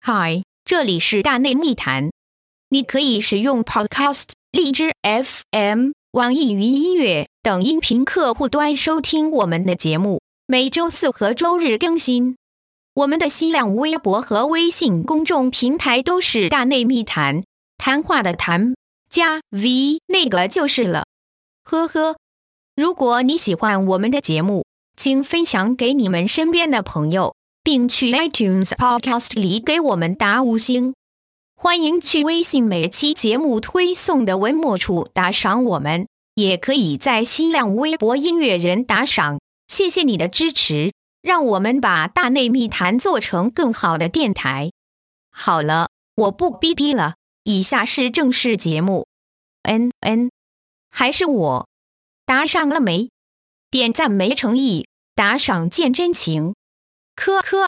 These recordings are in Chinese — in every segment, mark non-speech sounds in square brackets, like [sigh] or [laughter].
嗨，这里是大内密谈。你可以使用 Podcast、荔枝 FM、网易云音乐等音频客户端收听我们的节目，每周四和周日更新。我们的新浪微博和微信公众平台都是“大内密谈”，谈话的谈加 V 那个就是了。呵呵，如果你喜欢我们的节目，请分享给你们身边的朋友。并去 iTunes Podcast 里给我们打五星。欢迎去微信每期节目推送的文末处打赏我们，也可以在新浪微博音乐人打赏。谢谢你的支持，让我们把大内密谈做成更好的电台。好了，我不逼逼了，以下是正式节目。嗯嗯，还是我，打赏了没？点赞没诚意，打赏见真情。科科。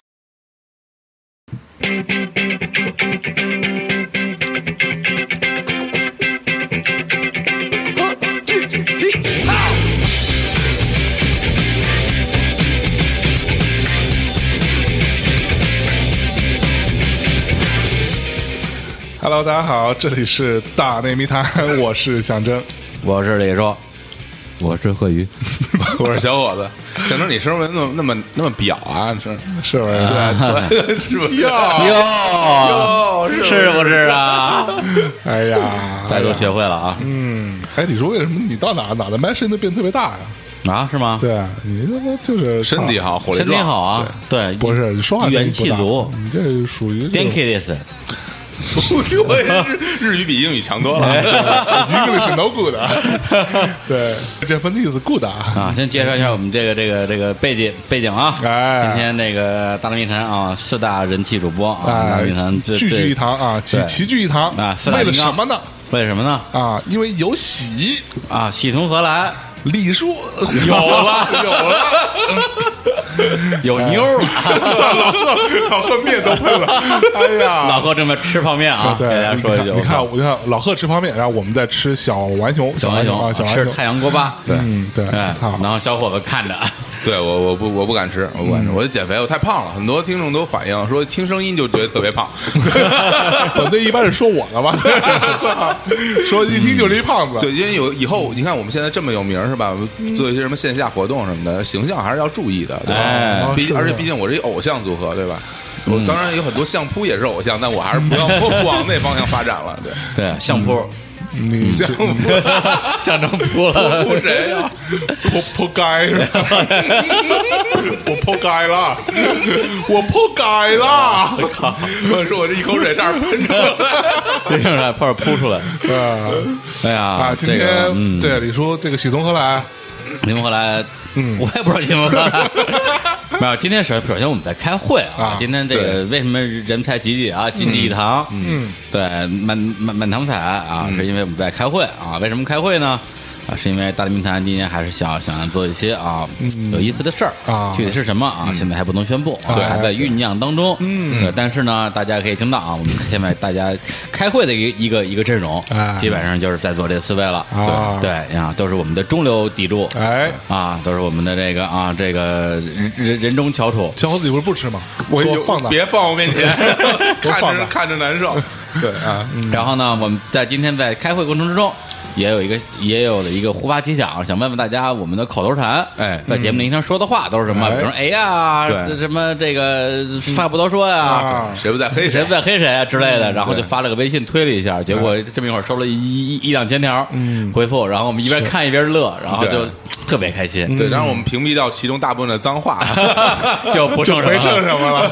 Hello，大家好，这里是大内密谈， [laughs] 我是象征，我是李叔，我是贺鱼， [laughs] 我是小伙子，想着你声纹怎么那么那么表啊？ [laughs] 是是不是？啊对，是不是？ [laughs] 哦哟，是不是啊？ [laughs] 哎呀， [laughs] 大家都学会了啊嗯，哎，你说为什么你到哪哪的麦声都变特别大呀？啊，是吗？对啊，你他妈就是身体操，好，火力身体壮好啊，对，不是你说话元声音气不大足你这属于这种，Thank you this， [laughs] [laughs] 对，日日语比英语强多了。 [laughs] English no good，对，Japanese good 啊。啊，先介绍一下我们这个这个这个背景背景啊。哎今天那个大内密谈啊，四大人气主播啊，大内密谈最哎聚聚一堂啊，齐对齐聚一堂啊四大为了金刚什么呢？最为什么呢？啊，因为有喜，啊，喜从何来？李叔有了， [laughs] 有了，有妞儿啊了。算了，老贺面都喷了，哎 [laughs] 呀，老贺正在吃泡面啊，给对，大家说一句，你看，你看，我看老贺吃泡面，然后我们在吃小浣熊，小浣浣熊啊，小浣吃熊，太阳锅巴，对嗯，对，哎操，然后小伙子看着，对我，我不，我不敢吃，我不嗯敢吃，我就减肥，我太胖了。很多听众都反映说，听声音就觉得特别胖。 [laughs] 我这一般是说我的 [laughs] 吧，操说一听就是一胖子，对，因为有以后，你看我们现在这么有名儿是吧？做一些什么线下活动什么的，形象还是要注意的，对哎吧？毕是而且毕竟我是一偶像组合，对吧？我当然有很多相扑也是偶像，但我还是不要 [laughs] 不往那方向发展了。对，对，相嗯扑，你像 [laughs] 相声扑了，不谁呀？破破街是吧？我破街了，我破街了，我说我这一口水差点喷出来。 [laughs] 对上来泡扑出来，啊哎呀，啊！今这个，天嗯，对李叔这个喜从何来？ [laughs] 林后来，嗯，我也不知道林后来。没有，今天首首先我们在开会啊啊，今天这个为什么人才济济啊，济济一堂，嗯，对，满满满堂彩啊，是因为我们在开会啊。为什么开会呢？啊，是因为大力密谈今年还是想想做一些啊有意思的事儿啊具体是什么啊？现在还不能宣布，啊对还在酝酿当中。嗯，但是呢，大家可以听到啊，我们现在大家开会的一个一个一个阵容哎，基本上就是在做这四位了。啊对对呀，都是我们的中流砥柱。哎，啊，都是我们的这个啊，这个人人人中翘楚。小伙子，你不是不吃吗？我有放哪？别放我面前，看放那着看着难受。对啊，然后呢，我们在今天在开会过程之中，也有一个也有了一个突发奇想，想问问大家我们的口头禅，哎在节目里经常说的话都是什么？哎比如说哎呀，对这什么这个话不多说呀。啊，谁不在黑谁谁不？在黑谁啊之类的，然后就发了个微信推了一下，结果这么一会儿收了一一一两千条回复，然后我们一边看一边乐，然后就对特别开心，对，然后我们屏蔽掉其中大部分的脏话。 [laughs] 就不就没剩什么了剩什么了，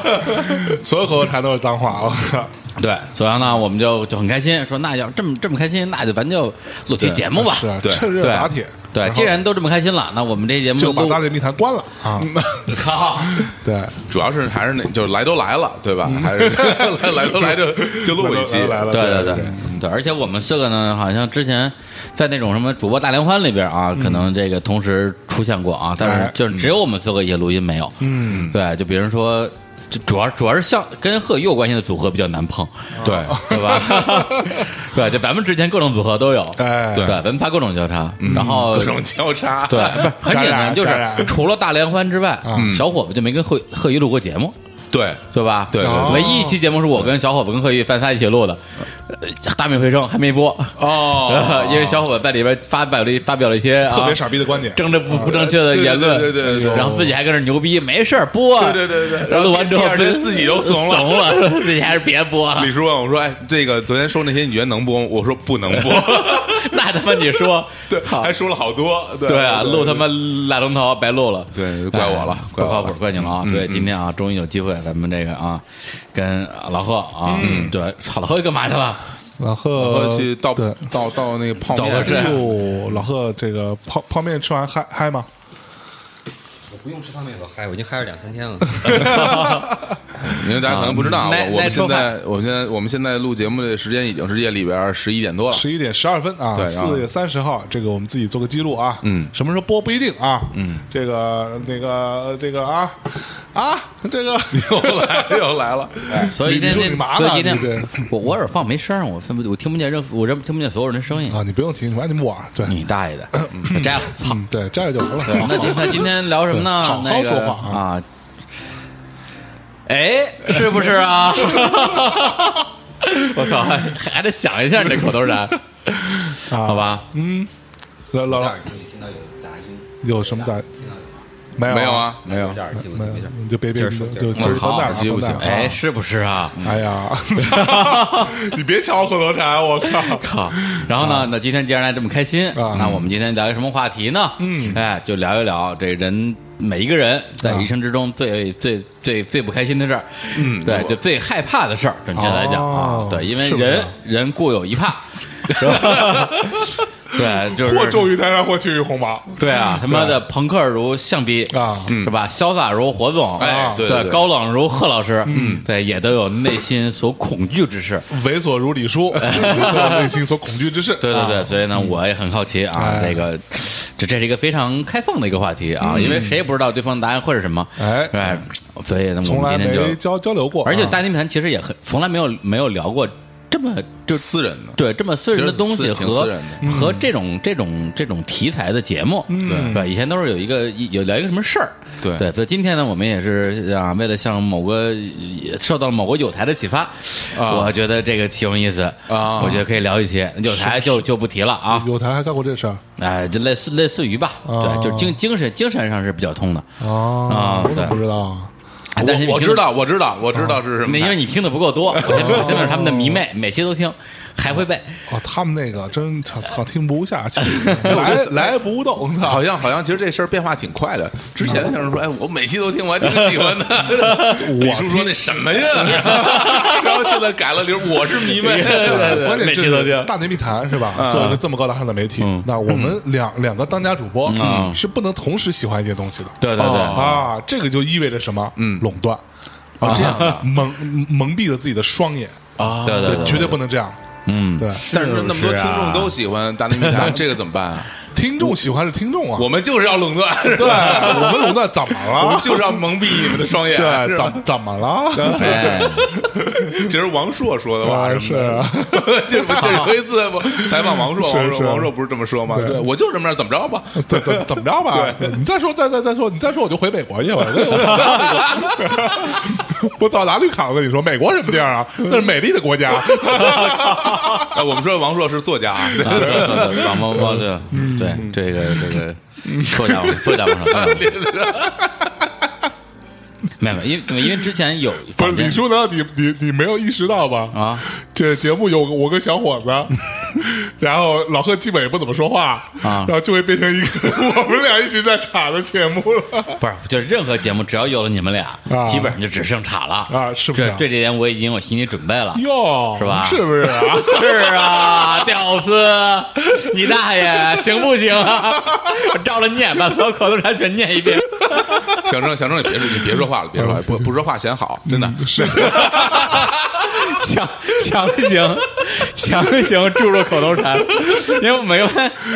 所有口头禅都是脏话，我 [laughs] 靠！对，所以呢，我们就就很开心，说那要这么这么开心，那就咱就录期节目吧。是啊，对趁热对打铁，对，既然嗯都这么开心了，那我们这节目就把录大内密谈关了啊！ [laughs] 好，对，啊主要是还是那，就是来都来了，对吧？还是来来都来就就录一期。来了，对对 [laughs] 对对，对，而且我们四个呢，好像之前在那种什么主播大联欢里边啊，可能这个同时出现过啊，但是嗯哎就是只有我们四个一些录音没有。嗯，对，就比如说。就主要主要是像跟贺宇有关系的组合比较难碰，对 [laughs] 对吧？ [laughs] 对，就咱们之前各种组合都有，哎嗯对，咱们怕各种交叉，然后各种交叉。 [laughs] 对，不是很简当然单，就是当然嗯除了大联欢之外，小伙子就没跟贺贺一录过节目。对，对吧？对对对唯一一期节目是我跟小伙子跟贺宇范范一起录的，呃大米回声还没播，哦 [laughs] 因为小伙子在里边发表了一发表了一些特别啊傻逼的观点，政治不不正确的哦对对言论，对对对对对然后自己还跟那牛逼，没事儿播，对对对对然后录完之后然后第二天自己就怂了怂 [laughs] 了，说自己还是别播，李叔问我说：“哎，这个昨天说那些你觉得能播吗？”我说：“不能播。，[laughs] 那他妈你说对，好还说了好多。 [laughs] 对对啊，录他妈烂龙头白录了，对怪我了哎怪不我靠了谱，怪你了啊！嗯所以今天啊，终于有机会，咱们这个啊，跟老贺啊，嗯对，操，老贺干嘛去了？然我后去到对，到到那个泡找个面事哎儿呦，老贺这个泡泡面吃完嗨嗨吗？我不用吃泡面，我嗨，我已经嗨了两 [laughs] 三天了。因为大家可能不知道，嗯耐我我耐们受现派在我们现在我们现在录节目的时间已经是夜里边十一点多了。十一点十二分啊，对然后四月三十号，这个我们自己做个记录啊。嗯什么时候播不一定啊。嗯，这个那个这个啊啊，这个又来又来了，哎所以你今你说天你麻所烦以今你天这我我耳放没声儿，我分不我听不见任我认听不见所有人的声音。啊，你不用提，你把你们玩儿对，你大爷的，嗯摘了。操嗯 [laughs] 对，这样就完了。那今那今天聊什么呢？好好那个说话啊啊！哎，是不 [laughs] 是啊？我靠，还还得想一下你这口 [laughs] 头禅，啊好，吧？老这老耳机里听到有杂音，有什么在？听到没有没有？啊，没有有。这耳机我没没事有，。你就别别接着就说就接着就是等好待耳机不等待行啊哎，是不是啊？哎呀， [laughs] 你别抢我口头禅，我靠！靠！然后呢？那今天既然来这么开心，啊那我们今天聊一个什么话题呢？嗯，哎，就聊一聊这人每一个人在一生之中最、最最最不开心的事儿，嗯，对，就最害怕的事儿，准确来讲、哦啊，对，因为是不是人人固有 [laughs] 一怕，对，就是或骤雨台山，或去雨鸿毛。对啊，他妈的朋克如象逼啊是吧？潇洒如火总，哎对对对高冷如贺老师，嗯，对，也都有内心所恐惧之事，猥琐如李 [laughs] 叔，我内心所恐惧之事。对对啊，对，所以呢，我也很好奇啊，哎嗯这个这这是一个非常开放的一个话题啊，因为谁也不知道对方的答案会是什么，哎哎，所以呢，我从们来今天没就，交交流过啊，而且大金盘其实也很从来没有没有聊过这么就就私人的，对这么私人的其实东西私挺私和人的嗯和这种这种这种题材的节目，对吧？以前都是有一个一有聊一个什么事儿，对对。所以今天呢，我们也是啊，为了向某个也受到某个有台的启发，我觉得这个挺有意思啊我觉得可以聊一些。有台就就不提了啊，有台还干过这事儿哎，就类似类似于吧，啊对，就是精精神精神上是比较通的，啊啊我怎么对不知道啊？哎但是我我你听知。道，我知道，我知道是什么那因为台。你听的不够多，我先我先是他们的迷妹，每期都听，还会背。哦，他们那个真操操听不下 [laughs] 去，来来不动，操 [laughs] 好像好像，其实这事儿变化挺快的。之前像是说，哎，我每期都听，我还挺喜欢的。李叔说那什么呀？ [laughs] 然后现在改了，李叔我是迷妹。关键每就期都是听大内密谈是嗯吧？作为一个这么高大上的媒体，那我们两两个当家主播嗯是不能同时喜欢一些东西的。对对哦对，啊，这个就意味着什么？嗯，垄断啊，这样 [laughs] 的蒙蒙蔽了自己的双眼啊，对对对对绝对不能这样。嗯，对，但是那么多是啊听众都喜欢大内密谈，这个怎么办啊？听众喜欢是听众啊，我们就是要垄断，对，我们垄断怎么我们了？就是要蒙蔽你们的双眼。啊对，是吧怎怎么了？哎，这是王朔说的话，啊什是么 [laughs] 的啊这不这是有一次我采访王朔，是王朔是王朔不是这么说吗？对对，我就这么样，怎么着吧？怎怎怎么着吧？你再说，再再再说，你再说我就回美国去 [laughs] 了。我早拿绿卡了，我跟你说，美国什么地儿啊？那是美丽的国家。 [laughs] 哎，我们说王朔是 [laughs] 作家啊，啊对对对王猫猫对嗯对这个这个说家伙说家伙 [laughs] 上，嗯没有没有，因为因为之前有不是坊间李叔，难道你你你没有意识到吧？啊，这节目有我跟小伙子，然后老贺基本也不怎么说话啊然后就会变成一个 [laughs] 我们俩一直在查的节目了。不是就是任何节目只要有了你们俩啊，基本上就只剩岔了啊是不是啊这对这点我已经有心理准备了。哟，是吧是不是啊？是啊，屌丝，你大爷行不行啊？我照着念，把所有口头禅全念一遍。小郑，小郑，你别说，你别说话了，别 [laughs] 说话，哦不不说话显好，嗯真的。是 [laughs] 强强行强行注入口头禅，因为我没有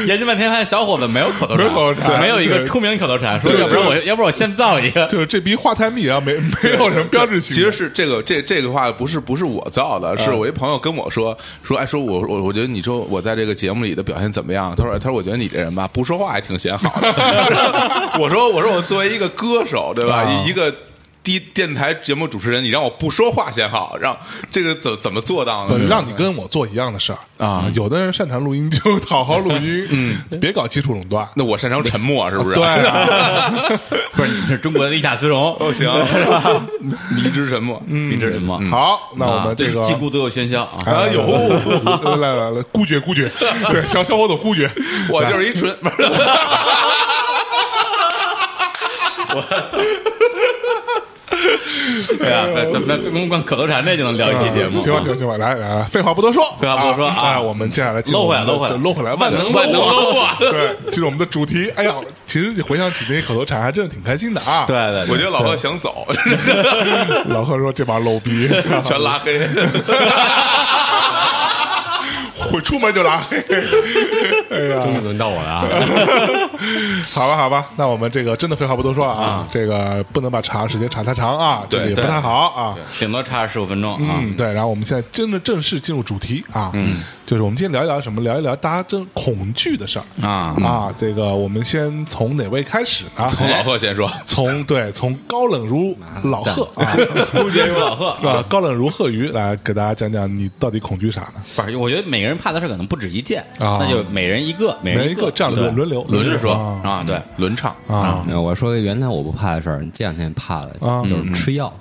研究半天，发现小伙子没有口头没禅，有口头禅没有一个对出名口头禅，说对要不然对我要不然我先造一个，就是这逼话太密啊，没没有什么标志其性实的。是这个这这个话不是不是我造的，嗯是我一朋友跟我说说，哎，说我我我觉得你说我在这个节目里的表现怎么样？他说哎他说我觉得你这人吧，[laughs] 不啊说话还挺显好的。我说我说我作为一个歌手，对吧？一一个。低电台节目主持人，你让我不说话先好，让这个怎怎么做到不呢？让你跟我做一样的事儿啊有的人擅长录音，就好好录音， [laughs] 嗯，别搞基础垄 [laughs] 断。 [laughs] 那我擅长沉默，是不是？对啊，不是你是中国的地下丝绒，哦， [laughs] 行， [laughs] 迷之沉默，嗯你这人吗？好，那我啊们这个对禁锢都有喧嚣啊！啊，有来来来来，孤绝孤 [laughs] 绝，对，小小伙总孤 [laughs] 绝，我来就是一纯，不是对啊，咱们咱们光口头禅这就能聊一期节嗯啊目，啊行吧行吧行吧，来来，来废话不多说，废话不多说啊啊哎我们接下来进入搂回来我们的搂回来对搂回来，万能万万能搂啊搂我我。对，进入我们的主题。哎呀，其实你回想起那口头禅，还真的挺开心的啊。对，对，我对觉得老贺想走， [laughs] 老贺说这帮 low 逼 [laughs] 全拉黑。会出门就拉 [laughs] 黑。哎呀，终于轮到我了嗯啊！好吧好吧，那我们这个真的废话不多说啊，这个不能把长时间长太长啊，这个对也不对太好啊。顶多差十五分钟啊。嗯，对，然后我们现在真的正式进入主题啊，嗯，就是我们今天聊一聊什么？聊一聊大家真恐惧的事儿啊啊，这个我们先从哪位开始呢？嗯从老贺先说，从对从高冷如老贺啊， [laughs] 孤绝如老贺。是吧？高冷如贺鱼来给大家讲讲你到底恐惧啥呢？不是，我觉得每个人怕的事可能不止一件，啊那就每人一个，每每人一个这样轮轮流轮着说啊啊，对，轮唱啊没有我说的原来我不怕的事儿，这两天怕了啊，就是吃药。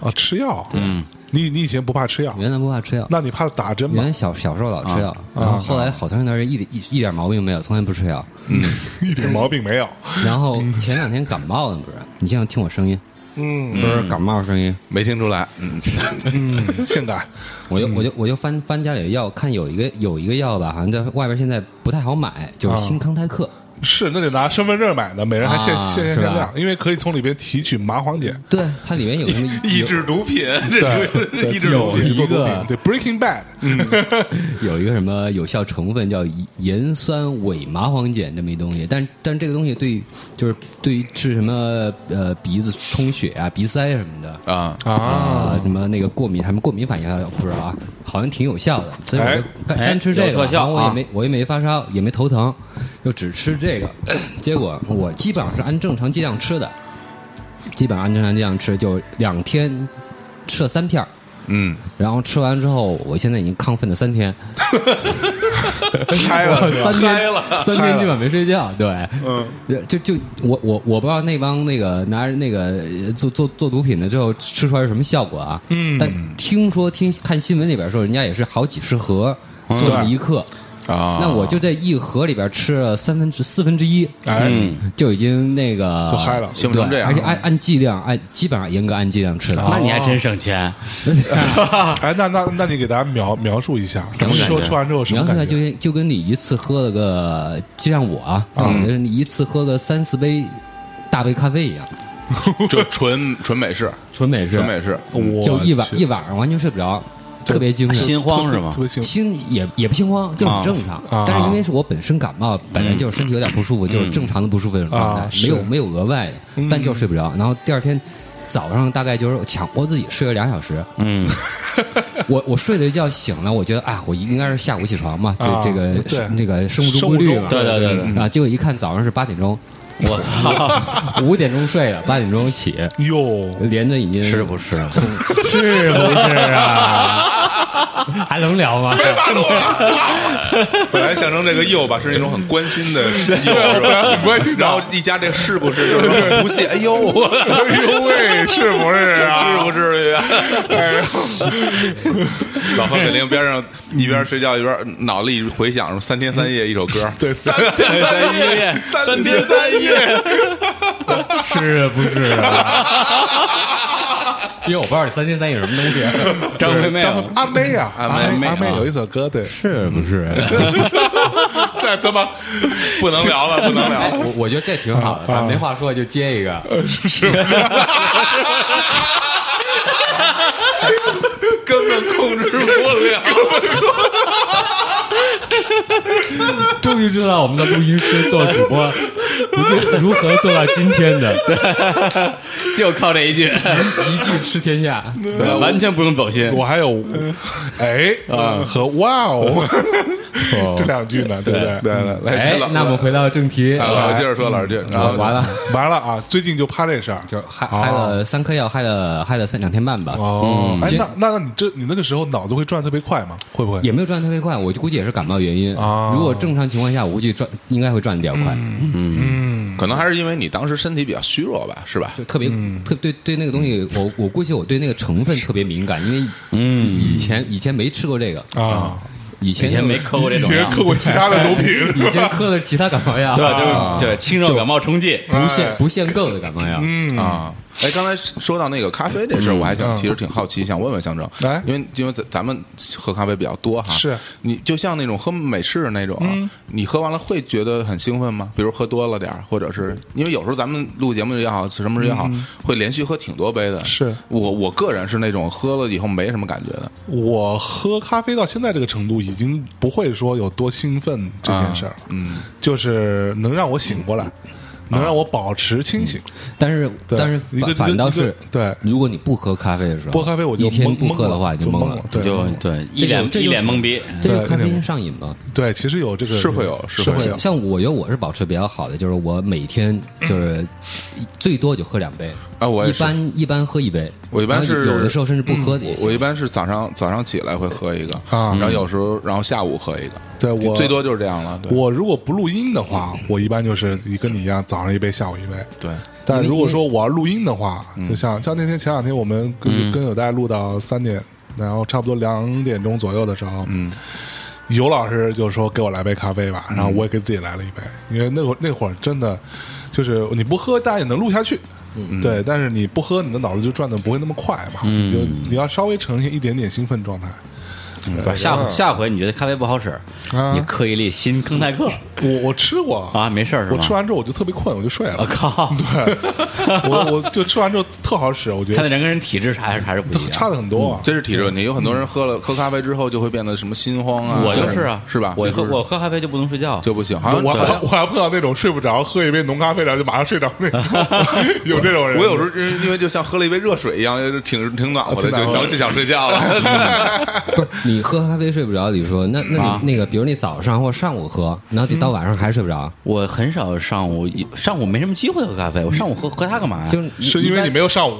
啊！吃药，嗯，你你以前不怕吃药，原来不怕吃药，那你啊怕打针原吗？来小小时候老吃药，然后后来好长一段时间一点一一点毛病没有，从来不 [laughs] 吃药。 [laughs] 一点毛病没有，然后前两天感冒了，不是？你现在听我声音，嗯，不是感冒声音，没听出来，嗯，嗯性感嗯我就我就我就翻翻家里的药，看有一个有一个药吧，好像在外边现在不太好买，啊就是新康泰克。是那得拿身份证买的，每人还限啊限限是限吧量，因为可以从里边提取麻黄碱。对，它里面有什 [laughs] 么抑制毒品，这抑制毒有品， [laughs] 一个嗯对 Breaking Bad，有一个什么有效成分叫盐酸伪麻黄碱这么一东西，但但这个东西对就是对于治什么呃鼻子充血啊、鼻塞什么的。啊，啊、啊，什么那个过敏，他们过敏反应啊不知道啊，好像挺有效的，所以我就哎干哎干吃这有个，特效然后我也啊没、我也没发烧，也没头疼，就只吃这个， [clears throat] 结果我基本上是按正常剂量吃的，基本上按正常剂量吃，就两天吃了三片儿嗯，然后吃完之后，我现在已经亢奋了三天， [laughs] 嗨了，三嗨天了三天基本没睡觉，对，嗯，就就我我我不知道那帮那个拿着那个呃做做做毒品的最后吃出来是什么效果啊，嗯，但听说听看新闻里边说，人家也是好几十盒嗯做这么一克，啊那我就在一盒里边吃了三分之四分之一，哎，嗯就已经那个就嗨了啊兴奋成这对样而且按按剂量按基本上严格按剂量吃 [laughs] 的，那你还真省钱，哎，那那那你给大家描描述一下，么感觉说吃完之后什你要么说感就觉？跟就跟你一次喝了个，就像我啊，像嗯我就是你一次喝个三四杯大杯咖啡一样，就纯纯美式，纯美式，纯美式，我嗯就一晚啊去一晚上完全睡不着，特别精神。心慌是吗特？别兴奋心也也不心慌，就很正常。啊嗯但是因为是我本身感冒，本来就是身体有点不舒服，就是正常的不舒服的状态，啊没有是嗯没有额外的，但就是睡不着。然后第二天早上大概就是我强迫自己睡了俩小时，嗯， [laughs] 我我睡了一觉醒了，我觉得啊，我应该是下午起床嘛，这、啊这个对生这个生物生钟物规律钟嘛，对对对对啊，结果一看早上是八点钟，我操，五点钟睡了，八点钟起，哟，连着已经是不是？是不是啊？还能聊吗？本来象征这个又吧是那种很关心的又，是本来吧？很关心的然后一加这是不是就是很不屑，哎呦， [laughs] 哎呦喂，是不是啊？至不至于啊？ [laughs] 老何肯定边上一边睡觉一边脑子里回想什么三天三夜一首歌，对，三天三夜三天三夜，是不是 [laughs] 啊？因为我不知道这三天三夜什么东西， [laughs] 张惠妹哎张惠阿妹啊，阿阿妹阿阿妹妹啊有一首歌，对，是不是？ [laughs] 再他妈不能聊了，不能聊 [laughs] 哎，了。我我觉得这挺好的，反正没话说就接一个。根本控制不了， [laughs] 终于知道我们的录音师做主播如如何做到今天的， [laughs] 就靠这一句，一句吃天下。完全不用走心。呃我还有，哎啊和哇哦， [laughs] 这两句呢，对不对？对对， [laughs] 来哎，那我们回到正题，啊老师接着说，老师接着啊说，完了，完了啊，最近就怕这事儿。就嗨嗨了嗯三颗药，嗨了嗨了三两天半吧。嗯哦，哎，这那那那你这你那个时候脑子会转得特别快吗？会不会？也没有转得特别快，我就估计也是感冒原因。哦如果正常情况下，我估计转应该会转得比较快，嗯可能还是因为你当时身体比较虚弱吧，[laughs] 是吧就？特别、特对对那个东西，我我估计我对那个成分特别敏感，因为嗯以前以前没吃过这个，啊，以以前前就没嗑过这以种啊前药，嗑过其他的毒品，以前嗑的是其他感冒药，对啊吧？就是对清热感冒冲剂，不限不限购的感冒药。啊，哎，刚才说到那个咖啡这事儿，我还想其实挺好奇，想问问象征嗯来，因为因为咱咱们喝咖啡比较多哈，是嗯你就像那种喝美式那种啊，你喝完了会觉得很兴奋吗？比如喝多了点儿，或者是因为有时候咱们录节目也好，什么也好，会连续喝挺多杯的。嗯是我我个人是那种喝了以后没什么感觉的，我喝咖啡到现在这个程度，已经不会说有多兴奋这件事儿、嗯，就是能让我醒过来，能让我保持清醒。但是对但是一个一个反反倒一是个对如果你不喝咖啡的时候，不喝咖啡我就一天懵不喝的懵了话，你就就懵懵了对就对这一脸就一脸懵逼，这就对咖啡因上瘾嘛。对，其实有这个是会有是是会会有像。像我觉得我是保持比较好的，就是我每天就是最多就喝两杯啊我也一是般一般喝一杯，我一般然后是有的时候甚至不喝的也我行。一般是早上早上起来会喝一个，啊然后有时候然后下午喝一个，对我最多就是这样了。对我如果不录音的话，我一般就是跟你一样，早上一杯，下午一杯。对，但如果说我要录音的话，就像像那天前两天我们跟、跟有代录到三点，然后差不多两点钟左右的时候，嗯，尤老师就说给我来杯咖啡吧，然后我也给自己来了一杯，因为那会儿那会儿真的就是你不喝，大家也能录下去。对，但是你不喝，你的脑子就转的不会那么快嘛，就你要稍微呈现一点点兴奋状态。对嗯下下回你觉得咖啡不好使，啊你嗑一粒新康泰克我我吃过啊，没事儿是吧？我吃完之后我就特别困，我就睡了。我靠， [laughs] 我我就吃完之后特好使，我觉看来得人跟人体质还是还是不一样。差的很多啊。嗯这是体质问题。有很多人喝了喝咖啡之后就会变得什么心慌啊，我就是啊，是吧？我你喝是不是我喝咖啡就不能睡觉，就不行，好像我对还我还碰到那种睡不着，喝一杯浓咖啡然后就马上睡着那 [laughs] 种，有这种人。我有时候因为因为就像喝了一杯热水一样，就是挺挺暖和的，挺嗯就暖和的然后就想睡觉了。不是你喝咖啡睡不着，你说那那你、啊那个，比如你早上或上午喝，然后你到晚上还睡不着，我很少上午上午没什么机会喝咖啡，我上午喝喝它干 [laughs] 嘛呀？就是是因为你没有上午，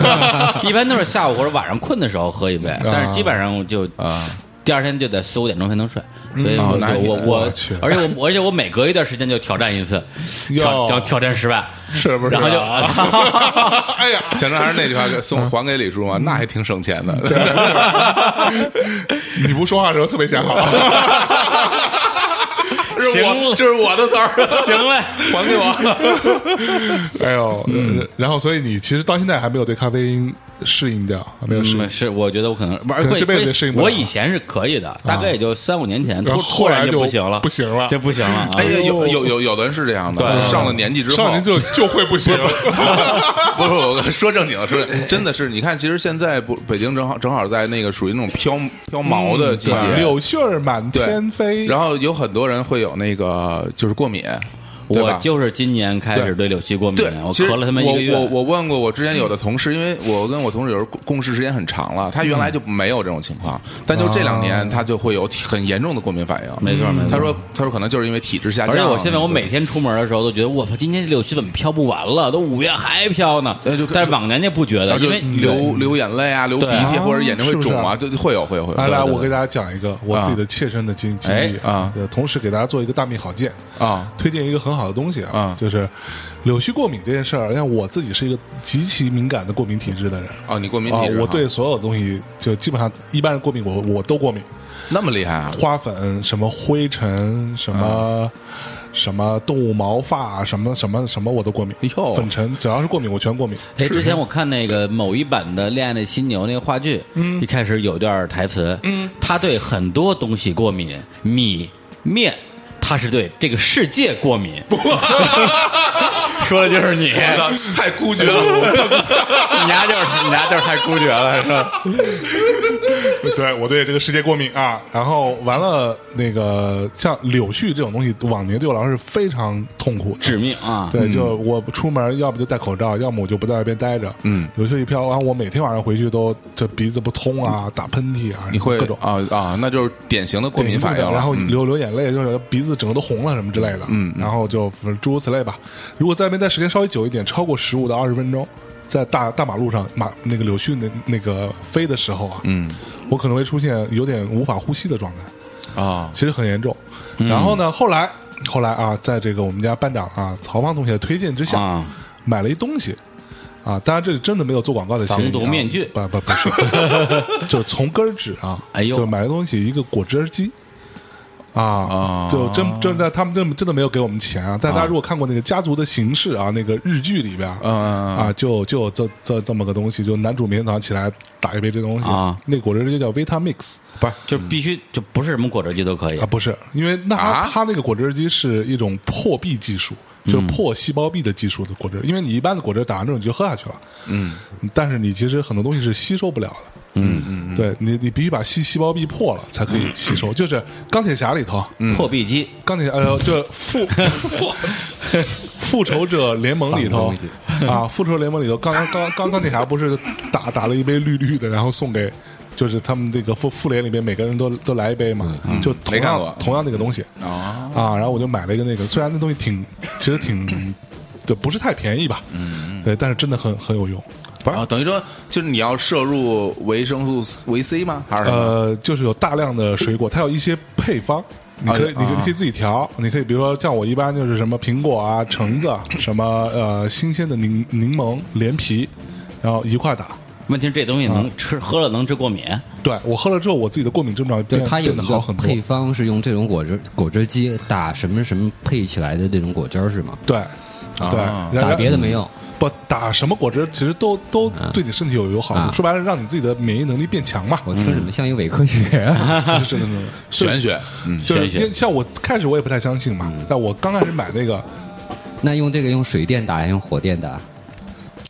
[laughs] 一般都是下午或者晚上困的时候喝一杯，但是基本上就啊第二天就得四五点钟才能睡，所以嗯我哦那就你我我我去，而且我而且我每隔一段时间就挑战一次，挑哟挑挑战失败，是不是？啊然后就 [laughs] 哎 [laughs] 呀，嗯想着还是那句话，给送还给李叔嘛，那还挺省钱的。 [laughs] 你不说话的时候特别想好，嗯这是我行这是我的词 [laughs] 儿， [laughs] 行嘞，还给我。哎呦，嗯然后所以你其实到现在还没有对咖啡因适应掉，还没有适应嗯，。是，我觉得我可能玩可能贵这辈子也适应不了我以前是可以的，大概也就三五年前，然突后突后来然就不行了，不行了嗯这不行了啊。哎呀，有有有有的人是这样的，就是上了年纪之后，上您就就会不行，不不不，说正经的，说正经真的是，你看，其实现在不，北京正好正好在那个属于那种飘飘毛的季节，柳絮儿满对嗯天飞。然后有很多人会有那个就是过敏，对我吧？就是今年开始对柳絮过敏对，，我其实咳了他妈一个月我。我我问过我之前有的同事，因为我跟我同事有时候共共事时间很长了，他原来就没有这种情况，但就这两年他就会有体很严重的过敏反应。没错没错他说他说可能就是因为体质下降，而且啊我现在我每天出门的时候都觉得，我操，今天这柳絮怎么飘不完了？都五月还飘呢哎就。但是往年就嗯不觉然得，后就因为流流眼泪啊，流鼻涕对或者眼睛会肿啊，啊就就会有会有会有。来对来，对我对给大家讲一个我自己的切身的经经历哎啊呃同时给大家做一个大秘好见啊推荐一个很好的东西啊啊，就是柳絮过敏这件事儿。像我自己是一个极其敏感的过敏体质的人哦，你过敏啊体质，我对所有东西就基本上一般人过敏我我都过敏，那么厉害啊！花粉、什么灰尘、什么什么动物毛发、啊什么什么什么我都过敏哟，粉尘只要是过敏我全过敏。哎，之前我看那个某一版的《恋爱的犀牛》那个话剧，嗯，一开始有段台词，嗯，他对很多东西过敏，米面，他是对这个世界过 [laughs] 敏，说的就是你，我你操太 [laughs] 孤绝了，丫就是你丫就是太孤绝了，是吧？ [laughs] 对我对这个世界过敏啊。然后完了，那个像柳絮这种东西，往年对我来说是非常痛苦的。 [laughs] 致命啊！对，就我出门，要不就戴口罩，要么我就不在外边待着。嗯，柳絮一飘，然后我每天晚上回去都这鼻子不通啊，打喷嚏啊，你会各种啊啊，那就是典型的过敏反应了。然后嗯流流眼泪，就是鼻子整个都红了什么之类的。嗯嗯然后就诸如此类吧。如果在外面待时间稍微久一点，超过十五到二十分钟，在大大马路上马那个柳絮那那个飞的时候啊，嗯我可能会出现有点无法呼吸的状态，啊其实很严重。嗯然后呢，后来后来啊，在这个我们家班长啊曹芳同学推荐之下，啊买了一东西。啊，当然这里真的没有做广告的嫌疑、啊。防毒面具不不不 [laughs] 是， [laughs] 就是从根儿治啊。哎呦就买了东西一个果汁机，啊哦啊，就真真的他们真真的没有给我们钱啊。但大家如果看过那个《家族的形式》啊，那个日剧里边嗯嗯啊，就就有这这这么个东西，就男主每天早上起来打一杯这东西啊，那果汁机叫 Vitamix 不是，就必须就不是什么果汁机都可以啊，不是，因为那啊它那个果汁机是一种破壁技术。就是破细胞壁的技术的果汁，因为你一般的果汁打完之后你就喝下去了，嗯但是你其实很多东西是吸收不了的。嗯嗯，对你你必须把细细胞壁破了才可以吸收，就是钢铁侠里头，破壁机钢铁呃，这复复仇者联盟里头脏东西啊，复仇者联盟里头，刚刚刚刚钢铁侠不是打打了一杯绿绿的，然后送给就是他们这个复复联里边每个人都都来一杯嘛，就同没看过样同样那个东西啊啊，然后我就买了一个那个，虽然那东西挺其实挺就不是太便宜吧，嗯，对，但是真的很很有用。不是，啊等于说就是你要摄入维生素维 C 吗？还是什么呃，就是有大量的水果，它有一些配方，你可以，你可以啊啊你可以自己调，你可以比如说像我一般就是什么苹果啊、橙子啊，什么呃新鲜的柠柠檬、连皮，然后一块儿打。问题是这东西能吃喝了能治过敏，对我喝了之后，我自己的过敏症状就变是它有变得一个好很多。配方是用这种果汁果汁机打什么什么配起来的这种果汁儿是吗？对，对，然啊打别的没。然用，不打什么果汁，其实都都对你身体有有好啊处。说白了，让你自己的免疫能力变强嘛。 [laughs] 我听着怎么像一伪科学啊？是真的真的。 [laughs] 玄学？嗯就是玄学因为像我开始我也不太相信嘛，嗯但我刚开始买那个那用这个用水电打还是用火电打？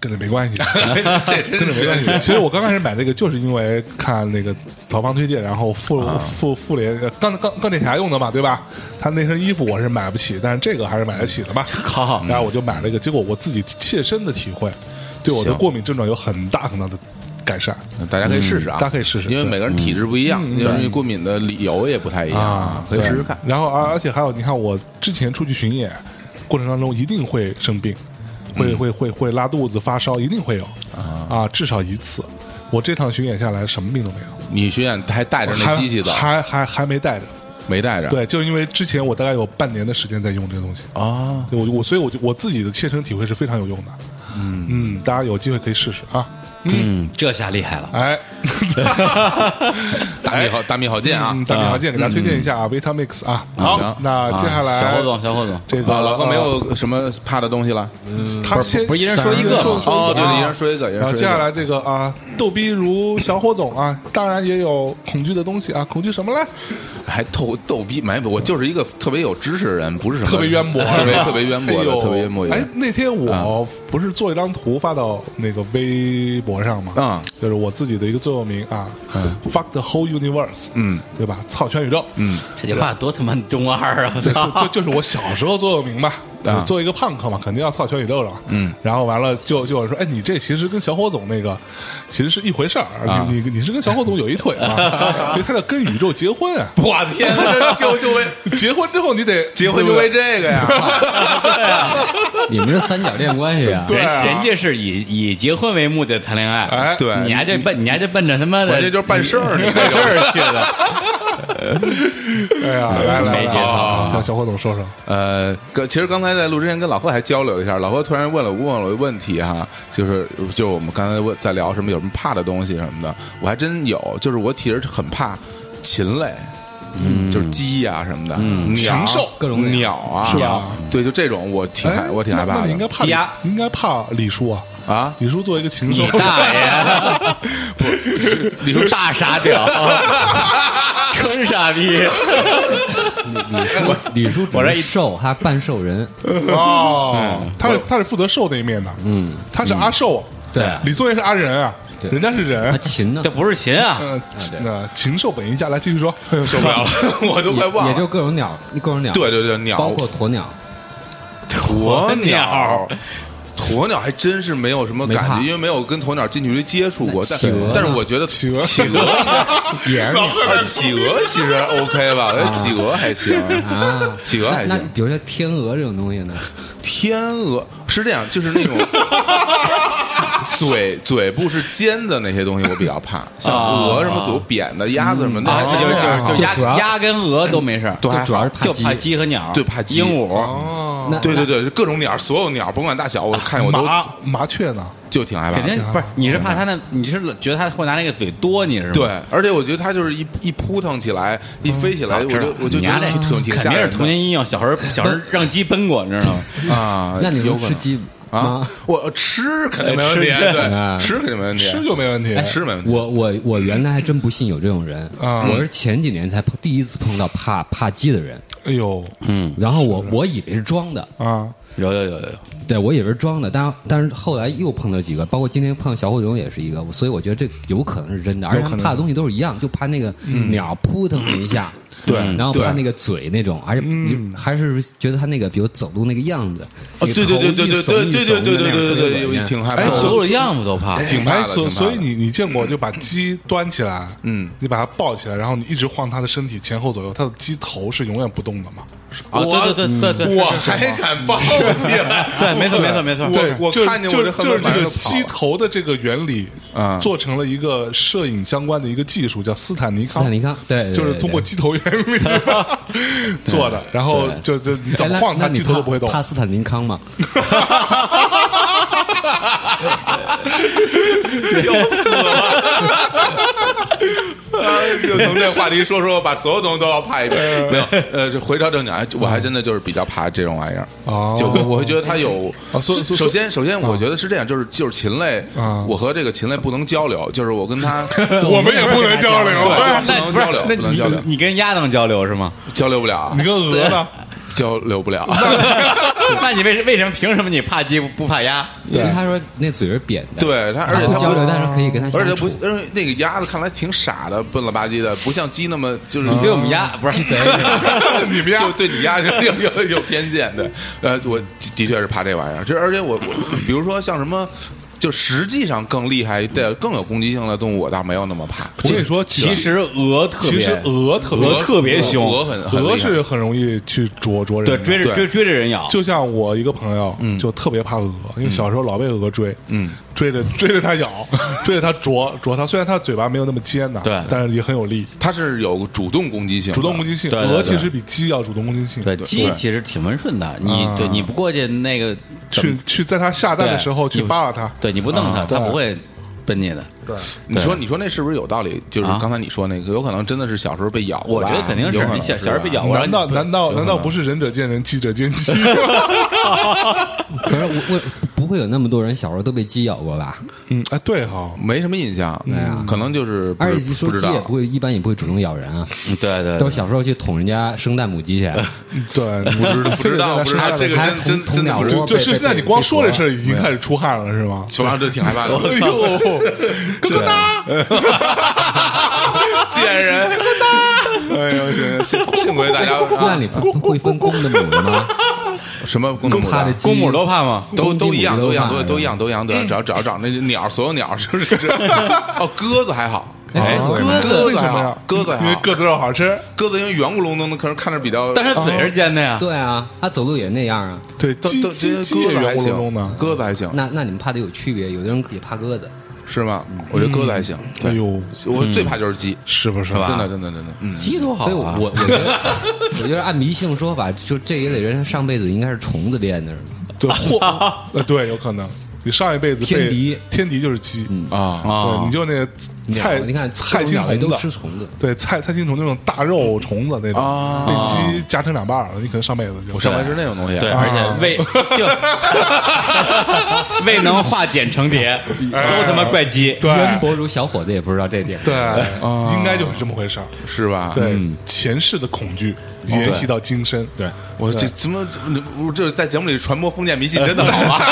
跟这没关系。 [laughs] 这真跟是着没关系。其实我刚开始买这个，就是因为看那个曹芳推荐，然后复啊复复联呃钢钢钢铁侠用的嘛，对吧？他那身衣服我是买不起，但是这个还是买得起的嘛。嗯靠然后我就买了一个，结果我自己切身的体会，对我的行过敏症状有很大很大的改善。大家可以试试啊，嗯大家可以试试嗯因为每个人体质不一样，因为过敏的理由也不太一样，啊可以啊对试试看。然后而而且还有，你看我之前出去巡演过程当中一定会生病，嗯会会会会拉肚子、发烧，一定会有啊，至少一次。我这趟巡演下来什么病都没有。你巡演还带着那还机器走，啊还还还没带着。没带着？对，就是因为之前我大概有半年的时间在用这个东西，啊，对我我所以我就我自己的切身体会是非常有用的。嗯嗯，大家有机会可以试试啊。嗯，这下厉害了。哎，啊大米好，大米好见啊！ [laughs] 嗯，大米条件给大家推荐一下啊，Vitamix 啊。好那接下啊小来霍总，小霍总，这啊，个老高没，有什么怕的东西了？呃他先不是一人说一个三吗哦，对，一人啊说一个，一人然后说一个。接下来这个啊，逗逼如小火种啊，当然也有恐惧的东西啊，恐惧什么嘞？还逗逗逼，没，我就是一个特别有知识的人，不是什么特别渊博，特别是吧特别渊博哎的，呦特别渊博的哎，那天我不是做一张图发到那个微博上吗？嗯就是我自己的一个座右铭啊，fuck the whole universe，嗯，对吧？操全宇宙，嗯，这句话多他妈中二啊！对，就就就是我小时候座右铭吧。啊作为一个胖克嘛，肯定要操全宇宙了。嗯，然后完了就就有人说，哎，你这其实跟小火总那个其实是一回事儿，啊啊你你你是跟小火总有一腿 [laughs] 啊，因为他要跟宇宙结婚啊，我 [laughs] 天哪，就就为结婚之后你得 [laughs] 结婚对就不对为这个呀？你们这三角恋关系啊？对人啊人家是以以结婚为目的谈恋爱，哎对你还这奔你还这奔着他妈我的这就是办事儿，你办事儿去了，哎呀，来来没来，节操啊好向小火总说说，呃，跟其实刚才在录之前跟老贺还交流一下，老贺突然问了问了我一个问题哈，就是就是我们刚才问在聊什么有什么怕的东西什么的，我还真有，就是我其实很怕禽类。嗯，就是鸡呀、什么的，鸟禽兽各种鸟啊，是吧鸟？对，就这种我挺害，哎我挺害那怕那的你应该怕鸡鸭你应该怕李叔啊！啊。李叔作为一个禽兽你，大爷！ [laughs] 不，你说大傻屌，真傻逼！李叔，李叔我只这一是兽，他半兽人。 [laughs] 嗯哦，他是他是负责兽那一面的，嗯，他是阿兽，对，李宗元是阿仁啊，人家是人 [laughs] 他。琴呢这，不是琴啊，嗯，那禽兽本一家，来继续说，受不不了了， [laughs] 我都快忘也了。就各种鸟，各种鸟，对对对，鸟包括鸵鸟，鸵鸟鸟，鸵鸟还真是没有什么没感怕觉，因为没有跟鸵鸟近距离接触过。但企鹅呢但是我觉得企鹅 [laughs] 企 [laughs] 鹅也是啊企鹅其 [laughs] 实 OK 吧，我觉得企鹅还行啊。企鹅那还那行。比如说天鹅这种东西呢，天鹅是这样，就是 [laughs] 那种嘴嘴部是尖的那些东西，我比较怕，像啊鹅什么嘴扁的，鸭子什么的，啊，那就是就是就是就鸭主要鸭跟鹅都没事儿，对就主要是怕就鸡怕鸡和鸟，对怕鸡鹦鹉， [laughs] 哦，那 [laughs] 对对对，各种鸟，所有鸟，甭管大小，我看见我都麻麻雀呢？就挺害怕肯的。定不是，你是怕它那，你是觉得它会拿那个嘴多你是吗？对，而且我觉得它就是一一扑腾起来，一飞起来，啊，哎我知道就我就你觉丫得这挺挺挺肯吓定是人童的年阴影，小时候小时候让鸡奔过，你知道吗？啊。那你有们可吃能鸡啊吗？？我吃肯定没问题，吃对，嗯吃肯定没问题，哎吃就没问题。吃没问题。我我我原来还真不信有这种人，啊我是前几年才碰第一次碰到怕怕鸡的人，哎呦嗯，然后我我以为是装的，啊， [laughs] 有有有有有，对我以为是装的，但但是后来又碰到几个，包括今天碰到小火种也是一个，所以我觉得这有可能是真的，而且他们怕的东西都是一样，就怕那个鸟扑腾你一下，嗯嗯对然后对嗯怕那个嘴那种，而且还是觉得他那个比如走路那个样子，啊，那对个对对对对对头对一对耸一耸对的对那样对特别对恶对，心挺害怕哎的。所所有的样子都怕。挺怕哎，的，所挺怕所以的你你见过就把鸡端起来，嗯，你把它抱起来，然后你一直晃它的身体前后左右，它的鸡头是永远不动的嘛？啊，对对对对对，我还敢抱起来，对，没错没错没错，对我就看见我就这是恨就不是得马这个上就跑鸡了头的这个原理啊做成了一个摄影相关的一个技术，叫斯坦尼斯康坦。尼康，对，对对就是通过对鸡头原理做的，然后就就你怎哎么那晃它那你鸡头怕都不会动。怕斯坦尼康吗？ [laughs] 哎就从这话题说说，把所有东西都要怕一遍。嗯没有，呃，这回到正讲，哎我还真的就是比较怕这种玩意儿。哦就我我会觉得它有啊所以所以首先首先我觉得是这样，就是就是禽类啊，我和这个禽类不能交流，就是我跟它 [laughs] 我们也不能交流对哎不能交流，那不能你交流，你跟鸭能交流是吗？交流不了你，跟鹅呢？交流 [laughs] 不了。 [laughs] 那你为为什么凭什么你怕鸡不不怕鸭？因为他说那嘴是扁的，对它，而然且后它交流，不但是可以跟他而且相它不处。，而且那个鸭子看来挺傻的，笨了吧唧的，不像鸡那么就是啊你对我们鸭不是 [laughs] 鸡贼？ [laughs] 你们就对你家是有有有偏见的。呃，我的的确是怕这玩意儿，就是而且我我比如说像什么。就实际上更厉害、对更有攻击性的动物，我倒没有那么怕。我跟你说，其其实鹅特其别，实鹅特别鹅特别凶，鹅很很厉害鹅是很容易去啄啄人对的，追着对追追着人咬，就像我一个朋友，就特别怕鹅，因为小时候老被鹅追，嗯，追着追着它咬，追着它啄啄它。虽然它嘴巴没有那么尖呐，对但是也很有力，它是有主动攻击性的，主动攻击性。对对对鹅其实比鸡要主动攻击性。对鸡对其实挺温顺的，你对你不过去那个怎去么去在它下蛋的对时候去你扒拉它，对你不弄它，它对不会奔你的。对，你说，你说那是不是有道理？就是啊刚才你说那个，有可能真的是小时候被咬过我吧。觉得肯定是有可能你小小时候被咬吧过，难道然后你难道难道不是仁者见仁，智者见智？可是我我不会有那么多人小时候都被鸡咬过吧？嗯，哎，对哈，没什么印象，可能就是不啊而且是说不知鸡也道不。会，一般也不会主动咬人啊，嗯对对都对是小时候去捅人家生蛋母鸡去，对，不知不知道，不知还道有这个还真有真捅真的捅不知道鸟窝，就被是被那你被光说这啄事儿已经开始出汗了是吗？小时候就挺害怕 [laughs] 的。哎 [laughs] 呦，咯咯哒！ [laughs] 贱人，哎呦，行行幸幸亏大家啊 [laughs] 那你不会分公的母的吗？什么公母怕的鸡公母都怕吗？都公鸡都一样，母鸡都一样，都都都一样，都怕一样，都嗯一样。只要只要找那鸟，所有鸟是 [laughs] 不是？哦，鸽子还好，哎哦为鸽什么鸽为子什还么好呀？，鸽子因还为好，鸽子肉好吃。鸽子因为圆咕隆咚的，可是看着比较，但是它嘴是尖的呀。对啊，它走路也那样啊。对，都鸡都鸡鸡鸽也子圆还咕隆咚的。行，鸽子还行，那那你们怕的有区别，有的人也怕鸽子，是吗？我嗯觉得鸽子还行。哎对，呦，我最怕就是鸡，是不是啊吧真的真的真的，嗯，鸡多好啊，所以我我我觉得，我觉得按迷信说法，就这一类人上辈子应该是虫子练的，是吗对，或呃，对，有可能。你上一辈子天被敌，天敌就是鸡，啊，对，啊你，就那个菜，鸟你看菜各种青鸟类虫都子吃虫子，对，菜菜青虫那种大肉虫子那种，啊那鸡夹成两半儿了，你可能上辈子就我上班是那种东西，啊对，而啊且未就未能化茧成蝶，都他妈怪鸡。对哎渊博主小伙子也不知道这点。对，应该就是这么回事儿。是吧？对，前世的恐惧沿袭到今生，对 [laughs] 我这怎么，我这在节目里传播封建迷信真的好啊！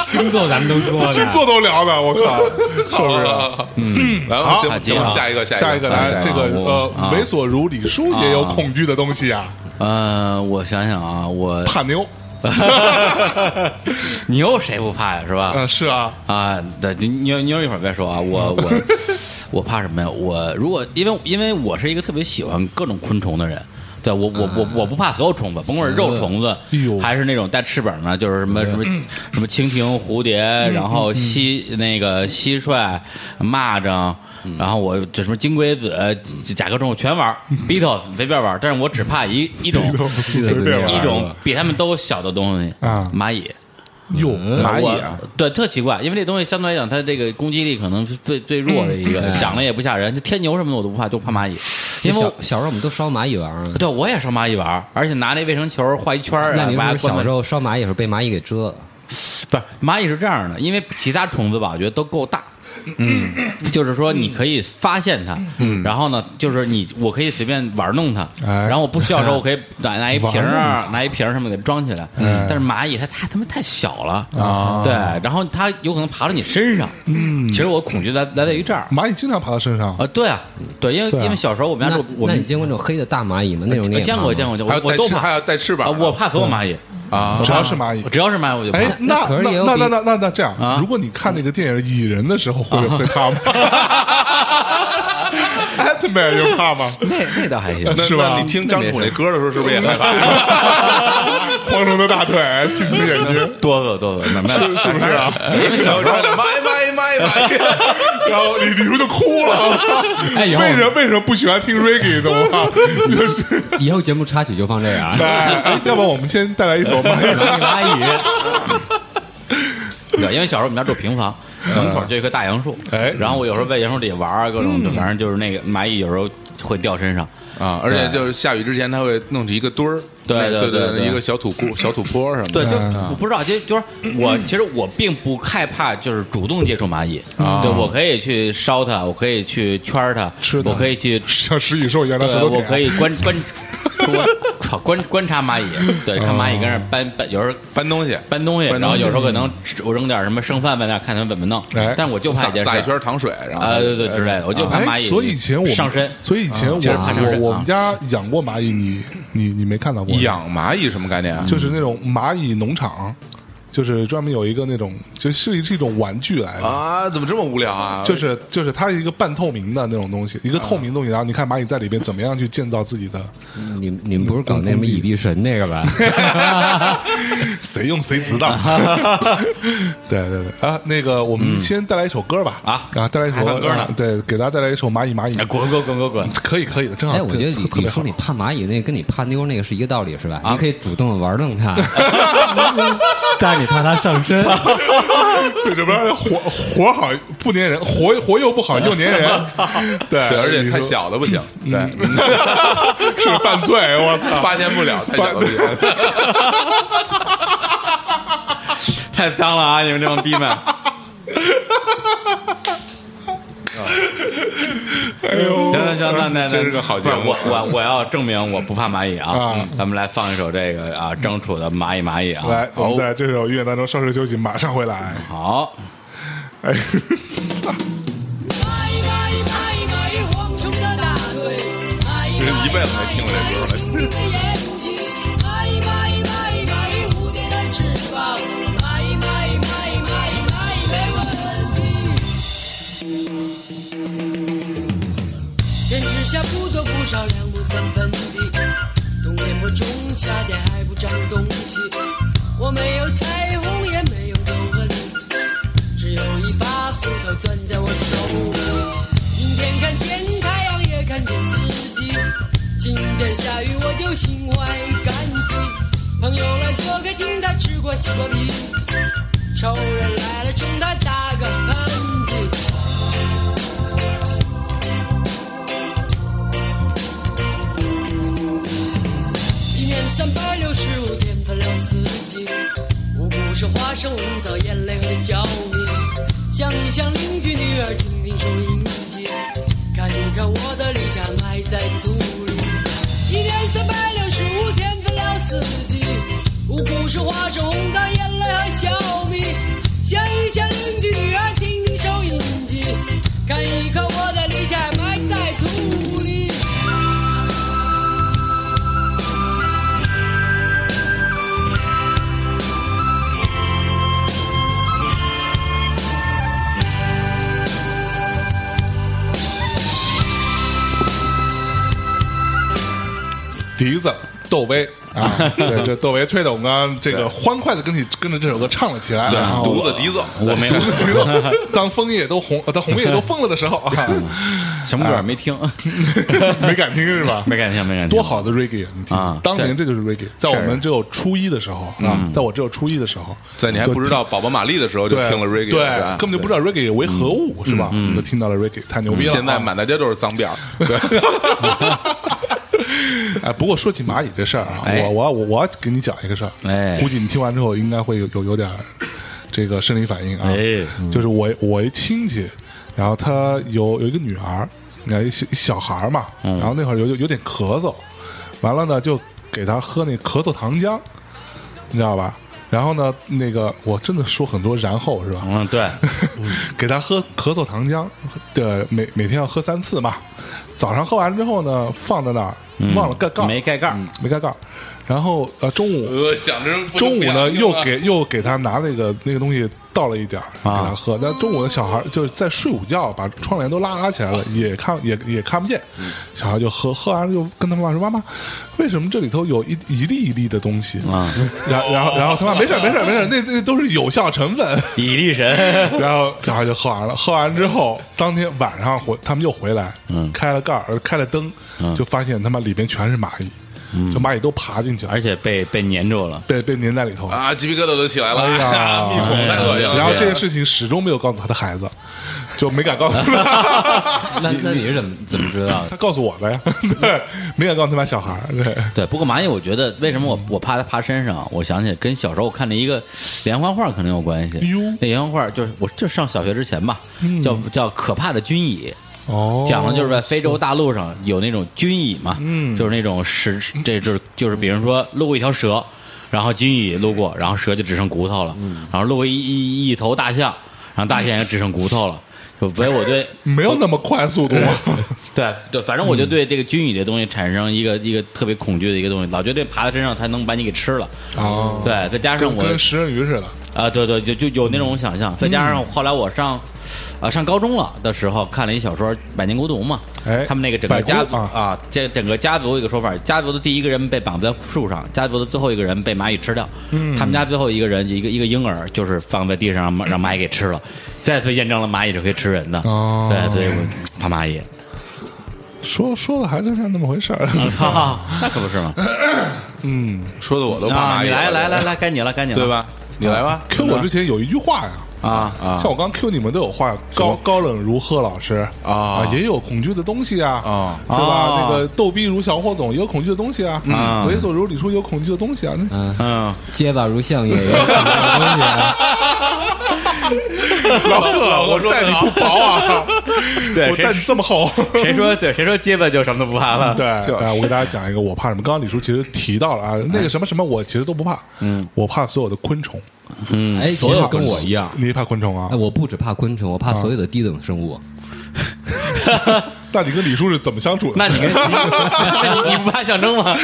星座咱们都 [laughs] 说了， [laughs] 星座都聊的，我靠，是啊不是？嗯，然后好行好行吧，下一个，下一一个啊个，啊来，这个我呃，猥琐如李叔也有恐惧的东西啊，呃，我想想啊， [laughs] 我 [laughs] 怕妞，你又谁不怕呀，是吧？嗯，是啊，啊，对，你你你一会儿再说啊，我 [laughs] 我我怕什么呀？我如果因为因为我是一个特别喜欢各种昆虫的人。对我我我我不怕所有虫子，甭管是肉虫子，啊哎呦嗯还是那种带翅膀的，就是什么什么什么蜻蜓、蝴蝶，然后蟋那个蟋蟀、蚂蚱，嗯然后我就什么金龟子、甲壳虫，我全玩儿，Beatles 你随便玩儿，但是我只怕一一种随便玩一种比他们都小的东西啊蚂蚁。哟，蚂呃蚁我啊，对，特奇怪，因为这东西相对来讲，它这个攻击力可能是最最弱的一个，嗯长得也不吓人。就天牛什么的我都不怕，就怕蚂蚁，因为小我小时候我们都烧蚂蚁玩儿啊。对我也是蚂蚁玩儿，而且拿那卫生球画一圈儿，啊那你是把不它是小关时门候烧蚂蚁的时候被蚂蚁给蛰了？不是蚂蚁是这样的，因为其他虫子吧，我觉得都够大。嗯，就是说你可以发现它，嗯，然后呢，就是你我可以随便玩弄它，哎然后我不需要的时候我可以拿拿一瓶儿，啊拿一瓶儿什么给它装起来。但是蚂蚁它太他妈太小了啊，对，然后它有可能爬到你身上。嗯，其实我恐惧来来自于这儿蚂蚁经常爬到身上，啊，对啊，对，因为对啊因为小时候我们家那住我那你们见过那种黑的大蚂蚁吗？那种你也见怕过吗见过见还过有，我都带翅还怕有带翅啊膀的，我怕所有蚂蚁啊我只要怕 [laughs] 是蚂蚁只要是蚂蚁我就怕哎，那那可是也有那那比那那那这样，如果你看那个电影《蚁人》的时候，会会怕吗？a n man 又怕吗？那那倒还行那是吧那你听张楚那歌的时候，是不是也害怕？ [laughs] 黄蓉的大 [laughs] 腿，金子眼睛，哆嗦哆嗦，那是是不是 [laughs] 啊？哎小时候蚂蚁蚂蚁蚂蚁蚂蚁， [laughs] 然后李李叔就哭了。 [laughs] 哎，以后为什么为什么不喜欢听 reggae 的我？就是 [laughs] 以后节目插曲就放这个 [laughs] 啊。哎，哎要不然我们先带来一首蚂蚁蚂蚁。 [laughs] 对，因为小时候我们家住平房，门口就一棵大杨树，哎然后我有时候在杨树里玩儿，啊各种，反正就是那个蚂蚁有时候会掉身上，啊，而且就是下雨之前，它会弄起一个堆儿，对那对对对对一个小土库、小土坡什么的。对，就嗯我不知道，就就是我其实我并不害怕，就是主动接触蚂蚁，对我可以去烧它，我可以去圈儿它，吃它我可以去像食蚁兽一样的舌对，头我舔可以观 [laughs] 观，观靠观观察蚂蚁，对，看蚂蚁跟那儿搬搬，有时候搬东西，哦搬东西，搬然东后西有时候可能吃我扔点什么剩饭在那儿，看他们怎么弄哎。但我就怕撒一件事撒儿一圈糖水，然后啊，对对之类的，我就怕蚂哎，蚁所以以前我们上身，所以以前我其实爬上我身我啊们家养过蚂蚁，你你你没看到过？养蚂蚁什么概念啊？就是那种蚂蚁农场，就是专门有一个那种，就是是一种玩具来的。啊，怎么这么无聊啊？就是就是它是一个半透明的那种东西，一个透明东西，然后你看蚂蚁在里边怎么样去建造自己 [laughs] 的，你们你们不是搞那什么蚁力神那个吧？谁用谁知 [laughs] 道。对对对啊，那个我们先带来一首歌吧嗯啊啊，带来一首还放歌呢啊对，给大家带来一首《蚂蚁蚂蚁哎》，滚滚滚滚滚，可以可以的，正好哎，我觉得特你特你别说好你。怕蚂蚁那个跟你怕妞那个是一个道理是吧？啊你可以主动的玩弄 [laughs] 它， [laughs] 但是你怕它上身。对，这不是活活好不粘人，活活又不好又粘 [laughs] 人，对，对，而且太小小的不行，对，嗯 [laughs] 是犯罪，我操！发现不了，太小的不行。太脏了啊！你们这帮逼 [laughs] 们，哎呦，行行行，那那真是个好节不目是我我我要证明我不怕蚂蚁啊啊！嗯咱们来放一首这个啊，张楚的《蚂蚁蚂蚁》啊，来，我们在这首音乐当中稍事休息，马上回来。好，哎，蚂蚁蚂蚁蚂蚁蝗虫的大腿，蚂蚁这蚂一蚁辈子没听过这歌了蜻蜓的眼睛，蚂蚁蚂蚁蚂蚁蚂蚁蝴蝶的翅膀，蚂蚁蚂蚁蚂蚁蚂蚁蚂蚁没问题。人之下不多不少，两不三分的。冬天播种，夏天还不长东西。我没有彩虹，也没有皱纹，只有一把斧头攥在我手。阴天看见太阳，也看见自己。今天下雨，我就心怀感激。朋友来做客，请他吃过西瓜皮；仇人来了，冲他打个喷嚏。一年三百六十五天分了四季，五谷是花生、红枣、眼泪和小米。想一想邻居女儿，听听收音机，看一看我的理想埋在土里。一年三百六十五天分了四季，五谷是花生、红枣、眼泪和小米。想一想邻居女儿，听听收音机，看一看我的理想埋在土里。 [laughs] 笛子窦 [laughs] 唯啊，对，这窦唯崔董刚这个欢快的跟你跟着这首歌唱了嗯起来，啊然后犊子笛子，我没有独 [laughs] 自行动当枫叶都红，呃当红叶都疯了的时候 [laughs] 啊，什么歌儿没听，没敢听是吧？ [laughs] 没敢听，没敢听，多好的 reggae，你听啊，当年这就是 reggae，在我们只有初一的时候啊，在我只有初一的时候，在你还不知道宝宝玛丽的时候就对听了 reggae，对嗯是吧，根本就不知道 reggae 为何物是吧？就听到了 reggae，太牛逼了啊，现在满大街都是脏辫儿，对， [laughs] 哎，不过说起蚂蚁这事儿啊，哎我我要我我要给你讲一个事儿，哎估计你听完之后应该会有有有点儿这个生理反应啊，哎就是我我一亲戚，然后他有有一个女儿，那一小一小孩儿嘛，嗯然后那会儿有有有点咳嗽，完了呢就给他喝那咳嗽糖浆，你知道吧？然后呢，那个我真的说很多然后是吧？嗯，对， [laughs] 给他喝咳嗽糖浆，对，每每天要喝三次嘛。早上喝完之后呢，放在那儿，忘了盖盖儿，没盖盖儿，嗯嗯没盖盖儿。然后呃，中午呃，想着不中午不呢想听又了给又给他拿那个那个东西倒了一点儿给他喝。那中午的小孩儿就是在睡午觉，把窗帘都拉起来了，也看也也看不见。小孩就喝喝完了就跟他妈妈说：“妈妈，为什么这里头有一一粒一粒的东西？”啊，然然后然后他妈没事儿没事儿没事儿，那那都是有效成分。比利 [laughs] 神，然后小孩就喝完了，喝完之后，当天晚上回他们又回来，开了盖儿，呃开了灯，就发现他妈里边全是蚂蚁，就蚂蚁都爬进去了，哎而且被被粘住了，被被粘在里头。啊，鸡皮疙瘩都起来了，哎呀 [laughs] 啊密孔太恶心了。然后这件事情始终没有告诉他的孩子，就没敢告诉他，[laughs] [laughs] 那那你是怎么怎么知道的？他告诉我的呀， [laughs] 对，没敢告诉他妈小孩儿，对，对，不过蚂蚁，我觉得为什么我我怕它爬身上啊？我想起来跟小时候我看了一个连环画可能有关系。呦那连环画就是我就上小学之前吧，嗯叫叫可怕的军蚁。哦讲的就是在非洲大陆上有那种军蚁嘛，嗯，就是那种食，这就是就是比如说路过一条蛇，然后军蚁路过，然后蛇就只剩骨头了，嗯然后路过一一一头大象，然后大象也只剩骨头了，就所以我对没有那么快速度啊，对对，反正我嗯就对这个军蚁这东西产生一个一个特别恐惧的一个东西，老觉得爬到身上它能把你给吃了。哦对，再加上跟我跟食人鱼似的，啊，对对，就就有那种想象，再加嗯上后来我上。啊，上高中了的时候看了一小说《百年孤独》嘛，哎他们那个整个百孤家族啊啊，这整个家族有一个说法，家族的第一个人被绑在树上，家族的最后一个人被蚂蚁吃掉，嗯他们家最后一个人一个一个婴儿就是放在地上让蚂让蚂蚁给吃了，再次验证了蚂蚁是可以吃人的，哦对，所以我怕蚂蚁，说说的还真像那么回事 [laughs] 儿， [laughs] 啊，那可不是嘛！说的我都怕啊，蚂蚁你了来来来，来，该你了，该你了，对吧？你来吧 Q 我之前有一句话呀，啊啊像我刚 Q 你们都有话，高高冷如贺老师啊也有恐惧的东西啊，啊是吧？啊那个逗逼如小霍总也有恐惧的东西啊，嗯啊猥琐如李叔有恐惧的东西啊，那嗯，结巴如象也有什么东西啊？老贺，我待你不薄啊，对我待你这么 [laughs] 厚。谁说对？谁说结巴就什么都不怕了？对，就是哎我给大家讲一个，我怕什么？刚刚李叔其实提到了啊，哎那个什么什么，我其实都不怕，嗯，我怕所有的昆虫，嗯哎，其实跟我一样。你也怕昆虫啊哎，？我不只怕昆虫，我啊怕所有的低等生物。那你跟李叔是怎么相处的？ [laughs] 那你跟 [laughs] 那你你不怕象征吗？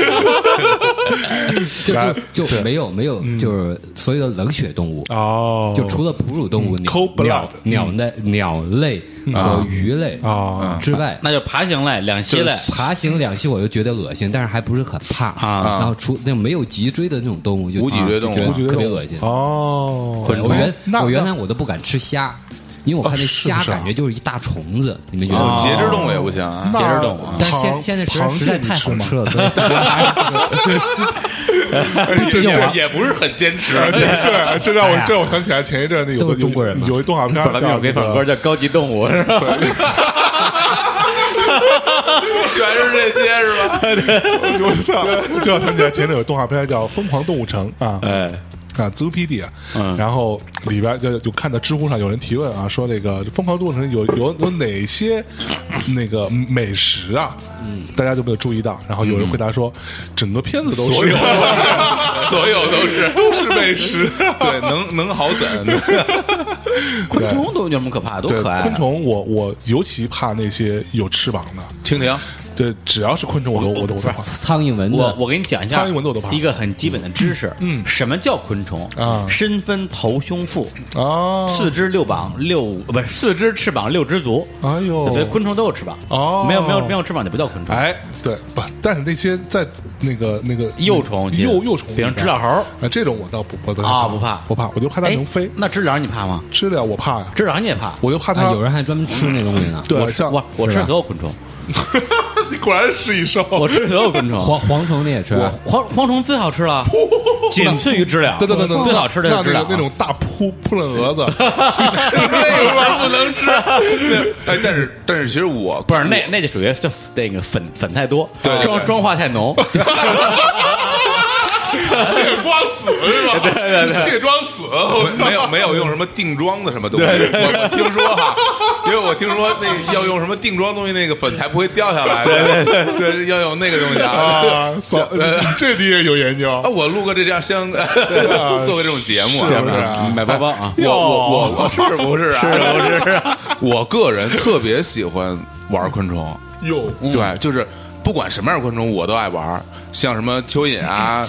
就然就就没有没有，嗯就是所有的冷血动物，哦，嗯就除了哺乳动物、鸟 cold blood 鸟鸟类、鸟类和鱼类嗯啊之外，那就爬行类、两栖类，爬行两栖我就觉得恶心，但是还不是很怕啊然后除那种没有脊椎的那种动物，就无脊椎动物啊就觉得无脊特别恶心。哦，对我原那我原那来我都不敢吃虾，因为我看那啊是不虾是啊感觉就是一大虫子，你们觉得哦吗？节肢动物也不行啊那节肢动物啊但是现螃现在实螃蟹实在你太好吗吃 [laughs] 了，所以哎这就我也不是很坚持。 [laughs] 对，这让我哎呀这让我想起来前一阵那有都个是中国人嘛有一动画片儿咱们有叫给首歌 [laughs] 《叫《高级动物》是吧？全是这些是吧？我操！这让我想起来前一阵有动画片儿叫《疯狂动物城》啊，哎，啊 Zoopd，嗯然后里边就就看到知乎上有人提问啊，说这个疯狂动物城有有有哪些那个美食啊？嗯，大家就没有注意到。然后有人回答说，嗯整个片子都是所有都 [laughs] 是，哎所有都是，都是美食。 [laughs] 对，能能好怎？昆虫都有什么可怕？多对可爱啊！昆虫我，我尤其怕那些有翅膀的。蜻蜓，对，只要是昆虫，我都我都我都怕。 [laughs] 苍蝇蚊子，我我给你讲一下，苍蝇蚊子我都怕一个很基本的知识，嗯什么叫昆虫啊身分头胸腹，啊，四肢六膀六不是四肢翅膀六只足，哎呦所以昆虫都有翅膀哦没有没有没有翅膀就不叫昆虫。哎，对，不，但是那些在那个那个幼虫幼幼虫，比如知了猴儿啊，这种我倒不不啊不怕不怕，我就怕它哎能飞。那知了你怕吗？知了我怕呀，知了你也怕？我就怕它。啊，有人还专门吃那东西呢，对，像我我吃所有 [laughs] 昆虫，你果然是一兽，我吃所有昆虫。蝗蝗虫你也吃，蝗蝗虫最好吃 [laughs] 了，仅次于知了。对对对对，最好吃的那是知啊了那个那种大扑扑棱蛾子， [laughs] 那玩意不能吃。哎，但是但是，其实我 [laughs] 不是那那就属于就那个粉粉太多，对对妆对妆化太浓。卸光死是吧？对对对，卸妆死，啊没有没有用什么定妆的什么东西，我我听说哈，因为我听说那要用什么定妆东西，那个粉才不会掉下来，对对对，要有那个东西 [laughs] 啊啊，。扫这你也有研究 [laughs] 啊，？我录过这样相，做做过这种节目 [laughs] 啊，是不是 [laughs] 啊买包包 [laughs] 啊！我我我我是不是啊？是不是？ [laughs] 我个人特别喜欢玩昆虫，哟，对，就是不管什么样的昆虫我都爱玩，像什么蚯蚓哎啊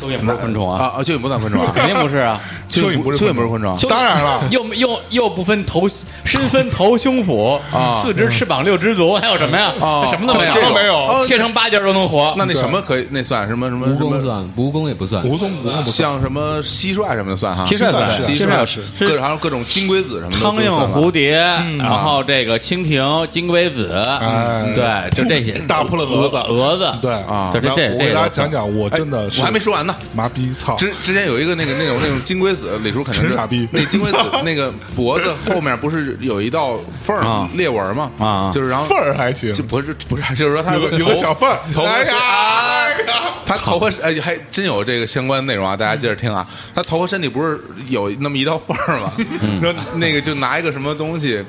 蚯蚓不是昆虫 [laughs] 啊，啊啊，蚯蚓不算昆虫啊，肯定不是啊。蚯蚓不是蚯蚓不是昆虫，蚯蚓当然了 [laughs] 又又又不分头，身分头胸腹啊四肢翅膀六只足，还有什么呀？啊什么都没有，这种哦切成八节都能活。那那什么可以？那算什么什么蜈什蚣么？啊算，蜈蚣也不算，蜈蚣蜈蚣不算，像什么蟋蟀什么的算哈，蟋蟀算蟋蟋蟀蟀是是各还有各种金龟子什么的苍都蝇、啊算吧蝴蝶，然后这个蜻蜓、金龟子，哎对，就这些大扑棱蛾子蛾子，对啊就这这我这给大家个讲讲，我哎真的是我还没说完呢。麻痹操，之之前有一个那个那种那种金龟子，李叔肯定纯是傻逼那 [laughs] 金龟子那个脖子后面不是有一道缝儿啊裂纹吗？啊啊就是然后缝儿还行，就不是不是，就是说他有个有个小缝儿头发哎是呀哎 [laughs] 呀，他头发是哎，还真有这个相关内容啊，大嗯家接着听啊。他头发身体不是有那么一道缝儿吗？嗯 [laughs] 然后那个就拿一个什么东西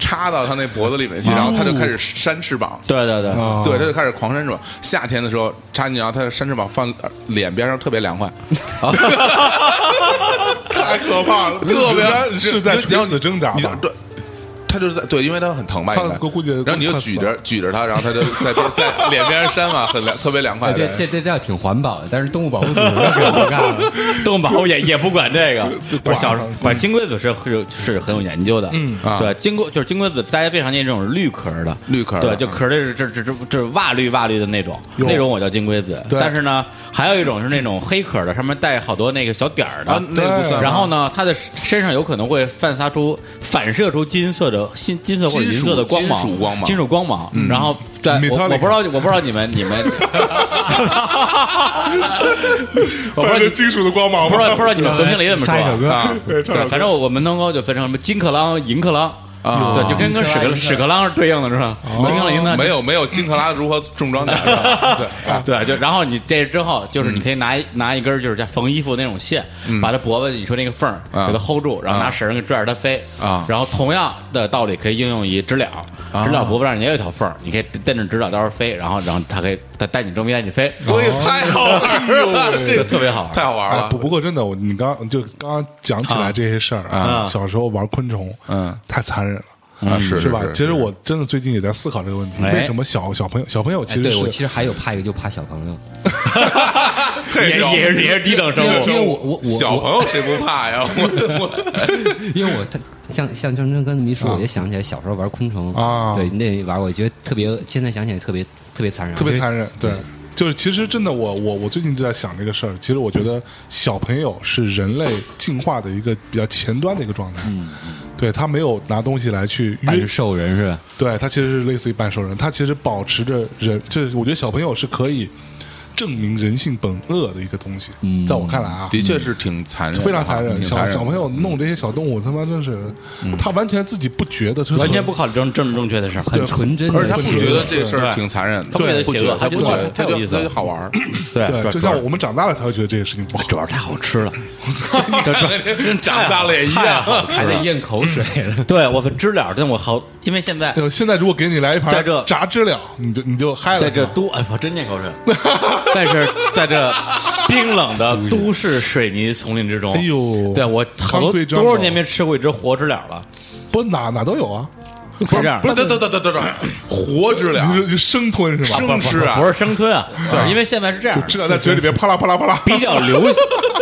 插到他那脖子里面去，嗯然后他就开始扇翅膀。对对对，哦对，他就开始狂扇翅膀。夏天的时候插进去，然后他的扇翅膀放脸边上，特别凉快， [laughs] 太可怕了，特别是是在然垂后死挣扎你就吧？对，他就是在对，因为他很疼吧，他应该我估计然后你就快死举着举着他，然后他就在在在脸边上扇嘛，很凉，特别凉快哎这的。这这这样挺环保的，但是动物保护 [laughs] 组织可不干了。动保也也不管这个。不是小时候嗯，反正金龟子是是是很有研究的。嗯啊对，金龟就是金龟子，大家最常见这种绿壳儿的，绿壳儿的对，就壳儿的是这这这这哇绿哇绿的那种，哟那种我叫金龟子。对但是呢，还有一种是那种黑壳儿的，上面带好多那个小点儿的啊，那个不算吗。然后呢，它的身上有可能会散发出、反射出金色的、金金色或者银色的光芒，金属光芒嗯金属光芒。然后在我 Metallic 我不知道，我不知道你们你 [laughs] 们，我不知道反你正金属的光芒我吧，不知道不知道你们和平里怎么说 [laughs] 插一首啊。歌，啊，对，唱对，首歌反正我们能够就分成什么金克朗、银克朗啊哦对，就跟跟屎壳屎壳郎是对应的，是吧？金克朗、银克朗没有没有金克拉如何重装甲，是 [laughs] 吧对对，就然后你这之后，就是嗯你可以拿一、拿一根儿就是像缝衣服那种线，把它脖子你说那个缝儿、啊给它 hold 住，然后拿绳儿给拽着它飞啊然后同样的道理可以应用于知了，知了脖子上也有一条缝儿，你可以蹬着知了到时候飞，然后然后它可以它带你周边带你飞，我也太好玩了，这这个特别好玩。太好玩哎，了不。不过真的，我你刚就刚刚讲起来这些事儿啊啊，小时候玩昆虫，嗯，太残忍了。嗯啊是吧是？是其实我真的最近也在思考这个问题，哎为什么小小朋友小朋友哎，其实对我其是实还有怕一个，就怕小朋友， [laughs] 也也是也是低等生因为因为物，我我我小朋友谁不怕呀？我因为我他像像张真跟你啊说，我就想起来小时候玩昆虫啊对那玩意儿我觉得特别，现在想起来特别特别残忍，特别我觉嗯得残忍，对。就是其实真的我，我我最近就在想这个事儿。其实我觉得小朋友是人类进化的一个比较前端的一个状态，对他没有拿东西来去约半兽人嗯是吧？对，它其实是类似于半兽人，它其实保持着人，就是我觉得小朋友是可以证明人性本恶的一个东西。在我看来啊，的确是挺残忍的啊，非常残忍。挺小残忍小的朋友弄这些小动物，他妈真是，他完全自己不觉得，就是完全不考虑政政治正确的事儿，很纯真的，而且他不觉得这个事儿对挺残忍的，他不觉得不邪觉恶得，他他觉得不觉这得，他太有觉意得思了他就好玩儿。对，就像我们长大了才会觉得这个事情不好。主要是太好吃了，这这长大了也一样还得咽口水的。对我知了，但我好，因为现在哎呦现在如果给你来一盘在这炸知了，你就你就嗨了。在这都哎，我真咽口水。但是在这冰冷的都市水泥丛林之中，哎呦对我好多 concrete jungle 多少年没吃过一只活知了了，不哪哪都有啊，是这样不。是，等等等等等等，活知了你，是你生吞是吧？啊生吃啊不是生吞啊，对，因为现在是这样就，知了在嘴里边啪啦啪啦啪啦。比较流 [laughs]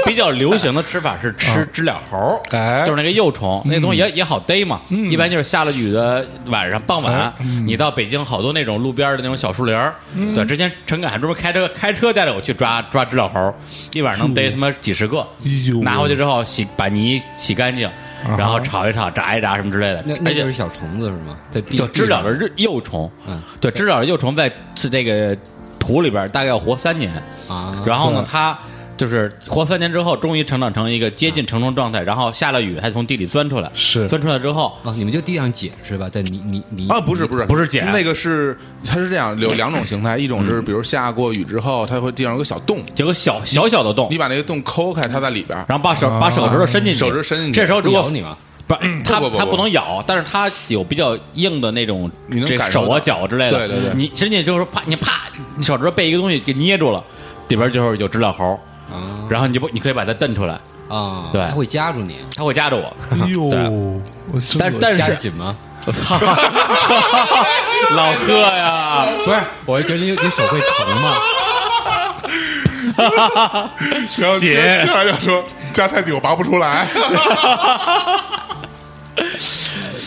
比较流行的吃法是吃知了猴，嗯哎嗯就是那个幼虫，那东西也也好逮嘛。一般就是下了雨的晚上傍哎晚，你到北京好多那种路边的那种小树林儿，嗯对，之前陈凯还专门开车开车带着我去抓抓知了猴，一晚上能逮他妈几十个哎呦，啊拿回去之后洗把泥洗干净，然后炒一炒、炸一炸什么之类的那，而那且就是小虫子是吗？在地就哎知了地的上日幼虫，嗯对，知了的幼虫在是这个土里边大概要活三年啊然后呢，它就是活三年之后，终于成长成一个接近成虫状态，然后下了雨，它从地里钻出来，是钻出来之后，哦，你们就地上捡是吧？在泥泥泥啊，不是不是不是碱那个是它是这样，有两种形态，一种是比如下过雨之后，它会地上有个小洞，有个小小小的洞你，把那个洞抠开，它在里边儿。然后把手把手指头伸进去，手指头伸进去这时候如果咬你吗？不，它不不不它不不能咬，但是它有比较硬的那种，你能这感受手啊到脚之类的。对对对你伸进去就是啪，你啪，你手指头被一个东西给捏住了，里边就是有知了猴，啊然后你就不你可以把它蹬出来，啊，对它会夹住你。它会夹着 [laughs] 我。哎呦对，我真但恶但夹是紧吗？老贺 [laughs] 呀，不是，我是觉得你你手会 [laughs] 疼吗？心然后接姐接下来就说加太久拔不出来，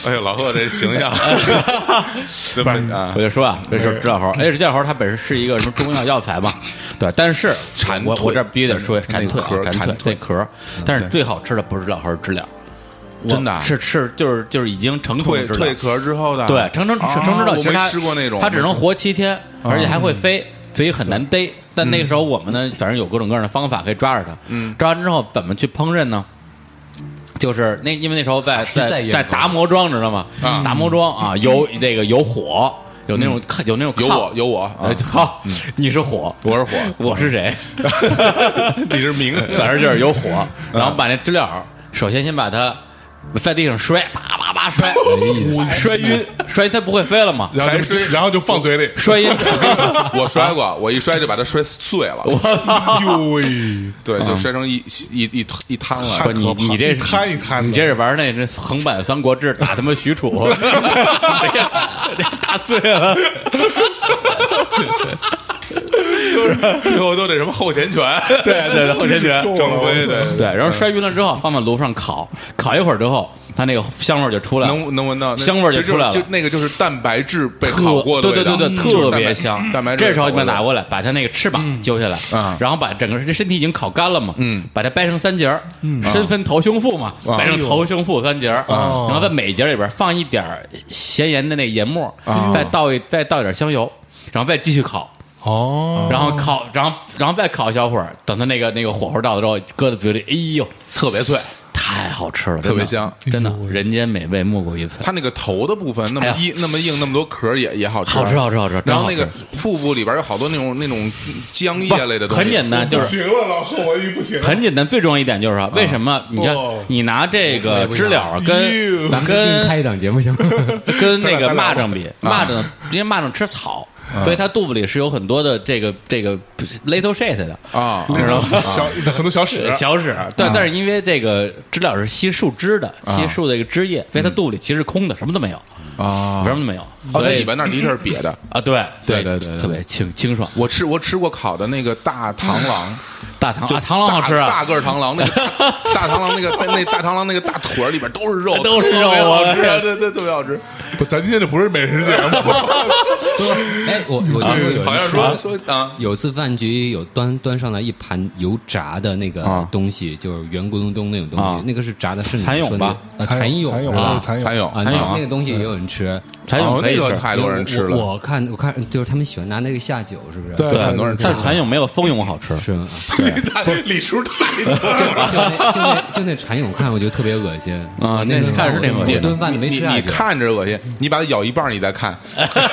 哎呦，老贺这形象，呃对吧？啊嗯我，就说啊，这是知了猴，哎，知了猴它本身是一个什么中药药材 [laughs] 嘛，对，但是蝉我我蜕这必须得说蝉那蜕个壳啊，儿蝉蜕蝉蜕嗯对壳儿，但是最好吃的不是知了猴，是知了，我真的啊是是就是就是已经成虫的知蜕了蜕壳之后的，对，成成啊成成知道，我其实它没吃过那种，哦它只能活七天，而且还会飞，所以很难逮。但那个时嗯候我们呢，反正有各种各样的方法可以抓着它。嗯，抓完之后怎么去烹饪呢？就是那，因为那时候在在在在研究达摩庄，知道吗？啊嗯达摩庄啊，有那个有火，有那种有那种有炕我有我，啊哎，好， [laughs] 你是火，我是火， [laughs] 我是谁？ [laughs] 你是明， [laughs] 反正就是有火，然后把那知了，首先先把它在地上摔，啪啪啪 [laughs] 哎摔，嗯摔晕，摔它不会飞了嘛？然后就还是然后就放嘴里。摔晕， [laughs] [laughs] 我摔过，我一摔就把它摔碎了， [laughs] 哟喂，对，就摔成一一一一滩了，嗯不，你你这一摊一摊的你这是玩那那横版《三国志》打他妈许褚， [laughs] 打碎了。最后都得什么后前拳， [laughs] 对啊 [laughs] 对对，后天拳嗯中正规的，对，然后摔晕了之后放在炉上烤，烤一会儿之后，它那个香味儿就出来了。能能闻到那香味儿就其实出来了就那个就是蛋白质被特烤过的对味对道，嗯对对，就是特蛋白别香。蛋白质这时候你被把烤过的拿过来，把它那个翅膀揪下来，啊然后把整个这身体已经烤干了嘛，嗯把它掰成三节儿，身分头胸腹嘛，啊掰成头胸腹三节儿，哦然后在每节里边放一点儿咸盐的那盐末，啊再倒一再倒一点香油，然后再继续烤。哦，然后烤，然后然后再烤一小会儿，等它那个那个火候到了之后，搁在嘴里，哎呦，特别脆，太好吃了，特真别的香真的，人间美味莫过于此。它那个头的部分那么哎呀硬、那么硬，那么多壳儿也也好吃，好吃好吃好吃然后那真个好腹部里边有好多那种那种浆液类的东西，嗯很简单，就是行了，老贺，我已经不 [laughs] 行了。很简单，最重要一点啊就是说，为什么你看哦你拿这个知了哎跟呦咱们另开跟一档节目行吗？跟那个咱蚂俩蚱比，蚂啊蚱因为蚂蚱吃草，所以它肚子里是有很多的这个这个 little shit 的啊你知道吗？小很多小啊屎， [laughs] 小屎，对，但是因为这个知了是吸树枝的，吸树的一个枝叶，所以它肚里其实是空的，什么都没有，嗯啊什么都没有，哦，所那以尾巴那儿的确是瘪的。啊，对所对以对对对特别清清爽。我吃我吃过烤的那个大螳螂，大螳就啊，螳螂好吃大啊大，个儿螳螂，那个大大螳螂那个那大螳螂那个大腿儿里边都是肉，都是肉特别好吃，啊我对对，特别好吃。不，咱今天这不是美食节目， [laughs] 哎，我我记得有啊好人像说说啊，有次饭局有端端上来一盘油炸的那个啊东西，就是圆咕隆咚那种东西啊，那个是炸的，是你蚕蛹说那个吧呃蚕蛹蚕蛹啊蚕蛹蚕蛹啊，那个那个东西也有人吃，蚕哦蛹可以那个吃，太多人吃了，我我看我看就是他们喜欢拿那个下酒，是不是？对对，很多人吃但是蚕蛹没有蜂蛹好吃。是吗。李叔 [laughs] 太多就就那就那就那蚕蛹看我就特别恶心啊那那看着是挺恶我心的一顿饭都没你吃啊下你去。看着恶心，你把它咬一半，你再看，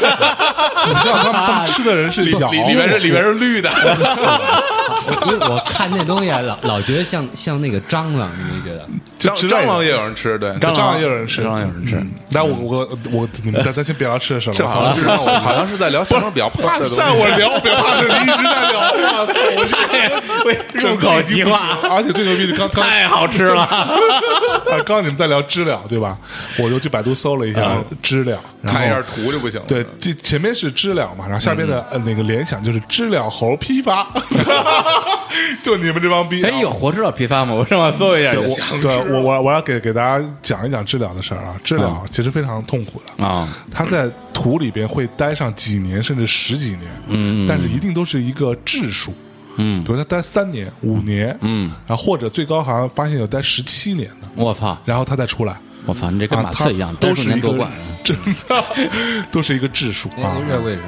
你知道他们他们吃的人是咬，里里边是里边是绿的，因为我看那东西啊老老觉得像像那个蟑螂，你没觉得？就蟑之类的蟑螂也有人吃，对，蟑螂也有人吃，蟑螂也有人吃嗯。但我我我，你们咱咱先别聊吃的事了，这好像我操是让 [laughs] 我好像是在聊相声比较怕的东西，在我聊别怕是你一直 [laughs] 在聊，我操，我这入口即化，而且最牛逼是刚刚太好吃 [laughs] 了，刚刚你们在聊知了对吧？我就去百度搜了一下知了，然后看一下图就不行了。对，这前面是知了嘛，然后下边嗯的呃那个联想就是知了猴批 [laughs] 发，就你们这帮逼。哎，有活知道批发吗？我上网搜一下对，就我对我我我要给给大家讲一讲知了的事儿啊。知嗯了其实非常痛苦的，啊，它在土里边会待上几年甚至十几年，嗯，但是一定都是一个质数，嗯比如它待三年、五年，嗯，然后或者最高好像发现有待十七年的，我操，然后它再出来。我操，你这跟啊马它刺一样，都是年一夺个冠。 [laughs] 真的都是一个质数嗯啊哎，这是为什么？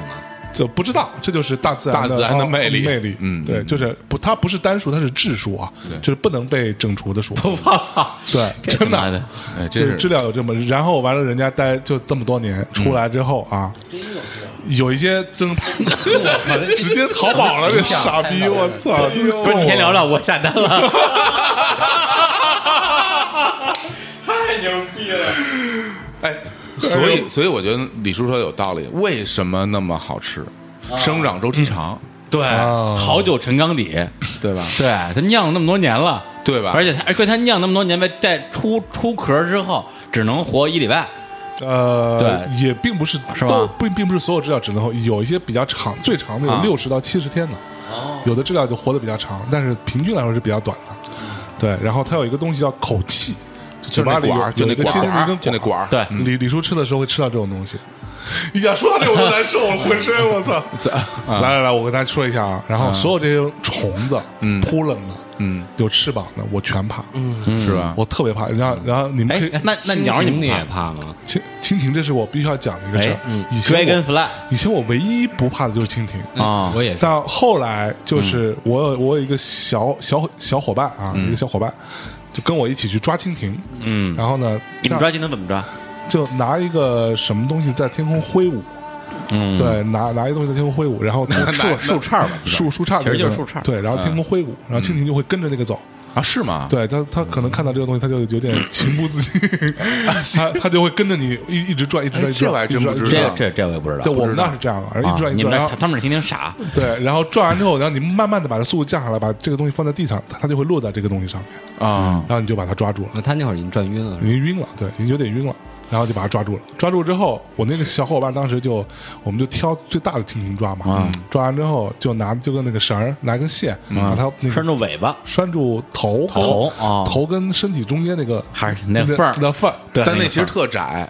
就不知道，这就是大自然大自然的哦魅力魅力，嗯对，就是不，它不是单数，它是质数啊，就是不能被整除的 [laughs] 数，对，真的妈的的，哎，就真是是知了有这么，然后完了，人家待就这么多年，出来之后啊，有一些真 [laughs] 直接淘宝了，这傻逼，我操！哎不是你先聊聊，我下单了。哎，所以所以我觉得李叔说的有道理，为什么那么好吃？生长周期长，对，好酒沉缸底，对吧？对，它酿了那么多年了，嗯对吧而且它，而且它酿那么多年，在在出出壳之后，只能活一礼拜。呃，对也并不是是吧都并并不是所有知了只能活，有一些比较长，最长的有啊六十到七十天的，有的知了就活得比较长，但是平均来说是比较短的。对，然后它有一个东西叫口气，就嘴那巴里管儿，有有就那一个管接近一儿，根就那管儿。对，嗯李李叔吃的时候会吃到这种 [laughs] 东西，一讲说到这我都难受了，浑身我 [laughs] 操！啊来来来，我跟大家说一下啊，然后所有这些虫子、扑棱的、嗯，有翅膀的，我全怕，是吧？我特别怕。然后然后你们哎可以，那那鸟你蜻们蜓你怕也怕吗？蜻蜻蜓，这是我必须要讲的一个事儿哎。嗯以前我 Dragonfly 以前我唯一不怕的就是蜻蜓啊我也是。但后来嗯就是我有我有一个小小小伙伴啊，一个小伙伴就跟我一起去抓蜻蜓，嗯，然后呢，你们抓蜻蜓怎么抓？就拿一个什么东西在天空挥舞，嗯，对，拿拿一东西在天空挥舞，然 [laughs] 后从树树杈吧，树树杈，其实就是树杈嗯对，然后天空挥舞，然后蜻蜓就会跟着那个走。啊，是吗？对他，他可能看到这个东西，他就有点 [coughs] 情不自禁， [laughs] 他他就会跟着你一一直转，一直转，哎一直这我还转，真一直转一直不知这道转个这这我也不知道。就我们那是这样的，而一啊转一你们转，然那后他们那蜻蜓傻，对，然后转完之后，然后你慢慢的把它速度降下来，把这个东西放在地上，它它就会落在这个东西上面，啊，然后你就把它抓住了。啊他那会儿已经转晕了，已经晕了，对，已经有点晕了，然后就把它抓住了。抓住之后，我那个小伙伴当时就，我们就挑最大的蜻蜓抓嘛，嗯抓完之后就拿就跟那个绳儿，拿根线，把它啊那拴个住尾巴，拴住头啊头哦头跟身体中间那个还是那缝儿那缝儿。对但那那个其实缝儿特窄，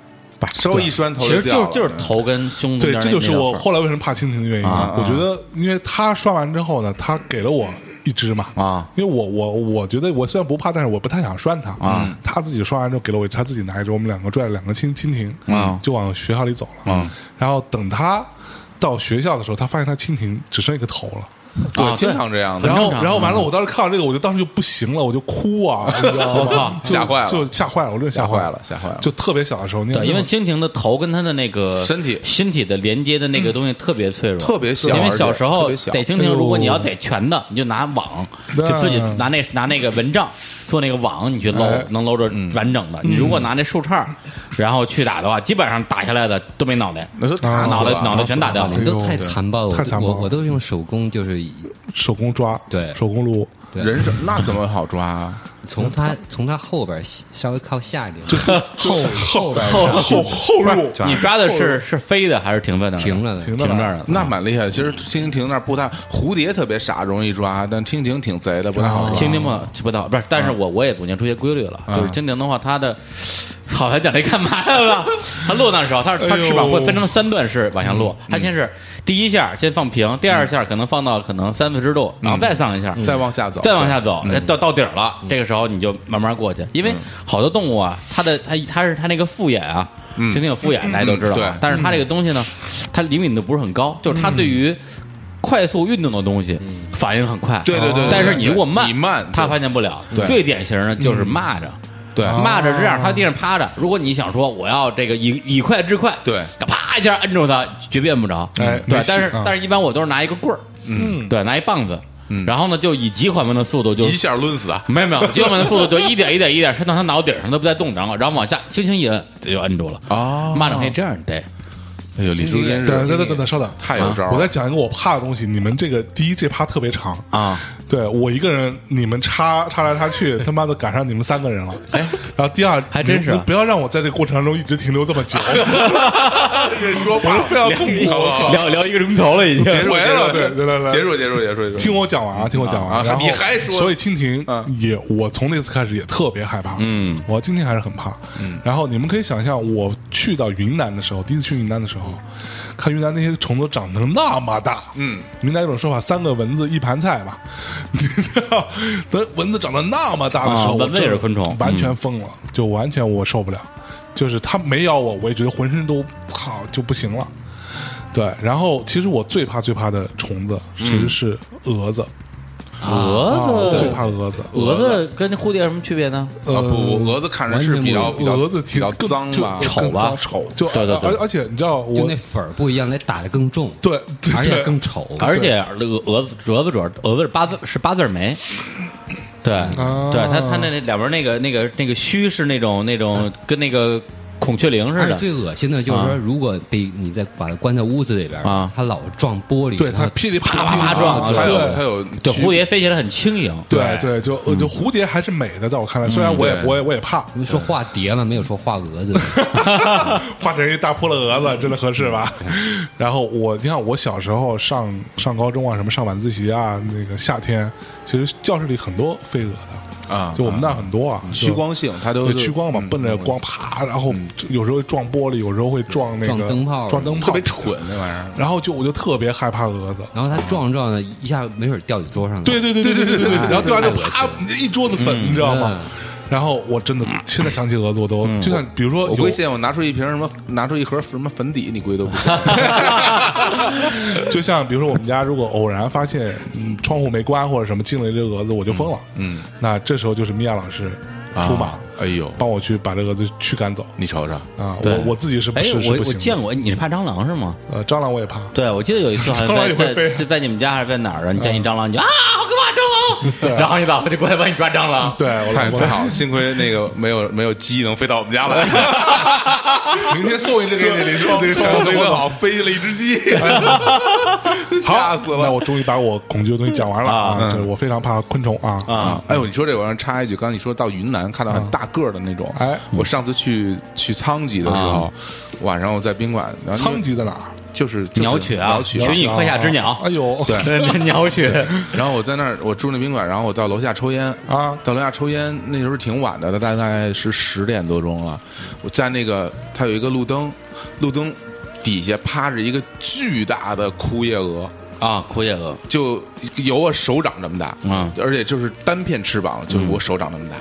稍微一拴头其实就掉了是就是头跟胸中对，间这那就是那个我缝儿啊后来为什么怕蜻蜓的原因。啊我觉得，因为他刷完之后呢，他给了我一只嘛，啊，因为我我我觉得我虽然不怕，但是我不太想拴它啊。他自己刷完之后给了我，他自己拿一只，我们两个拽了两个蜻蜻蜓啊就往学校里走了啊。然后等他到学校的时候，他发现他蜻蜓只剩一个头了。对，啊经常这样的。然后正，常啊然后完了，我当时看到这个，我就当时就不行了，我就哭啊，你知道吗？就吓坏了就吓坏了，我真的吓坏坏了吓坏了就特别小的时候，那对，因为蜻蜓的头跟它的那个身体身体的连接的那个东西特别脆弱，特别小因为小时候而且特逮别小蜻蜓，如果你要逮全的，你就拿网，那就自己拿那拿那个蚊帐做那个网，你去搂哎，能搂着完整的。你如果拿那树杈，然后去打的话，基本上打下来的都没脑袋，那说啊打死脑袋了脑袋全打掉了你。都哎呦太残暴了，太残暴我了我都用手工，就是以手工抓，对手工撸，对人手那怎么好抓啊？从它从它后边稍微靠下一点，后后边后后后入，你抓的是是飞的还是停在那儿的？停了的停停着这呢儿的。那蛮厉害的。其实蜻蜓那儿不太，蝴蝶特别傻，容易抓，但蜻蜓挺贼的，不太好抓。蜻蜓嘛，吃不到，不是，但是我我也总结出一些规律了，就是蜻蜓的话，它的，好，它讲这干嘛呀？是吧它落那时候，它是它哎呦翅膀会分成三段式往下落，它先是第一下先放平，第二下可能放到可能三四十度，然后再上一下，再往下走，嗯嗯再往下走，到到底儿了，这个时候你就慢慢过去，因为好多动物啊，它的它它是它那个复眼啊，嗯天天有复眼，大家都知道啊。对嗯但是它这个东西呢，它灵敏度不是很高，就是它对于快速运动的东西反应很快，嗯对对对对但是你如果对慢，你慢它对发现不了。对嗯最典型的就是蚂蚱。对蚂蚱是这样，它地上趴着。如果你想说我要这个以以快制快，对啪一下摁住它，绝变不着。哎对没，戏但是嗯啊但是一般我都是拿一个棍儿，嗯，对，拿一棒子，嗯，然后呢就以极缓慢的速度就一下抡死他。没有没有，极缓慢的速度就一点一点一点伸到它脑顶上都不带动，然后然后往下轻轻一摁就摁住了。哦蚂蚱可以这样逮，哎呦，李叔真等是等等等等，稍等，太有招儿了我再讲一个我怕的东西。你们这个第一这趴特别长嗯啊，对我一个人，你们插插来插去，他妈的赶上你们三个人了。哎，然后第二还真是你们不要让我在这个过程当中一直停留这么久， [laughs] 说我是非常痛苦。我靠聊聊一个钟头了已经啊结束回结了束对对对对结束结束结束结束，听我讲完啊，听我讲啊完。然后你还说所以蜻蜓啊也，我从那次开始也特别害怕。嗯，我今天还是很怕。嗯，然后你们可以想象，我去到云南的时候，第一次去云南的时候，嗯看云南那些虫子长成那么大。嗯，云南有种说法，三个蚊子一盘菜吧。你知道， [laughs] 等蚊子长得那么大的时啊候，蚊子我也是真的昆虫完全疯了，就完全我受不了。就是它没咬我，我也觉得浑身都操就不行了。对，然后其实我最怕最怕的虫子其嗯实是蛾子，蛾哦最子，怕蛾子，啊蛾子跟蝴蝶有什么区别呢？啊呃不，蛾子看着是比较比较蛾子比挺较更脏就吧，就丑更吧脏丑，就对对对而而且你知道我就那粉儿不一样，得打得更重，对对而且对更丑。而且蛾蛾子蛾子主要蛾子是八字是八字眉，对、对，它它那那两边那个那个那个须是那种那种跟那个孔雀翎似而且的，最恶心的就是说，如果被你再把它关在屋子里边啊它老撞玻璃，对它它噼里啪啪啪啦啪撞啊对它有它有对区蝴蝶飞起来很轻盈，对对，就呃嗯就蝴蝶还是美的，在我看来，虽然我也对我也我也怕，你们说画蝶嘛，没有说画 [laughs] 蛾子。画成一大扑了蛾子，真的合适吧？然后我，你看我小时候上上高中啊，什么上晚自习啊，那个夏天，其实教室里很多飞蛾的啊就我们那儿很多啊，趋光性，它都对趋光嘛，奔着光啪，然后有时候撞玻璃，有时候会撞那个撞灯泡撞灯泡，特别蠢那玩意儿。然后就我就特别害怕蛾子。然后它撞撞的一下，没准掉你桌上了。对对对对对对对对，然后对完就啪太恶一桌子粉，你知道吗？然后我真的现在想起蛾子，我都就像比如说我有估计现在我拿出一瓶什么，拿出一盒什么粉底，你估计 [laughs] 都不行。啊就像比如说我们家如果偶然发现嗯窗户没关或者什么进了一只蛾子，我就疯了。嗯，那这时候就是米娅老师出马，哎呦，帮我去把这蛾子驱赶走你瞅瞅，啊！对我我自己是不哎，是是我不我行的。见过，哎你是怕蟑螂是吗？呃蟑螂我也怕，对，我记得有一次好像蟑螂也在会在飞嗯在在你们家还是在哪儿啊？你见一蟑螂，你就啊，好 [laughs] 可怕蟑螂！然后你老婆就过来帮你抓蟑螂。对，我太我太好了，幸亏那个没有没有鸡能飞到我们 [laughs] 家来。明天送一只给你，林叔，这个我小没飞问蛾好，飞了一 [laughs] 只鸡， [laughs] 吓死那了。我终于把我恐惧的东西讲完了啊！就是我非常怕昆虫啊啊，哎呦，你说这个我让插一句，刚才你说到云南看到很大个儿的那种，哎我上次去去苍吉的时候啊，晚上我在宾馆，然后苍吉在哪儿？就是就是鸟雀啊，鸟寻曲啊你快下之鸟。哎呦，对鸟雀，然后我在那儿，我住那宾馆，然后我到楼下抽烟啊到楼下抽烟，那时候挺晚的，大大概是十点多钟了。我在那个它有一个路灯，路灯底下趴着一个巨大的枯叶蛾，啊，枯叶蛾，就有我手掌这么大，嗯而且就是单片翅膀，就是我手掌这么大。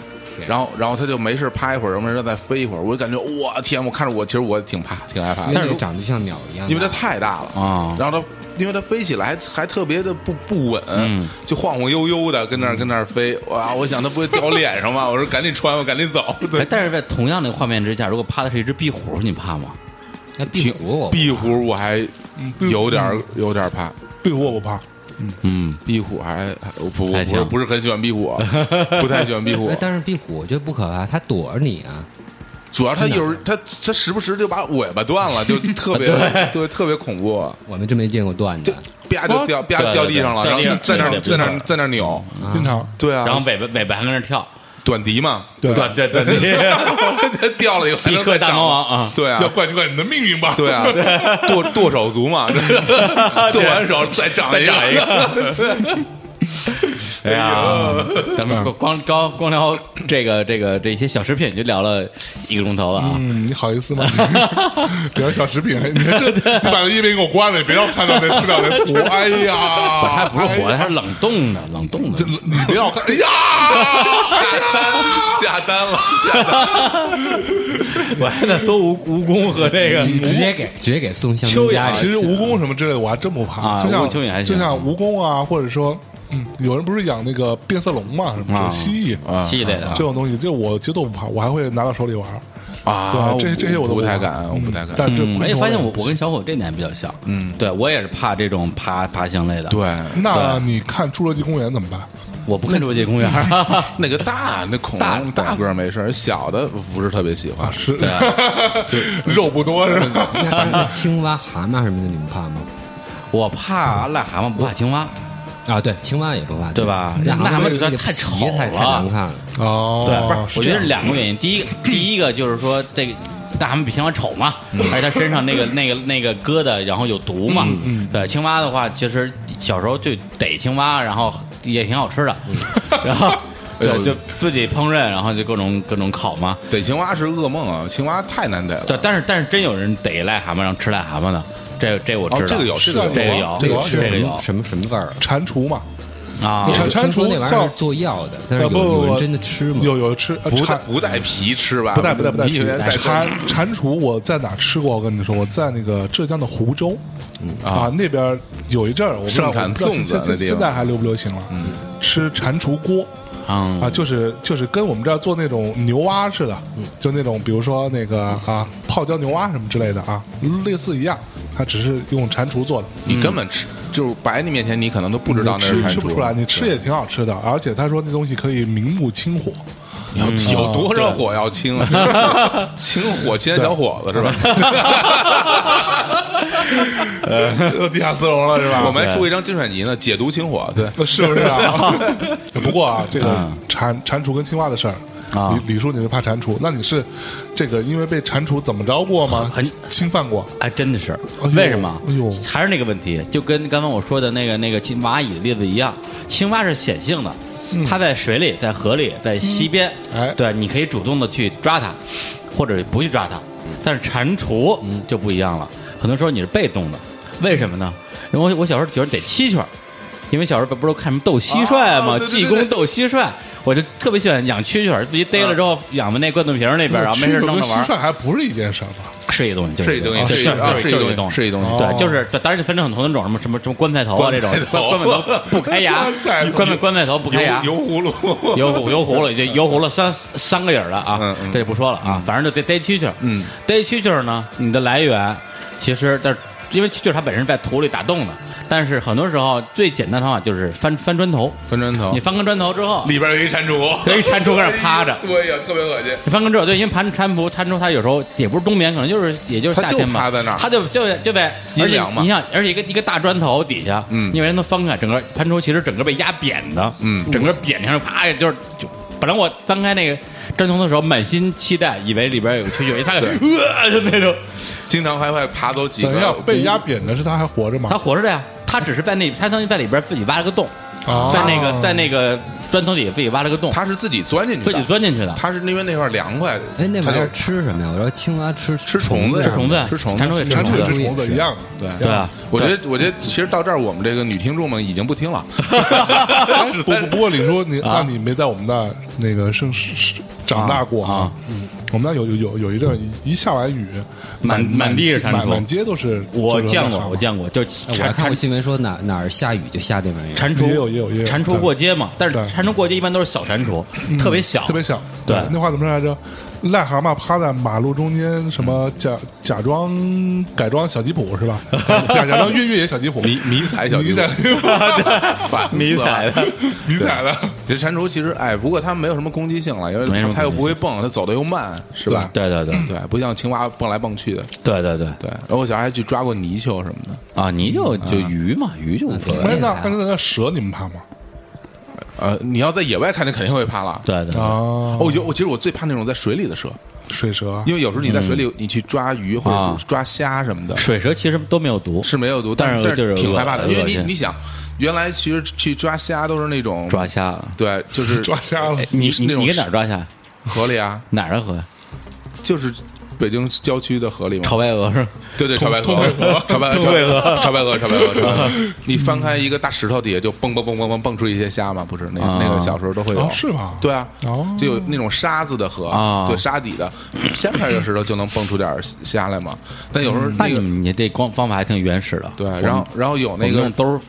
然后，然后它就没事趴一会儿，没事再飞一会儿，我就感觉我天，我看着我，其实我挺怕，挺害怕的。因为那长得就像鸟一样的，因为它太大了啊然后它因为它飞起来还还特别的不不稳，就晃晃悠悠的跟那儿跟那儿飞，哇！我想它不会掉脸上 [laughs] 吧？我说赶紧穿吧，赶紧走。哎对，但是在同样的画面之下，如果趴的是一只壁虎，你怕吗？那壁虎我壁虎我还有点儿有点儿怕，对我不怕，嗯，嗯壁虎还还我不我还不是行不是很喜欢壁虎，啊不太喜欢壁虎啊 [laughs] 哎，。但是壁虎我觉得不可怕，它躲着你啊。主要它有时它它时不时就把尾巴 [laughs] 断了，就特别对特别恐怖，我们真没见过啊断就的，啪就掉啪对对掉地上了，对然后对在那儿对在那儿在那儿扭，经常对啊，然后尾巴尾巴还跟那儿跳，短笛 [laughs] 嘛，对对对对 [laughs] 对，掉了以后还匹能克再大长魔王啊，对啊要，怪就怪你的命运吧。对啊，剁剁 [laughs] 手族嘛，这剁完手再长再 [laughs] 一长一个。个。哎呀，咱嗯们光光光聊这个这个这些小食品就聊了一个钟头了啊！嗯，你好意思吗？聊小食品，你看这你把那页面给我关了，你别让我看到那吃到那图。哎不它呀，不是活的，它是冷冻的，冷冻的这。你别 [laughs] 让我看，哎呀， [laughs] 下单下单了，下 [laughs] 单了我还在说蜈蜈蚣和这个你直接给直接给送向东家里。啊其实蜈蚣什么之类的我还真不啊怕，就像蜈蚣蚯蚓还行就像蜈蚣啊，或者说，嗯，有人不是养那个变色龙嘛，什啊么蜥蜴啊系列的啊这，种东西，这我绝对不怕，我还会拿到手里玩儿。啊！对，这这些我都不太怕嗯敢，我不太嗯敢。但这昆虫而且发现我不我行跟小伙这点比较像，嗯，对我也是怕这种爬爬行类的，，对，那你看《侏罗纪公园》怎么办？我不看侏罗纪公园，那个大那恐大龙大个儿没事儿，小的不是特别喜欢。是对啊，肉不多是吧？那那青蛙、蛤蟆什么的，你们怕吗？ [laughs] 我怕癞蛤蟆，不怕青癞蛤蟆。啊，对，青蛙也不怕，对吧癞癞蛤蟆蟆有点太太丑太太了难看了。哦，对，不是，是我这觉得样是两个原因。第一，第一个就是说这个。大蛤蟆比青蛙丑嘛，而且它身上那个那个那个疙瘩，然后有毒嘛。对，青蛙的话，其实小时候就逮青蛙，然后也挺好吃的。然后哎呦对，就自己烹饪，然后就各种各种烤嘛。逮青蛙是噩梦啊，青蛙太难逮了。对，但是但是真有人逮癞蛤蟆，让吃癞蛤蟆的，这这我知道。哦，这个有，是这个啊有，这个有啊这这个啊是这个什有么什么什么味儿啊？蟾蜍嘛，啊这，蟾我听说蜍那玩意儿像是做药的，但是呃不有有不人不，真的吃吗？有有吃，呃不带蟾不带皮吃吧？不带不带不带你以为带皮蟾哎蟾蜍我在哪吃过？我跟你说，我在那个浙江的湖州啊，那边有一阵儿，我不知道嗯盛产我不知道粽子啊现现那地方嗯现在还流不流行了？吃蟾蜍锅。嗯啊，就是就是跟我们这儿做那种牛蛙似的，嗯就那种比如说那个啊泡椒牛蛙什么之类的啊，类似一样，它只是用蟾蜍做的，你根本吃，就是摆你面前，你可能都不知道那吃是蟾吃蜍。不出来，你吃也挺好吃的，而且他说那东西可以明目清火，有嗯有多少火要 [laughs] 清啊？清火切小伙子是吧？又地下丝绒了是吧？我们还出过一张金水泥呢，解毒清火。对， [laughs] 是不是 [laughs] 啊？不过啊，这个蟾蟾蜍跟青蛙的事儿。嗯啊李李叔，你是怕蟾蜍？那你是这个因为被蟾蜍怎么着过吗？ [laughs] 很侵犯过？还真的是哎呦，为什么哎呦？还是那个问题，就跟刚刚我说的那个那个青蚂蚁的例子一样，青蛙是显性的，它在水里、在河里、在溪边，嗯哎对，你可以主动的去抓它，或者不去抓它。嗯但是蟾蜍就不一样了，很多时候你是被动的，为什么呢？因为我我小时候觉得逮�蛐蛐儿，因为小时候不是都看什么斗蟋蟀吗？啊哦对对对济公斗蟋蟀。我就特别喜欢养蛐蛐儿，自己逮了之啊后养在那罐头瓶儿那边，然啊后没事蛆弄跟着玩蟋儿。蟀还不是一件事儿吧？是一东西，就是哦是一东西就是是就一是啊就是是一就是东一西东西，是一东西哦对，就是当然就分成很多种什么什么什么棺材头啊这种，根本都不开牙，棺材头棺材棺材头不开牙，油葫芦，油葫油葫芦就油葫芦三三个影儿了啊嗯，嗯这就不说了啊，反正就逮逮蛐蛐儿，嗯逮蛐蛐儿呢，你的来源其实但是因为蛐蛐儿它本身在土里打洞的，但是很多时候最简单的方法就是翻翻砖头，翻砖头你，翻个砖头之后，里边有一蟾蜍，有一蟾蜍搁那儿趴着对呀，特别恶心。你翻跟这对，因为盘蟾蜍蟾蜍它有时候也不是冬眠，可能就是也就是夏天嘛，它就趴在那儿它就就就在阴凉而且嘛你想，而且一个一个大砖头底下，嗯你把它翻开，整个蟾蜍其实整个被压扁的，嗯整个扁上啪就是就。本来我翻开那个砖头的时候，满心期待，以为里边有蛐蛐，一看， [laughs] 呃，就那种，经常还会爬走几等一下个，被压扁的是它还活着吗它？活着的呀，它只是在那，它相当于在里边自己挖了个洞，啊在那个在那个砖头底下自己挖了个洞，它是自己钻进去自己的，钻进去的，它是因为那块儿凉快。哎，那它玩意就儿吃什么呀？我说青蛙吃吃虫子呀，呀吃虫子，吃虫子蟾蜍也吃蟾虫蜍也子，是虫子一样的，对对啊，我觉得，我觉得其实到这儿，我们这个女听众们已经不听了。哎不 [laughs] 不不过李叔，你那啊你没在我们那儿那个生是是长大过啊？我们那儿有有有有一阵儿一下完雨，满满满地是街蟾满蜍满街都是。我就是见癞过蛤，蟆我见过，就哎我蟾还看蟾过新闻说哪哪儿下雨就下那玩意儿。蟾蜍也有也有也有蟾蜍对过街嘛，但是对蟾蜍过街一般都是小蟾蜍，特别小，特别小。对那话怎么说来着？癞蛤蟆趴在马路中间，什么假假装改装小吉普 [laughs] 是吧？假假装越越野小吉普，迷迷彩小迷鸡彩烦死了迷彩 [laughs] 的。迷彩的，其实蟾蜍其实哎，不过它没有什么攻击性了，因没什为么它又攻击不会蹦，它走的又慢，是吧？对对对对，不像青蛙蹦来蹦去的。对对对嗯对，然后我小时候还去抓过泥鳅什么的。啊！你就就鱼嘛，鱼就无所谓。哎那那那那蛇你们怕吗？呃，你要在野外看，你肯定会怕了。对对对啊哦，我觉得我其实我最怕那种在水里的蛇，水蛇，因为有时候你在水里，你去抓鱼或嗯啊者抓虾什么的，水蛇其实都没有毒，是没有毒，但但是就是挺害怕的，恶因为你心你想，原来其实去抓虾都是那种抓，虾。对，就是抓瞎了哎，你是你那种你给哪儿抓虾？河里啊，哪儿的河？就是北京郊区的河里嘛潮。白鹅是吧？对对，潮白河， [laughs] 潮白河，潮白河，潮白河，潮白河，潮白 [laughs] 河。你翻开一个大石头底下，就蹦蹦蹦蹦蹦蹦出一些虾嘛，不是？那啊那个小时候都会有哦，是吗对啊哦，就有那种沙子的河啊，对沙底的，掀开这个石头就能蹦出点儿虾来嘛。但有时候那那你个们你这光方法还挺原始的。对嗯我，们然后然后有那我们个用兜儿，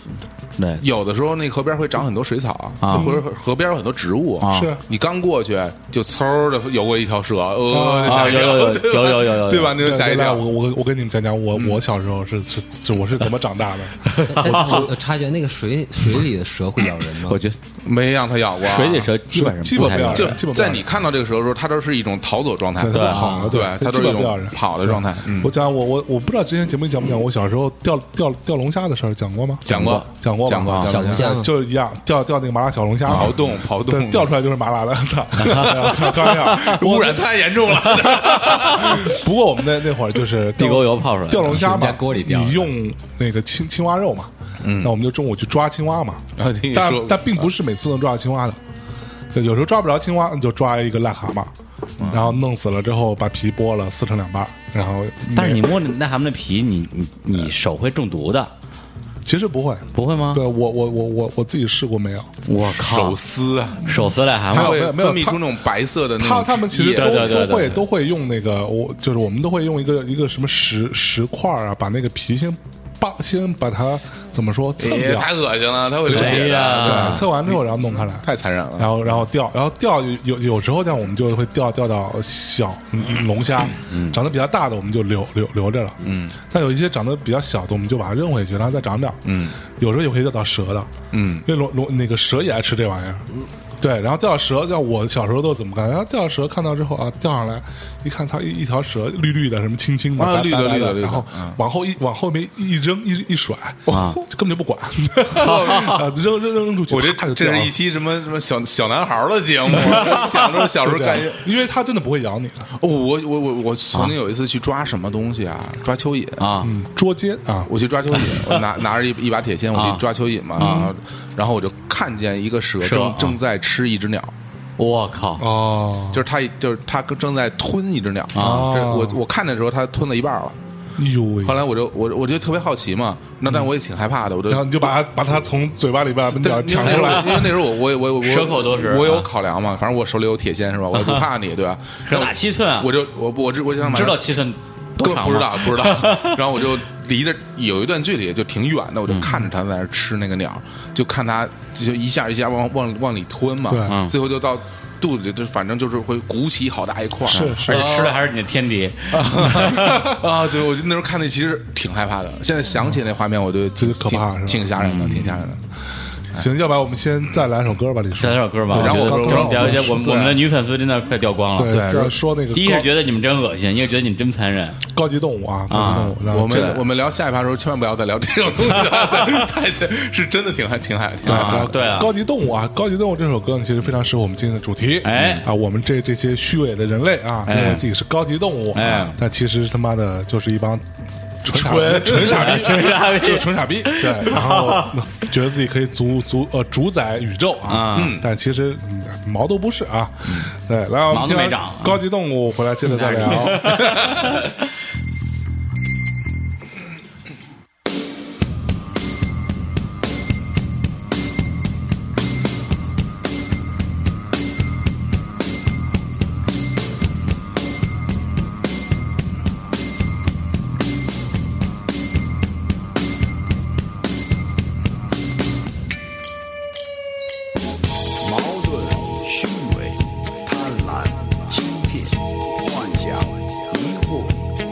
对，有的时候那河边会长很多水草，啊就河河边有很多植物。啊是你刚过去就嗖的游过一条蛇，呃，啊吓一跳，有有有 [laughs] 对吧有有有有有对吧？那就吓对对对一嗯跳。我我我跟你们讲讲我我小时候是是是我是怎么长大的。但但我我察觉那个水水里的蛇会咬人吗？ [coughs] 我觉得没让它咬过啊水里蛇基本上基不本太不要咬人人就基本不要在你看到这个蛇的时候，它都是一种逃走状态，对它都跑了对对，它都是基一本不要种人跑的状态。嗯我讲我我我不知道之前节目讲没讲我小时候钓钓钓龙虾的事儿讲过吗？讲过讲过吧讲过小龙虾哎吗就是一样钓钓那个麻辣小龙 [laughs] 虾嘛，刨洞刨洞对钓出来就是麻辣的， [laughs] 操！ [laughs] 开玩笑，污染太 [laughs] 严重了，不过我们那那会儿就是地沟油泡出来的钓龙虾是人嘛家，锅里钓的你用那个青青蛙肉嘛，那我们就中午去抓青蛙嘛啊听你，但说过但并不是每次能抓到青蛙的，对有时候抓不着青蛙，就抓一个癞蛤蟆，然后弄死了之后把皮剥了撕成两半儿，然后但是你摸那癞蛤蟆的皮，你你你手会中毒的，其实不会，不会吗对？我我我我我自己试过没有，我靠手，撕啊，手撕癞蛤它有蟆会没有分泌出那种白色的那种他他们其实液都对对对都对会对都会用那个，我就是我们都会用一个一个什么石石块儿啊，把那个皮先扒，先把它怎么说蹭哎掉，太恶心了，它会流血对呀的，对，蹭完之后然后弄开来，太残忍了。然后然后钓，然后钓有有时候呢，我们就会钓钓到小嗯龙虾，长得比较大的我们就留留留着了，嗯，但有一些长得比较小的，我们就把它扔回去，让它再长长，嗯，有时候也会钓到蛇的，嗯，因为龙龙那个蛇也爱吃这玩意儿，对，然后钓蛇，像我小时候都怎么干？然后钓蛇看到之后啊，钓上来一看，它一一条蛇绿绿的，什么青青的，啊白绿的白白绿的绿的然后嗯往后一往后面一扔一一甩，哇， [laughs] 就根本就不 [laughs] 管，啊扔扔扔扔出去，我这啪就这掉是了一期什么什么小小男孩儿的节 [laughs] 目，讲的是小时候就这样干。因为它真的不会咬你的，哦，我我我我啊曾经有一次去抓什么东西啊，抓蚯蚓啊！嗯，捉奸啊，我去抓蚯蚓，我拿 [laughs] 拿着一一把铁锨，我啊去抓蚯蚓嘛，嗯然后然后我就看见一个蛇蛇啊正正在吃一只鸟，我靠，哦，就是它就是它正在吞一只鸟啊这我我看的时候它吞了一半了，哎呦喂后，来我就我我就特别好奇嘛，那嗯但我也挺害怕的，我就然后你就把它把它从嘴巴里边把对鸟抢出来，因为那时候我我我我蛇口多食我有啊考量嘛，反正我手里有铁锨是吧？我也不怕你，对吧？蛇打七寸啊！我就我我就我就想你把知道七寸多根本长吗不知道，不 [laughs] 知道。然后我就离着有一段距离，就挺远的，我嗯就看着它在那儿吃那个鸟，就看它就一下一下往往往里吞嘛，对嗯最后就到肚子里，就反正就是会鼓起好大一块儿，是是而且吃的还是你的 [laughs] 天敌， [laughs] 啊！对，我就那时候看那其实挺害怕的，现在想起那画面我就挺这个可怕挺是吧挺吓人的，嗯挺吓人的。行，要不然我们先再来首歌吧，李叔这，首歌吧。对然后我我觉得刚聊一些，我们对我们的女粉丝真的快掉光了。对，就是说那个第一是高觉得你们真恶心，一个觉得你们真残忍。高级动物啊，高级动物，然后我这们我们聊下一趴的时候，千万不要再聊这种 [laughs] 东西了，太是真的挺害挺害挺害怕然的后。对啊高级动物啊，高级动物这首歌呢，其实非常适合我们今天的主题。哎啊，我们这这些虚伪的人类啊，哎认为自己是高级动物，哎但其实他妈的就是一帮纯呃纯傻逼， [laughs] [laughs] 纯傻逼就是纯傻逼。对，然后觉得自己可以主主呃主宰宇宙啊啊，嗯，但其实嗯毛都不是啊。对，来我们嗯毛都没听完长啊嗯高级动物回来接着再聊。矛盾、虚伪、贪婪、欺骗、幻想、迷惑、 [laughs]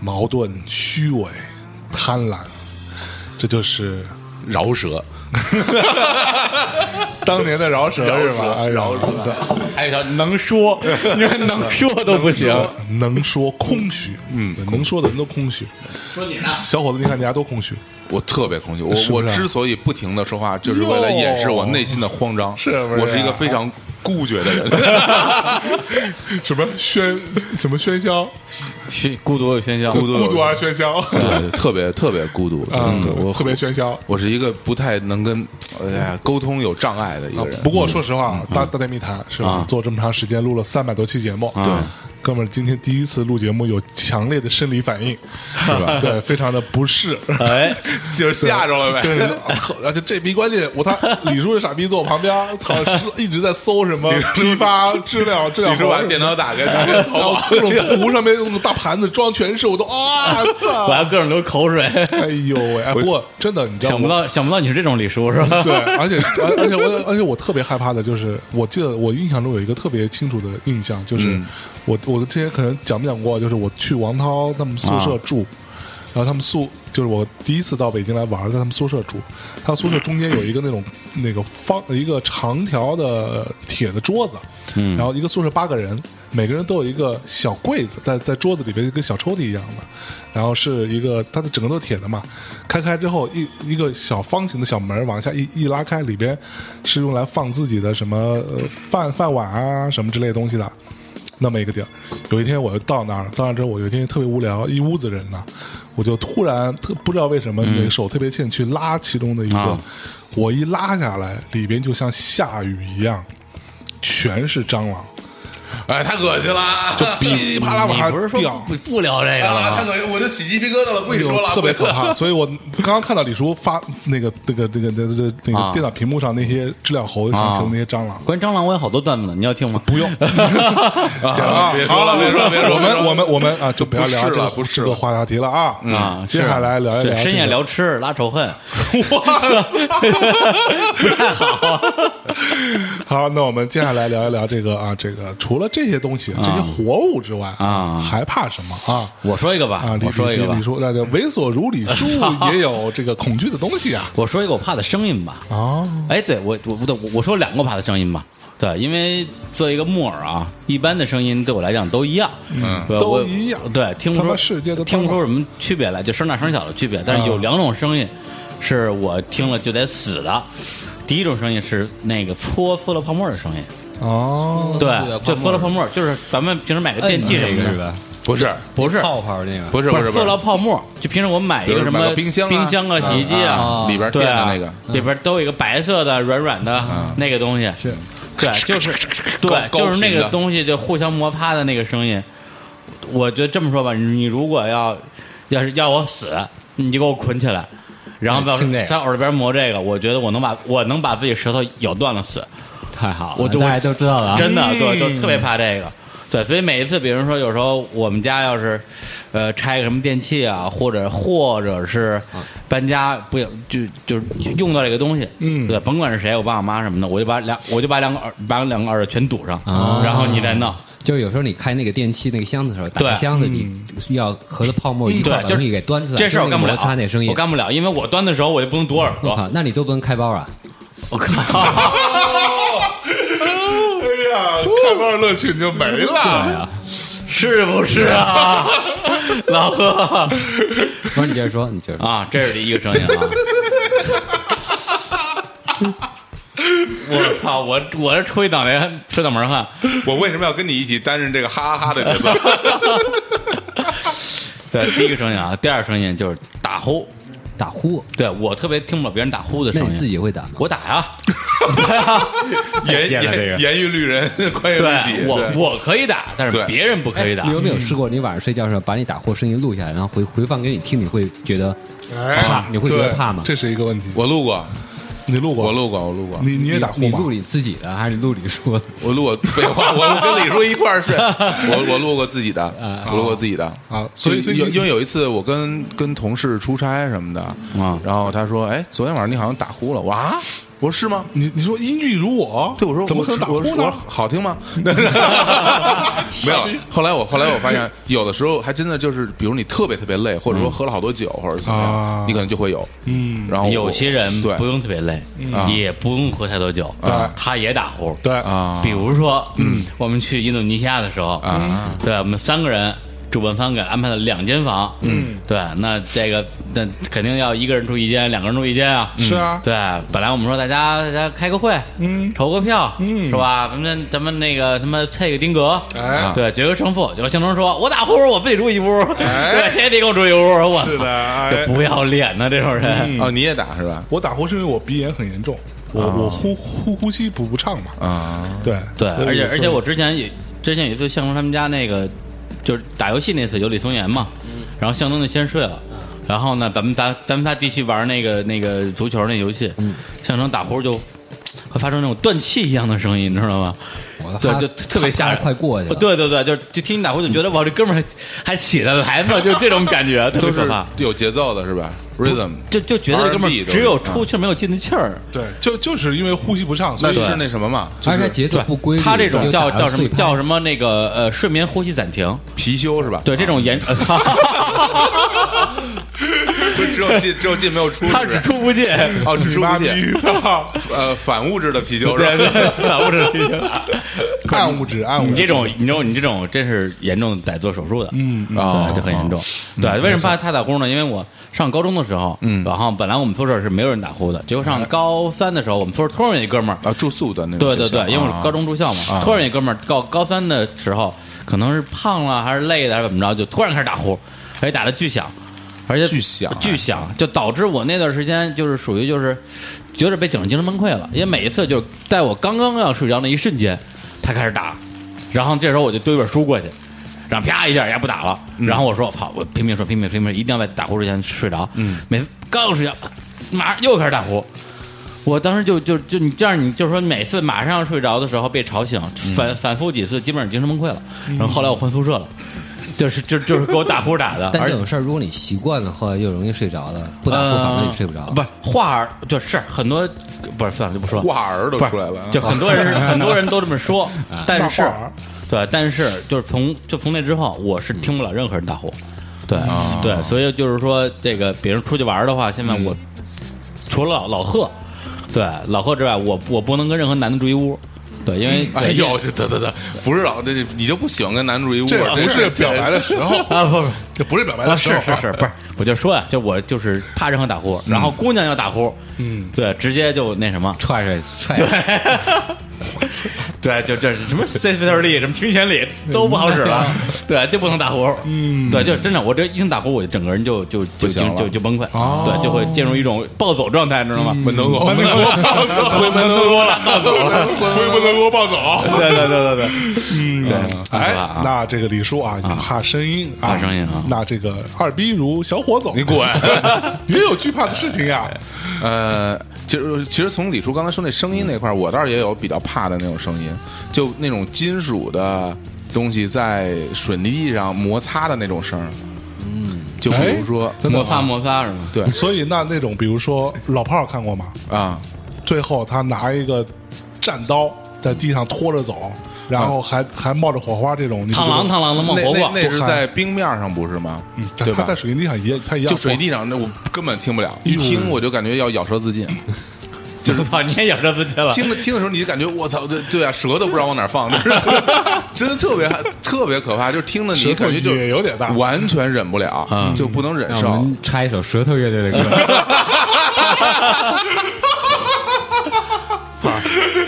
矛盾、虚伪、贪婪，这就是饶舌， [laughs] 当年的饶舌是吧？哎呀饶舌对还有一条哎能 [laughs] 说，你看能说都不行。能说空虚，嗯，能说的人都空虚。说你呢？小伙子，你看你家多空虚，我特别空虚。我是不我是啊之所以不停的说话，就是为了哟掩饰我内心的慌张。是不是啊我是一个非常孤绝的人。 [laughs] 什么喧什么喧嚣，喧孤独的喧嚣，孤独孤独而喧嚣 [laughs] [laughs] [laughs] 对，特别特别孤独。啊嗯，我，特别喧嚣。我是一个不太能跟哎呀沟通有障碍的一啊个人。不过说实话，大大内密谈是吧？做这么长时间，录了三百多期节目，对，哥们儿，今天第一次录节目有强烈的生理反应，是吧？对，非常的不适，哎，就是吓着了呗。 [laughs] 对，而且这逼关键，我他李叔这傻逼坐我旁边，操，一直在搜什么批发质量质量你衡，说把电脑打开，打开然后淘 [laughs] 宝各种壶上面用大盘子装全是，我都啊我操！还各种流口水，哎呦喂！哎，不过真的，你知道想不我到想不到你是这种李叔是 [laughs] 吧？对，而且而而且我而且我特别害怕的就是，我记得我印象中有一个特别清楚的印象，就是、嗯我我之前可能讲没讲过，就是我去王涛他们宿啊舍住，然后他们宿就是我第一次到北京来玩，在他们宿舍住，他宿舍中间有一个那种那个方一个长条的铁的桌子，然后一个宿舍八个人，每个人都有一个小柜子，在在桌子里边跟小抽屉一样的，然后是一个它的整个都是铁的嘛，开开之后一一个小方形的小门儿往下一一拉开，里边是用来放自己的什么呃饭饭碗啊什么之类的东西的。那么一个地儿。有一天我就到那儿了，到那儿之后我有一天特别无聊，一屋子人呢，我就突然特不知道为什么那个手特别欠，去拉其中的一个，啊我一拉下来，里边就像下雨一样，全是蟑螂，哎，太恶心了，就噼里啪啦往你下不是掉说。不不聊这个了啊，太吗？恶心，我 [laughs] 就起鸡皮疙瘩了，不许说了，特别不可怕，所以我刚刚看到李叔发那个、那个、那个、那个、那个那啊个电脑屏幕上那些知了猴想起了那些蟑螂，关于蟑螂，我有好多段子呢，你要听吗？不用，行啊，别好说了别说了别说我了们我们我们啊，就不要不聊是这个了不是这个了话题了啊啊，接下来聊一聊是深夜这个聊吃拉 [laughs] 仇恨， [laughs] 好，那我们接下来聊一聊这个啊，这个除了这些东西、这些活物之外啊还怕什么啊？我说一个啊，吧，李我说一个李吧李，叔，那就猥琐如 [laughs] 李叔也有这个恐惧的东西啊我说一个我怕的声音吧。啊，哎，对我我我我说两个我怕的声音吧。对，因为作为一个木耳啊，一般的声音对我来讲都一样，嗯，都一样对，听不他出妈世界都嗯听不脏出什么区别来，就声大声小的区别。但是有两种声音是我听了就得死的。第一种声音是那个搓塑料泡沫的声音，哦，对塑就塑料料，泡沫泡沫，就是咱们平时买个电器什么是的，吧？不是不是泡泡那个不是不不是不塑是料泡沫，就平时我买一比如什买么个冰箱啊冰箱啊、洗衣机啊，里边对垫的啊那个，嗯里边都有一个白色的软软的那个东西，是对，就是对，高就是那频个的东西就互相摩擦的那个声音。我觉得这么说吧，你如果要要是要我死，你就给我捆起来，然后哎在我听这个在耳边磨这个，我觉得我能把我能把自己舌头咬断了死。太好了，我就大家都知道了啊。真的，对，就特别怕这个。对，所以每一次，比如说有时候我们家要是，呃，拆个什么电器啊，或者或者是啊搬家，不有就就是用到这个东西，嗯，对，甭管是谁，我爸我妈什么的，我就把两我就把两个耳把两个耳朵全堵上，啊然后你再弄，就是有时候你开那个电器那个箱子的时候，打对嗯开箱子，你要和它泡沫一块儿把对，就东是西给端出来，这事儿我干不了，就是那个摩擦那声音我。干不了，因为我端的时候我就不能堵耳我朵，靠，那你都不能开包啊？我 [laughs] 靠，哎呀，看包乐趣你就没了， [laughs] [laughs] 是不是啊， [laughs] 老贺？不是，你接着说，你接着说。啊，这是第一个声音啊！我操，我我这出一脑袋出脑门汗。我为什么要跟你一起担任这个哈哈哈的角 [laughs] 色？对，第一个声音啊，第二个声音就是打呼。打呼，对我特别听不了别人打呼的那声音，你自己也会打吗？我打呀、 [laughs] 严严严于律人， [laughs] 关于自对，己啊我对我可以打，但是对别人不可以打你。有没有试过，你晚上睡觉的时候把你打呼声音录下来，然后回回放给你听，你会觉得怕？你会觉得对怕吗？这是一个问题。我录过，你录我过，录过，我录过，你你也打呼你吗？录你自己的还是录你说的？我录过。废话，我跟李叔一块儿 [laughs] 睡，我我录过自己的，我录过自己的啊所以所就以有你因为有一次我跟跟同事出差什么的，然后他说：“哎，昨天晚上你好像打呼了。”我说啊，我说是吗？你你说音剧如我，对，我说怎么可能打呼我呢？说我说好 [laughs] 听吗？没有。后来我后来我发现，有的时候还真的就是，比如你特别特别累，或嗯者说喝了好多酒，或者怎么啊样，你可能就会有。嗯，然后我有些人对不用特别累，嗯啊也不用喝太多酒，他也打呼。对，啊比如说，嗯，我们去印度尼西亚的时候，啊，对，我们三个人，主办方给安排了两间房，嗯，对，那这个那肯定要一个人住一间，两个人住一间啊，是啊对，本来我们说大家大家开个会，嗯，投个票，嗯，是吧？咱们咱们那个他妈测一个丁格，哎对，决个胜负。结果江城说，我打呼，我自己住一屋，哎对， [laughs] 谁也别给我住一屋，我是的，哎嗯就不要脸呢，这种人，哦，你也打是吧？我打呼是因为我鼻炎很严重，我我呼呼呼吸不不畅嘛，啊，对啊对，所以而且而且所以我之前也之前有一次向东他们家那个就是打游戏那次有李松岩嘛，然后向东就先睡了。然后呢，咱们咱咱们仨地区玩那个那个足球那游戏，向东打呼就会发出那种断气一样的声音，你知道吗？我对他，就特别吓人，他快过去了。对对对，就就听你打呼就觉得哇，这哥们儿还还起得来吗？就这种感觉，特别都可是怕。有节奏的是吧？Rhythm，就就觉得这哥们 R&B 儿都是只有出气儿没有进的气儿，对，就就是因为呼吸不畅，所那以是那是什么嘛？而且他节奏不规律，他这种就叫打叫什么碎拍，叫什么那个呃睡眠呼吸暂停，貔貅是吧？对这种严，呃他就啊只有进只有进没有出， [laughs] 他是只吧出不进，哦，只出不进。你操， [laughs] 呃，反物质的啤酒是对吧？对，打不出 [laughs] 暗物质暗物质，你这种，你知道你这种真是严重得做手术的，嗯，哦对，这很严重。对，为什么怕他打呼呢？因为我上高中的时候，嗯，然后本来我们宿舍是没有人打呼的，结果上高三的时候，我们宿舍突然有一哥们儿，啊，住宿的那种对学对校。对，因为我是啊高 [laughs] 中住校嘛，突然有一哥们儿高高三的时候，可能是胖了还是累的还是怎么着，就突然开始打呼，而且打的巨响，而且巨响啊巨响，就导致我那段时间就是属于就是觉得被整个精神崩溃了，因为每一次就是在我刚刚要睡着那一瞬间，他开始打，然后这时候我就丢一本书过去。然后啪一下，人家不打了。嗯然后我说：“我操！我拼命说，拼命拼命，一定要在打呼之前睡着。”嗯，每次刚要睡觉，马上又开始打呼。我当时就就就你这样，你就是说每次马上要睡着的时候被吵醒，反、反复几次，基本上精神崩溃了。然后后来我换宿舍了，就是就就是给我打呼打的但而这且种事儿，如果你习惯了，后来又容易睡着的，不打呼反而你睡不着。呃不是话儿就是很多不是算了就不说，话儿都不是出来了啊，哎就很多人很多人都这么 [laughs] 说，但是大话儿对，但是就是从就从那之后，我是听不了任何人打呼，对嗯哦对，所以就是说这个别人出去玩儿的话，现在我除了老老贺，对老贺之外，我我不能跟任何男的住一屋，对，因为哎呦，这这这这不是老这这你就不喜欢跟男主一屋？啊这不是表白的时候，啊不不。 [laughs] 这不是表白哎啊，的时是候，是是，不是，我就说呀、就我就是怕任何打呼，然后姑娘要打呼，嗯，对，直接就那什么，踹踹踹踹，对，就这什么 sister 力，什么听弦力都不好使了， [laughs] 对，就不能打呼，嗯，对，就真的，我这一听打呼，我就整个人就就就不行就了就就崩溃，对，就会进入一种暴走状态，你知道吗？门头沟，门头沟，门头沟了，暴走了，回门头沟暴走。 [laughs] 对对对对对，嗯，对，哎是吧啊，那这个李叔啊，你怕声音啊，怕声音啊那这个二逼如小伙总，你 [laughs] 滚， [laughs] 也有惧怕的事情 [laughs] 呀。呃，其实其实从李叔刚才说那声音那块儿，我倒是也有比较怕的那种声音，就那种金属的东西在水泥地上摩擦的那种声。嗯，就比如说哎真的摩吗擦摩擦是吗？对所以那那种，比如说老炮儿看过吗？啊，最后他拿一个战刀在地上拖着走，然后还还冒着火花，这种你螳螂螳螂的那梦活那啊过，那是在冰面上不是吗？嗯对他吧在？水泥地上哎也他一样拖，就水地上，那我根本听不了，一听我就感觉要咬舌 [laughs] 自尽。就是操，你也咬着自己了，听的听的时候，你就感觉我操，对对啊，舌头不知道往哪儿 [laughs] 放，就是真的特别特别可怕，就是听的你感觉舌就头也有点大嗯完全忍不了，就不能忍让我受。们插一首舌头乐队的歌。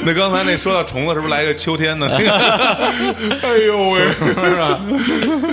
那刚才那说到虫子，是不是来一个秋 [laughs] 天的？那个哎呦喂，是吧？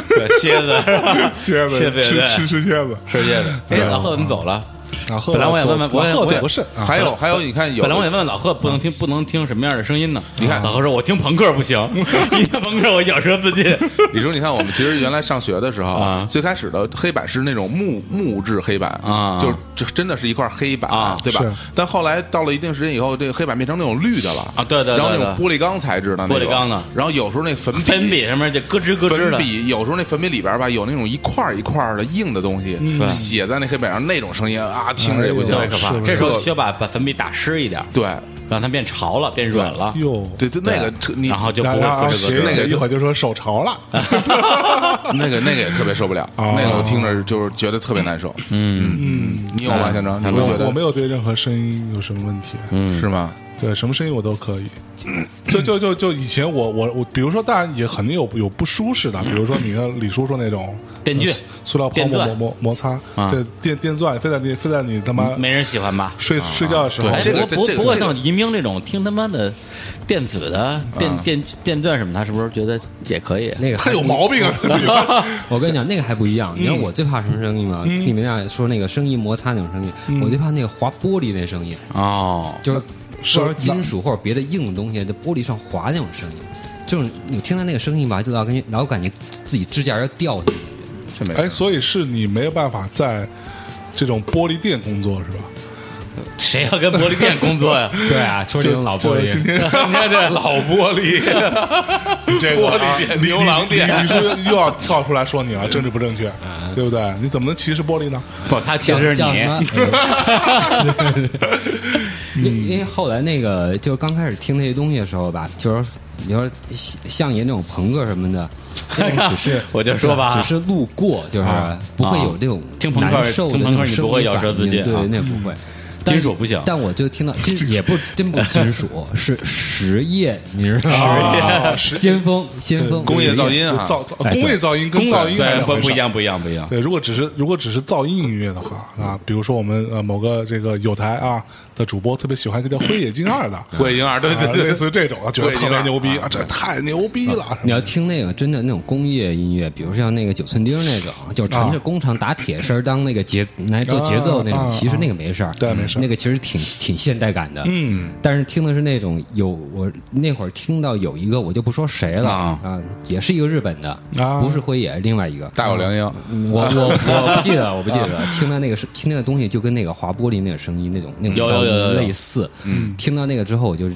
对蝎子是吧？蝎子 [laughs] 蝎子吃对吃吃蝎子，是蝎子。哎，老贺怎么走了？然后本来我也问问走我也然后我也走不慎啊，还有还有，你看有本来我也问问老贺不能听不能听什么样的声音呢？你看老贺说，我听朋克不 [laughs] 行，一听朋克我咬舌自尽。李叔，你看我们其实原来上学的时候，啊最开始的黑板是那种木木质黑板啊就是这真的是一块黑板，啊对吧是？但后来到了一定时间以后，这个黑板变成那种绿的了啊对对对然后那种玻璃钢材质的那种玻璃钢的然后有时候那粉笔粉笔上面就咯吱咯吱粉的，笔有时候那粉笔里边吧有那种一块儿一块儿的硬的东西对写在那黑板上，那种声音啊，听着也不行，哎呦可怕是。不是这时候需要把把粉笔打湿一点，对让它变潮了，变软了，哟，对，就那个这你然后就不然会后咯吱学咯那吱。个一会儿就说手潮 [laughs] 了， [laughs] 那个那个也特别受不了，哦那个我听着就是觉得特别难受。嗯嗯，你有吗，先生？你我会觉我得嗯没有对任何声音有什么问题，是吗？对什么声音我都可以。 [coughs] 就就就就以前我我我，比如说，当然也肯定有有不舒适的，比如说你看李叔说那种 [coughs] 电锯呃塑料泡电沫钻摩摩摩擦，啊对电电钻飞在你飞在你他妈没人喜欢吧？睡睡觉的时候对，哎这个不不这个不过这个嗯像迎宾这种听他妈的电子的电电电钻什么，他是不是觉得也可以？ [laughs] 那个他有毛病啊！我跟你讲，那个还不一样。你知道我最怕什么声音吗？听你们那样说那个声音摩擦那种声音，我最怕那个划玻璃那声音，哦，就是是或者金属或者别的硬的东西在玻璃上划那种声音，就是你听到那个声音吧，就老感觉老感觉自己指甲要掉进去。这没 [laughs] 哎，所以是你没有办法在这种玻璃店工作是 [laughs] 吧？谁要跟玻璃店工作呀？ [laughs] 对啊，就就就是今天 [laughs] 你看这老玻璃， [laughs] 这个啊玻璃店你牛郎店你你说又要跳出来说你了，政治不正确，嗯对不对？你怎么能歧视玻璃呢？不，他其叫实是叫你 [laughs] 什么？嗯因因为后来那个就是刚开始听那些东西的时候吧，就是你说像像爷那种朋克什 [laughs] 么的，那种只是我就说吧啊只是路过，就是不会有这种听朋克难受的听那朋克种你生不会理咬反舌自应尽啊对，那不会。金属不行但我就听到金也不真不金属，是实业，你知道吗？ [laughs] 先锋先锋工业噪音啊就造造哎工对业噪音跟噪音还对是不不一样。样，不一样，不一样。对，如果只是如果只是噪音音乐的话啊，比如说我们呃某个这个有台啊的主播特别喜欢一个叫《辉夜金二》的，桂英 [laughs] 儿，对啊对对，类似于这种，啊，觉得对啊特别你牛逼啊啊，这太牛逼了，你要听那个真的那种工业音乐，比如像那个九寸钉那种，就是纯是工厂打铁声儿当那个节来做节奏那啊啊种，啊其实那个没事儿，对没事儿那个其实挺挺现代感的，嗯。但是听的是那种有我那会儿听到有一个我就不说谁了啊啊，也是一个日本的啊，不是辉野，另外一个。大有良英，我我 [laughs] 我不记得，我不记得，啊听到那个是听那个东西就跟那个划玻璃那个声音那种那种有噪有有有嗯音有类似。听到那个之后，我就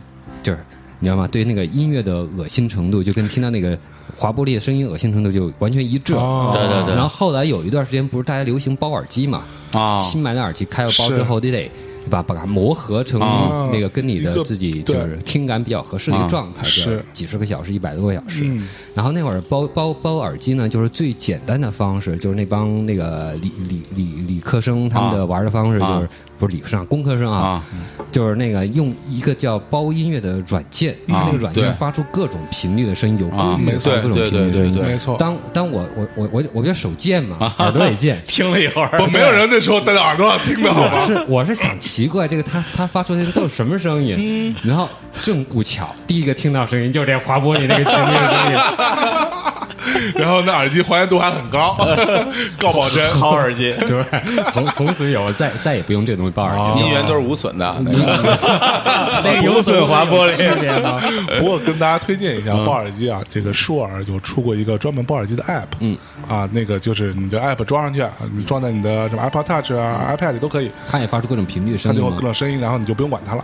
就是你知道吗？对那个音乐的恶心程度，就跟听到那个划玻璃的声音恶心程度就完全一致。哦对对对然后后来有一段时间，不是大家流行包耳机嘛？啊新买的耳机开了包之后，你得。把把它磨合成哦那个跟你一的个自己就是听感比较合适的一个状态，是对几十个小时、一百多个小时。然后那会儿包包包耳机呢，就是最简单的方式，就是那帮那个理理理理科生他们的玩的方式，啊就是不是理科生啊，工科生啊啊，就是那个用一个叫包音乐的软件，它那个软对件发出各种频率的声音，有规律的发出各种对对频率的声音。对对没错当当我我我我我觉得手贱嘛，耳朵也贱，听了一会儿 [laughs] 我，没有人那时候戴在耳朵上听的好我吗？是我是想奇怪，这个他他发出的都是什么声音？嗯然后正不巧，第一个听到声音就是这滑玻璃那个声音的声音。 [laughs] 然后那耳机还原度还很高， [laughs] 高保真，掏耳机，对，从从此以后再再也不用这东西包 [laughs] 耳哦机了。音源都是无损嗯的， [laughs] 那有损划玻 [laughs] 璃。不过跟大家推荐一嗯下，包耳机啊，这个舒尔有出过一个专门包耳机的 app，嗯，啊，那个就是你的 app 装上去，啊你装在你的什么 iPod Touch 啊、iPad 里都可以，它也发出各种频率的它声音就会嗯嘛各。种声音，然后你就不用管它了，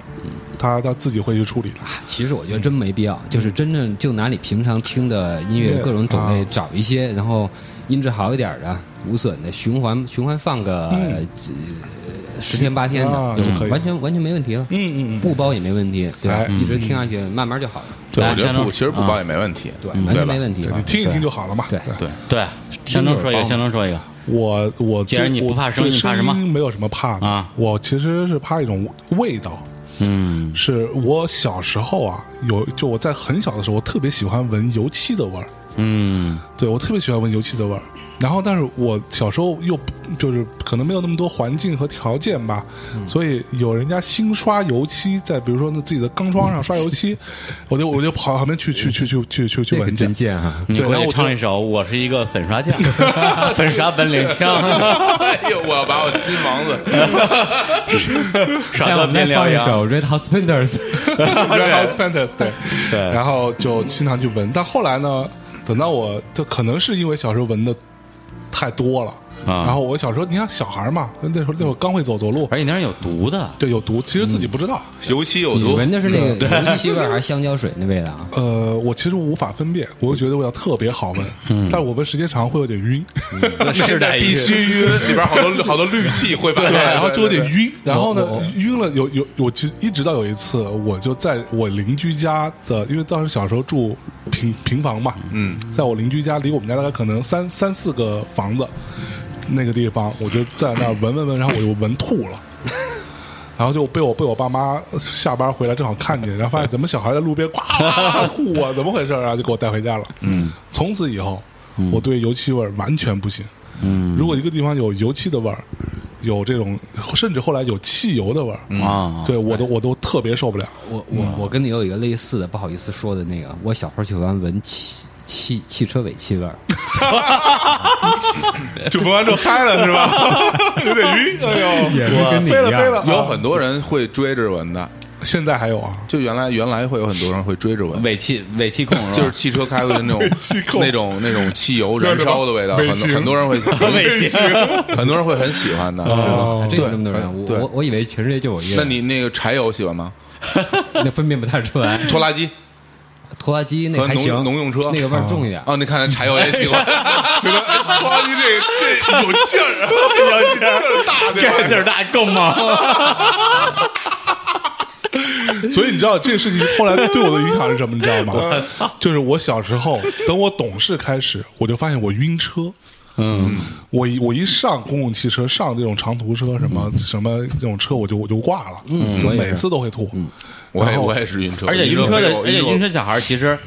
它它自己会去处理的。其实我觉得真没必要，就是真正就拿你平常听的音乐乐各种种类啊找一些，然后音质好一点的、无损的循环循环放个呃嗯十天八天啊的，就可以完全完全没问题了。嗯嗯，不包也没问题，对吧嗯哎？一直听下去，慢慢就好了。对，我觉山得东不，其实不包也没问题，对，嗯完对全吧没？问题。你听一听就好了嘛。对 [laughs] 对，对，听向着东说一个，包向东说一个，我我既然对你不我怕声对音你怕什么声音没有什么怕的啊我其实是怕一种味道。嗯，是我小时候啊，有就我在很小的时候，我特别喜欢闻油漆的味儿。嗯，对我特别喜欢闻油漆的味儿。然后，但是我小时候又就是可能没有那么多环境和条件吧，嗯所以有人家新刷油漆，在比如说那自己的钢窗上刷油 [laughs] 漆，我就我就跑到旁边去去去去去去去这个闻去真。啊贱哈！你对回然后去我唱一首《我是一个粉刷匠》， [laughs] 粉刷本领强，哎呦，我要把我新房子， [laughs] 耍让我得们变再凉放一阳。首 Red Hot Spenders， Red House Panthers，对，然后就经常去闻。但后来呢，等到我，就可能是因为小时候闻的太多了，啊哎然后我小时候，你看小孩嘛，那时候那会儿刚会走走路，而且那是有毒的，对，有毒，其实自己不知道。油漆有 [laughs] 你毒，闻的是那个油漆味儿还是香蕉水那味道啊？呃，我其实无法分辨，我就觉得味道特别好闻，但是我闻时间长会有点晕，是那得必 [laughs] 须晕，里边好多好多氯气会把，对，然后就有点对。晕，然后呢我我，晕了有有有，其实一直到有一次，我就在我邻居家的，因为当时小时候住平平房嘛，嗯，在我邻居家离我们家大概可能三三四个房子那个地方，我就在那儿闻闻闻，然后我就闻吐了。然后就被我被我爸妈下班回来正好看见，然后发现怎么小孩在路边呱呱吐啊，怎么回事啊？然后就给我带回家了。嗯，从此以后，我对油漆味儿完全不行。嗯，如果一个地方有油漆的味儿，有这种甚至后来有汽油的味儿，啊对我都我都特别受不了。我我我跟你有一个类似的，不好意思说的那个，我小时候喜欢闻汽汽汽车尾气味儿，就闻完之后嗨了是吧？有点晕，哎呦，也是跟你一样飞了飞了。有很多人会追着闻的，现在还有啊，就原来原来会有很多人会追着 [laughs] 闻，尾气尾气控就是吧是汽车开过去那种气控那种那种汽油燃烧的味道，叫很什么多很多人会很多人会很喜欢的。哦真有啊这么多人？嗯我对我我以为全世界就我一个那人，你那个柴油喜欢吗？那分辨不太出 [laughs] 来。拖拉机拖拉机那和个还农行，农用车那个味儿重一点。哦，你看来柴油也喜欢， [laughs] 觉得哎拖拉机这这有劲儿，有劲儿大对吧这劲儿大够吗？所以你知道这个事情后来对我的影响是什么？你知道吗？就是我小时候，等我懂事开始，我就发现我晕车。嗯，我一我一上公共汽车，上这种长途车，什么、什么这种车，我就我就挂了。嗯我也是每次都会吐。我也然后我也是晕车， [laughs] 而且晕车没的，有而且过晕车小孩儿其实，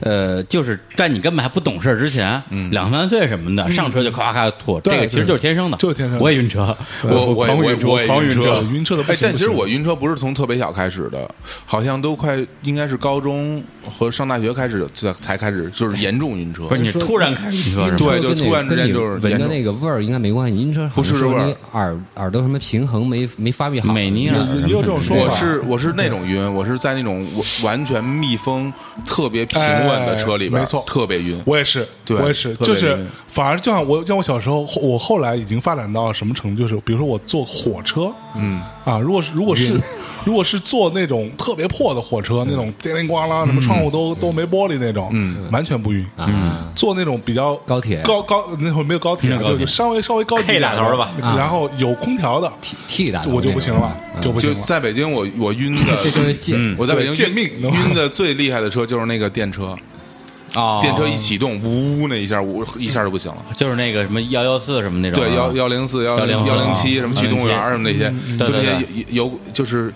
呃，就是在你根本还不懂事儿之前，两三岁什么的，上车就咔咔咔吐，对这个其实就是天生的，就是天生的我也晕车，我我狂也晕车，我也狂晕车，晕车的不哎行，但不其实行我晕车不是从特别小开始的，好像都快应该是高中和上大学开始才才开始，就是严重晕车。不是你说突然开始晕车是吗？对就跟那突然之跟间你就是闻严的重那个味儿应该没关系，您车好不是像说味儿你耳耳朵什么平衡没没发育好，美尼尔有有也有这 [laughs] 种说我法是我是那种晕，我是在那种我完全密封、特别平稳的车里边，哎没错特别晕。我也是，对我也是，特别就是晕反而就像我像我小时候，后我后来已经发展到什么程度，就是比如说我坐火车，嗯啊，如果是如果是 [laughs] 如果是坐那种特别破的火车，那种叮铃咣啷，什么窗户都都没玻璃那种，嗯，完全不晕。啊，坐那种比较高铁高高那会儿没有高铁啊，没有高铁就是稍微稍微高级 K 一点打头的吧然后有空调的， T T 大头我就不行了，就不就行了。在北京我，我晕的，这就是贱我在北京对贱晕命晕的最厉害的车就是那个电车，哦啊，电车一启动，呜那一下，我一下就不行了。就是那个什么幺幺四什么那种啊，对幺幺零四幺104啊幺零七什么去动物园儿什么那些，嗯对就那些对有有就是。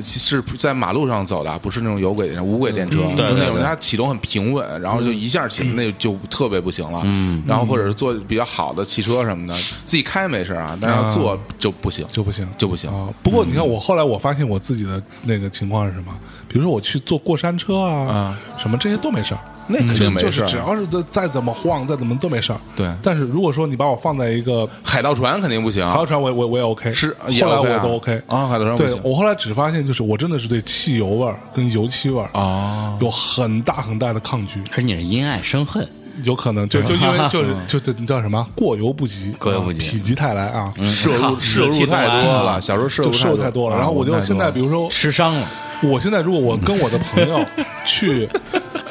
是在马路上走的，啊不是那种有轨无轨电车，啊嗯对就那对种对它启动很平稳，然后就一下启动，那就特别不行了。嗯，然后或者是坐比较好的汽车什么的，自己开没事啊，但是要坐就不行，就不行，就不行啊。不过你看，我后来我发现我自己的那个情况是什么？比如说我去坐过山车啊啊，嗯什么这些都没事儿，那肯定没就事是儿。只要是再再怎么晃，再怎么都没事儿。对但是如果说你把我放在一个海盗船肯定不行，海盗船，我也我也我也 OK，啊是也后来 OK 啊我都 OK 啊海盗船不对行我后来只发现就是我真的是对汽油味儿跟油漆味儿哦有很大很大的抗拒，可是你是因爱生恨，有可能就就因 [laughs] 为就是就就你叫什么过犹不及，过犹不及啊否极泰来啊，摄入靠摄入自己动太啊多啊了，小时候摄入就摄入太多了。然后我就现在比如如说吃伤了，我现在如果我跟我的朋友去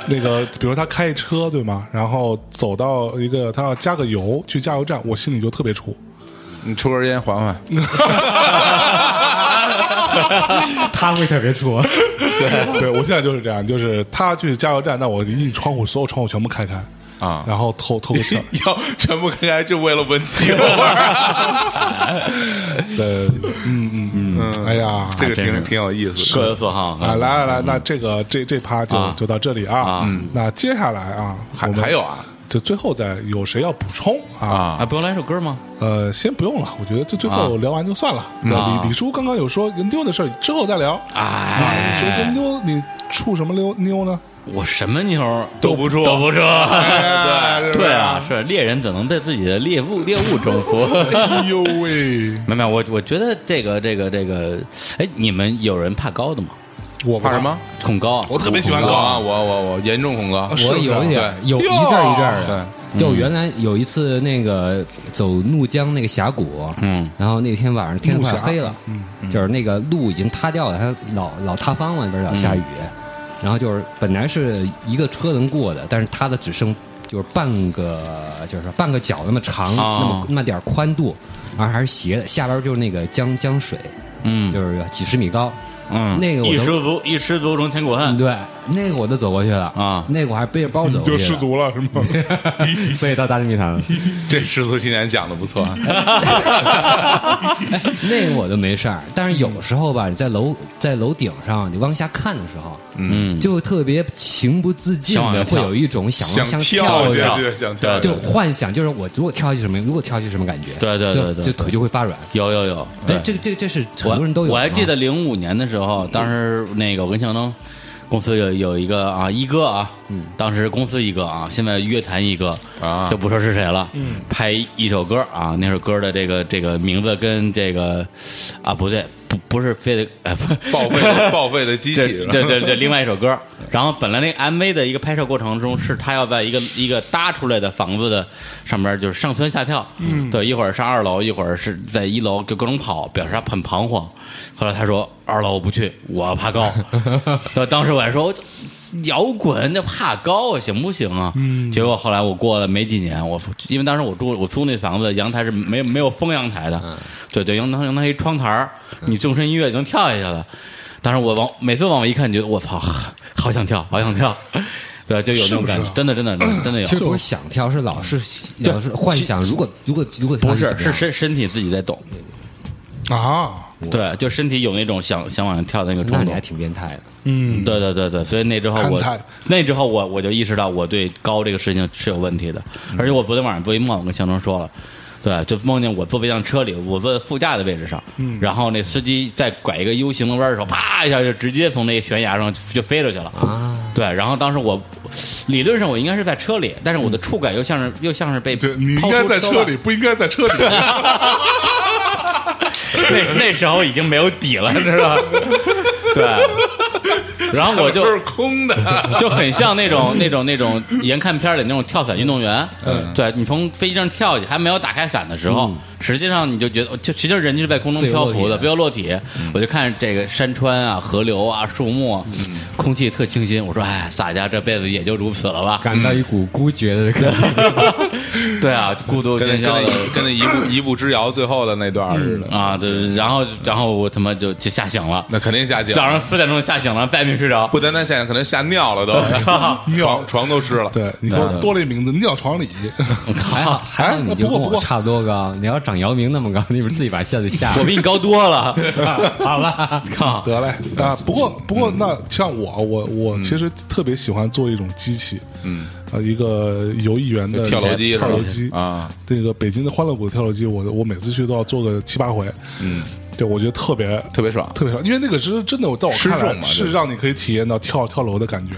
那个，比如他开车对吗？然后走到一个他要加个油去加油站，我心里就特别怵。你抽根烟缓缓，他会特别戳。对，对我现在就是这样，就是他去加油站，那我一窗户所有窗户全部开开啊然后透透个气儿。要全部开开就为了闻汽油味 [laughs] 儿，对，嗯嗯嗯，哎呀，这个真是挺挺有意思各的。有所好啊，来来来，那这个这这趴就、啊就到这里啊。啊嗯，那接下来啊，还我们还有啊就最后再有谁要补充啊啊！不用来首歌吗？呃，先不用了，我觉得就最啊后聊完就算了。对啊李李叔刚刚有说妞的事儿，之后再聊。啊，你说哎跟妞你处什么妞妞呢？我什么妞儿斗不住斗不住，哎对是不对是啊，是猎人怎能被自己的猎物猎物征服？ [laughs] 哎呦喂，没有没有，我我觉得这个这个这个，哎，你们有人怕高的吗？我怕什 [laughs] 么？？恐高，特别喜欢啊恐高啊！我我我严重恐高，我有一点对有一阵儿一阵儿的，对，就原来有一次那个走怒江那个峡谷，嗯，然后那天晚上天快怒峡黑了，就是那个路已经塌掉了，它老老塌方了，那边老下雨，然后就是本来是一个车能过的，但是塌的只剩就是半个，就是说半个脚那么长，哦那么那么点儿宽度，而还是斜的，下边就是那个江江水，嗯就是几十米高，嗯，那个我一都失足一失足成千古恨，对，那个我都走过去了啊那个我还背着包走过就去失的，足了是吗？ [laughs] 所以到大内密谈了。这失足青年讲的不错啊，哎那个我都没事儿，但是有时候吧，你在楼在楼顶上，你往下看的时候，嗯，就特别情不自禁想往的下会跳有一种想往想下跳下跳的，去，想跳下去就幻想，就是我如果跳下去什么，如果跳下去什么感觉，对对就对对就对腿就会发软。有有有，哎，这个这个这是很多人都有的啊我。嘛。我还记得零五年的时候，当时那个我跟向东公司有有一个啊一哥啊，嗯，当时公司一哥啊，现在乐坛一哥啊就不说是谁了，嗯，拍一首歌啊，那首歌的这个这个名字跟这个啊不对，不不是非得哎不。报废 [laughs] 的报废的机器这是吧这这这另外一首歌，然后本来那个 MV 的一个拍摄过程中，是他要在一个一个搭出来的房子的上面就是上蹿下跳，嗯，对，一会儿上二楼，一会儿是在一楼就各种跑，表示他很彷徨。后来他说二楼我不去，我怕 [laughs] 高。对当时我还说我摇滚那怕高啊，行不行啊？嗯，结果后来我过了没几年，我因为当时我住我租那房子阳台是没有没有封阳台的，对对，阳台阳台一窗台儿你纵身一跃就能跳下去了。当时我往每次往我一看，你觉得我操， [laughs] 好想跳，好想跳， [laughs] 对，就有那种感是觉，不是啊真的真的真的有其。实不是想跳，是老是老是幻想。如果如果如果不跳是怎么是样身身体自己在动，啊，对，就身体有那种想想往上跳的那个那冲你动还。挺变态的。嗯，对对对对，所以那之后我看态那之后我我就意识到我对高这个事情是有问题的，嗯而且我昨天晚上做一梦，我跟向征说了。对，就梦见我坐在一辆车里，我坐在副驾的位置上，嗯然后那司机在拐一个 U 型的弯的时候，啪一下就直接从那悬崖上就就飞嗯出去了。啊，对，然后当时我理论上我应该是在车里，但是我的触感又像是又像是被对你应抛该出在车外里，不应该在车里。 [laughs] 那那时候已经没有底了，你 [laughs] 知道吗？对，然后我就都是 [laughs] 空的， [laughs] 就很像那种那种那种沿看片儿里那种跳伞运动员，嗯，对你从飞机上跳下去还没有打开伞的时候，实际上你就觉得，就其实人就是在空中漂浮的，自不要落体。嗯我就看这个山川啊、河流啊、树木啊，空气特清新。我说，哎，大家这辈子也就如此了吧？感到一股孤绝的感觉， [laughs] 对啊，孤独跟那喧跟嚣那的。跟那一 [laughs] 步一步之遥最后的那段儿似的，啊，对，然后然后我他妈就就吓醒了，那肯定下井。早上四点钟吓醒了，再没睡着。不单单下井，可能吓尿 [laughs] 了都，尿床床都湿了。嗯对，你说多了一名字，尿床里。哎还好还好，你就不过跟不过我差不多高。你要长姚明那么高，你不是自己把下子吓我比你高多 [laughs] 了，好了？靠！得嘞啊！不过不过，那像我，我我其实特别喜欢做一种机器，嗯，呃，一个游艺员的跳楼机是吧跳楼机啊，这个北京的欢乐谷跳楼机，我我每次去都要做个七八回，嗯，对，我觉得特别特别爽特别爽，因为那个是真的，我在我看失重来嘛是对让你可以体验到跳跳楼的感觉，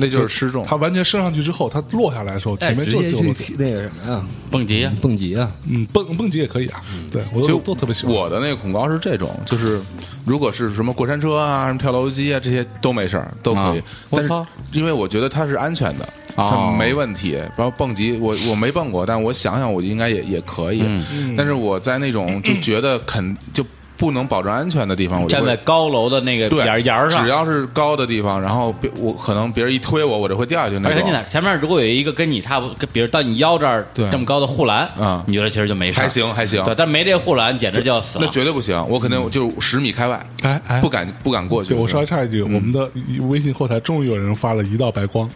那就是失重它完全升上去之后，它落下来的时候，前面哎直就是接自由落去体，那个什么呀，蹦极啊，蹦极啊，嗯，蹦蹦极也可以啊，对我嗯就都都特别喜欢。我的那个恐高是这种，就是如果是什么过山车啊、什么跳楼机啊这些都没事儿，都可以啊。但是我操因为我觉得它是安全的，哦它没问题。然后蹦极，我我没蹦过，但我想想我应该也也可以。嗯但是我在那种就觉得肯就不能保证安全的地方，我就站会在高楼的那个对檐儿檐儿上只，要是高的地方，然后别我可能别人一推我，我就会掉下去那而且你种哪。前面如果有一个跟你差不多，跟比如到你腰这儿对这么高的护栏，嗯你觉得其实就没事儿，还行还行对，但没这护栏简直就要死那了。嗯绝对不行，我肯定就是十米开外，哎哎不敢不敢过去。对，我稍微插一句，嗯我们的微信后台终于有人发了一道白光，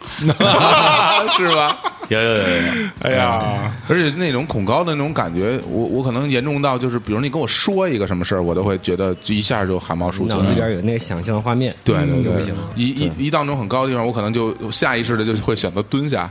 是吧？有有 [laughs] 有有有，哎呀，而且那种恐高的那种感觉，我我可能严重到就是，比如你跟我说一个什么事儿，我都会觉得就一下就汗毛竖起脑子里来。边有那个想象的画面，啊嗯对对就不对行了，一一一到那种很高的地方，我可能就下意识的就会选择蹲下，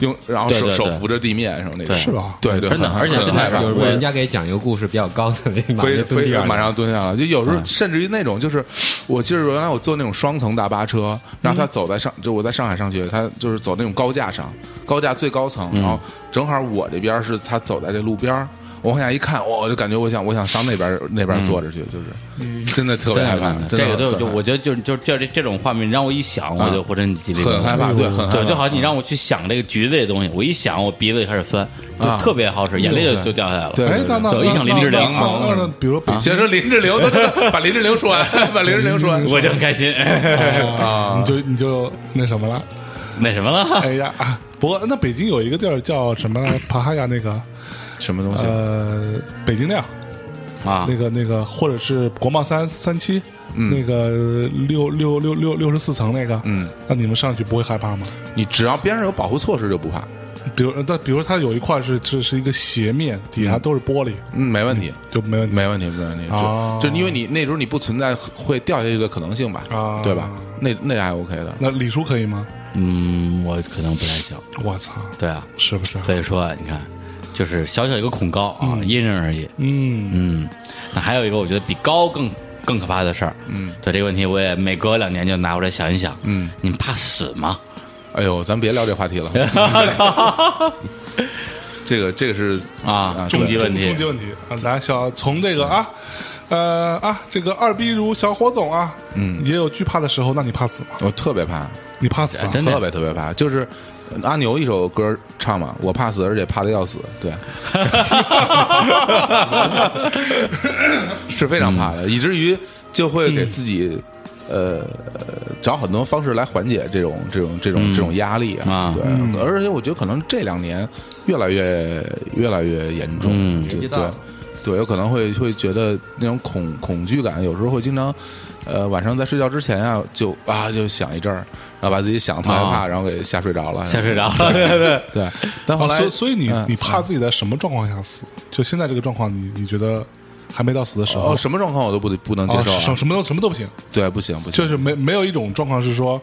用然后对手对手对扶着地面什么那种，是吧对对，真的很而且很真的害怕有是时候人家给讲一个故事比较高的， [laughs] 马非上蹲地非上，马上蹲下了。就有嗯时候甚至于那种，就是我记得原来我坐那种双层大巴车，嗯然后他走在上，就我在上海上学，他就是嗯走那种高架上，高架最高层，然后正好我这边是他走在这路边儿我往下一看，我就感觉我想我想上那边那嗯边坐着去，就是真的特别害怕，真这个的就很就害我觉得就就这这这种画面，你让我一想，我就浑身鸡皮疙瘩，很害怕，对，很害对，怕就好像你让我去想这个橘子这东西，我一想，我鼻子就开始酸，就啊特别好使，眼泪就对就掉下来了。对哎，那那就一想林志玲那那那那那比如说北京，先说林志玲，都把林志玲说完，把林志玲说完。 [laughs] 我就很开 [laughs] 心。啊你就你就那什么了？ [laughs] 那什么了？ [laughs] 哎呀，啊不过那北京有一个地儿叫什么来着？帕哈亚那个什么东西？呃，北京料。啊那个那个，或者是国贸三三期，那个六六六六六十四层那个，嗯，那你们上去不会害怕吗？你只要边上有保护措施就不怕，比如，但比如它有一块是是是一个斜面，底下都是玻璃，嗯，没问题，就没问题。没问题，没问题。哦就就因为你那时候你不存在会掉下去的可能性吧，啊对吧？那那还 OK 的。那李叔可以吗？嗯，我可能不太行。我操，对啊，是不是？所以说你看，就是小小一个恐高啊，因人而异。嗯，嗯，那还有一个我觉得比高更更可怕的事儿。嗯，对这个问题，我也每隔两年就拿过来想一想。嗯，你们怕死吗？哎呦，咱别聊这话题了，这个这个是啊，对终极问题终极。问题啊！咱小从这个啊，呃啊，这个二逼如小火总啊，嗯，也有惧怕的时候，那你怕死吗？我特别怕，你怕死啊？真的特别特别怕，就是呃阿牛一首歌唱嘛，我怕死，而且怕的要死，对， [laughs] 是非常怕嗯的，以至于就会给自己。呃，找很多方式来缓解这种这种这种、这种压力嗯啊对，嗯而且我觉得可能这两年越来越越来越严重，嗯对纪大对了对，有可能会会觉得那种恐恐惧感，有时候会经常，呃，晚上在睡觉之前啊，就啊就想一阵儿，然后把自己想特啊害怕，然后给吓睡着了，吓睡着了，对对对，对， [laughs] 但后啊，来，所以所以你嗯你怕自己在什么状况下死？就现在这个状况，你你觉得还没到死的时候哦，，什么状况我都不不能接啊受、什啊什么都什么都不行，对，不行不行，就是没没有一种状况是说，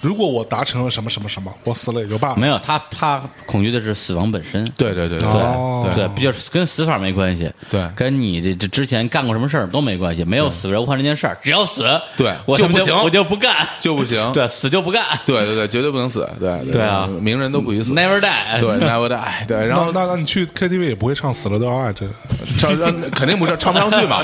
如果我达成了什么什么什么，我死了也就罢了没。有他，他恐惧的是死亡本身。对对对对哦对对，不就是跟死法没关系，对跟你这这之前干过什么事儿都没关系，没有死人无患这件事儿，只要死，对我就他妈不行我就不干，就不行对，死就不干对对对，绝对不能死，对对对啊名人都不许死， ，never die， [laughs] 对 never die，对，然然后后那那你去 KTV 也不会唱《死了都要爱》这，唱唱肯定不唱，唱不上去嘛。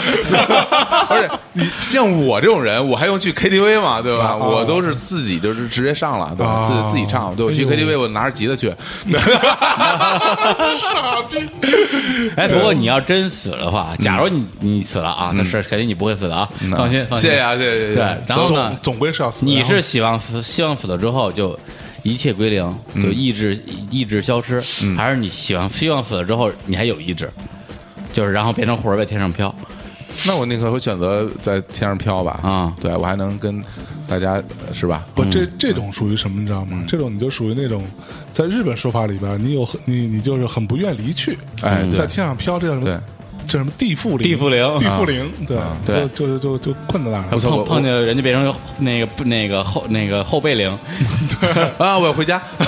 [laughs] 而且你像我这种人，我还用去 KTV 嘛，对吧？哦我都是自己就是直接上了，对吧？哦自自己唱，对我去哎呦 KTV 我拿着吉他 [laughs] 去，傻逼！ [laughs] 哎，不过你要真死了的话，假如你你死了啊，那是肯定你不会死的啊，放心，放心， [laughs] 谢谢啊，谢谢谢谢。对，然后呢总，总归是要死的。你然是后希望死，希望死了之后就一切归零，就意志意志消失，还是你希望希望死了之后你还有意志，就是然后变成魂儿在天上飘？那我宁可会选择在天上飘吧，啊对我还能跟大家呃是吧？不这这种属于什么，你知道吗？这种你就属于那种，在日本说法里边，你有很你你就是很不愿离去，嗯哎对在天上飘，这叫什对么？这什么地缚灵？地缚灵地缚灵，对对就就就就就困在那儿了。错碰我碰见人家变成那个那个后那个后背灵，啊，我要回家。 [laughs]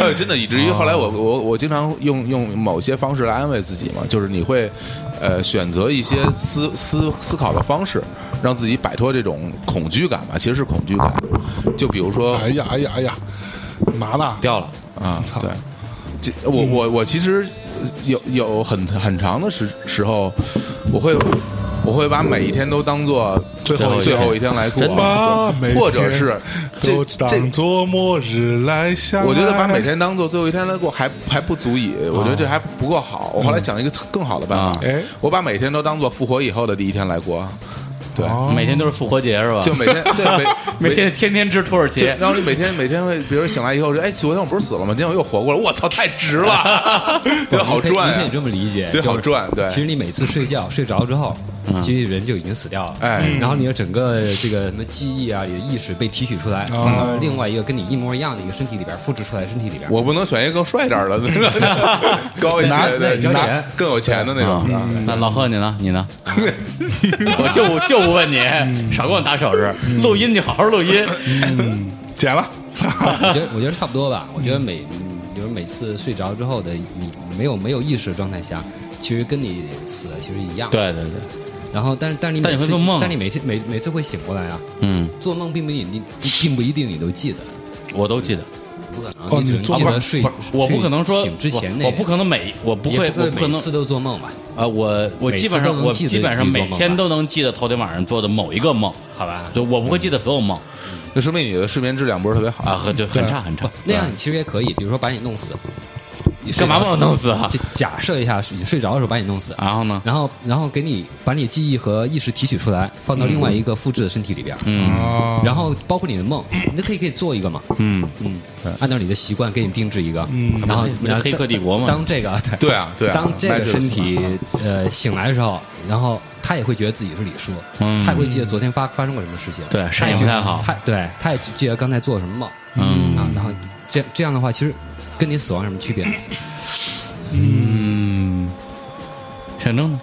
哎，真的，以至于后来我我我经常用用某些方式来安慰自己嘛，就是你会呃选择一些思思思考的方式，让自己摆脱这种恐惧感吧，其实是恐惧感。就比如说哎呀哎呀哎呀，嘛呢？掉了，啊操，对，这我我我其实有有很很长的时时候，我会我会把每一天都当做最后一天最后一天来过真的，把啊每对或者天是这都这当作末日来想。我觉得把每天当做最后一天来过还还不足以，我觉得这还不够好。我后来想了一个更好的办法嗯哎，我把每天都当做复活以后的第一天来过，对，每天都是复活节是吧？就每天对每哦 [laughs] 每天。天天吃土耳其就，然后你每天每天会，比如说醒来以后说，哎，昨天我不是死了吗？今天我又活过来，我操，太值了，觉得好你可以赚啊你可以呀这！么理解，觉得好就是赚对嗯其实你每次睡觉睡着之后，其实人就已经死掉了。哎然后你的整个这个什么记忆啊，你的意识被提取出来，嗯放到另外一个跟你一模一样的一个身体里边复制出来，身体里边。我不能选一个更帅点儿的， [laughs] 高一些拿对对交拿钱啊嗯更有钱的那种。啊是吧那老贺你呢？你呢？ [laughs] 我就不就不问你，少给我打手势，录音就好好录音。嗯剪了，操！我觉得我觉得差不多吧。我觉得每，嗯比如每次睡着之后的你没有没有意识的状态下，其实跟你死了其实一样。。对对对，然后，但是但是你但每你会次做梦啊但你每次每每次会醒过来啊。嗯，做梦并不一定你并不一定你都记得，我都记得，不可能，哦你只你能做记梦得睡不是，，我睡不可能说醒之前那我，个，我不可能每我不也会，我不不会可每能次都做梦吧？啊，我我每基次本都上能我记得基本上自己每做梦吧啊天都能记得头天晚上做的某一个梦，好吧，就我不会记得所有梦那说明你的睡眠质量不是特别好啊，很就很差很差。那样你其实也可以，比如说把你弄死，你睡干嘛着把我弄死啊就假设一下，你睡着的时候把你弄死，然后呢？然后然后给你把你记忆和意识提取出来，放嗯到另外一个复制的身体里边，嗯，啊，然后包括你的梦，你就可以可以做一个嘛，嗯，嗯，按照你的习惯给你定制一个，嗯，然后那不是然后黑客帝国嘛当当这个对对啊对啊当这麦个哲身斯体啊呃醒来的时候，然后他也会觉得自己是李叔，嗯他也会记得昨天发发生过什么事情，对他身也体不觉得太好他对他也记得刚才做了什么梦，嗯啊，然后这这样的话，其实跟你死亡有什么区别？象征呢？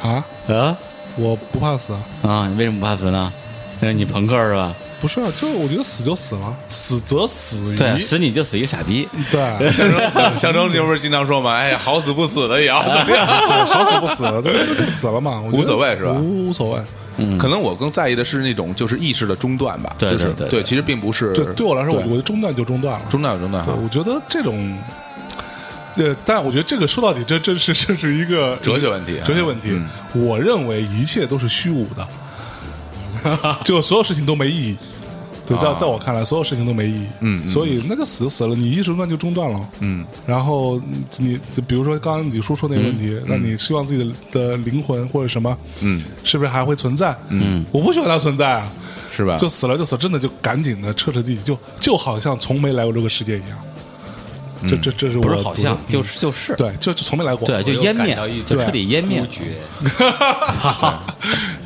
啊，啊我不怕死，啊，啊！你为什么不怕死呢？因为你朋克是吧？不是啊，就是我觉得死就死了，死则死矣，对，啊死你就死一傻逼。 [laughs] 对，象征象象征，你不是经常说吗？哎呀，好死不死的也要怎么样？对好死不 [laughs] 死，就就死了嘛，我觉得无所谓是吧无无所谓，可能我更在意的是那种就是意识的中断吧，嗯对就是对对对其实并不是对，对我来说，我对我就中断就中断了，中断有中断对，哈，我觉得这种，呃，但我觉得这个说到底，这这是 [laughs] 这是一个哲学问题啊哲学问题。我认为一切都是虚无的， [laughs] 就所有事情都没意义。对，在在我看来，所有事情都没意义。啊嗯嗯所以那就死就死了，你意识中断就中断了。嗯，然后你就比如说刚刚李叔说那个问题，那你希望自己的的灵魂或者什么，嗯，是不是还会存在？嗯，我不喜欢它存在啊。是吧？就死了就死，真的就赶紧的彻彻底底，就就好像从没来过这个世界一样。这这这是我嗯不是好像读的嗯就是就是，对，就就从没来过，对，就湮灭，就彻底湮灭不。觉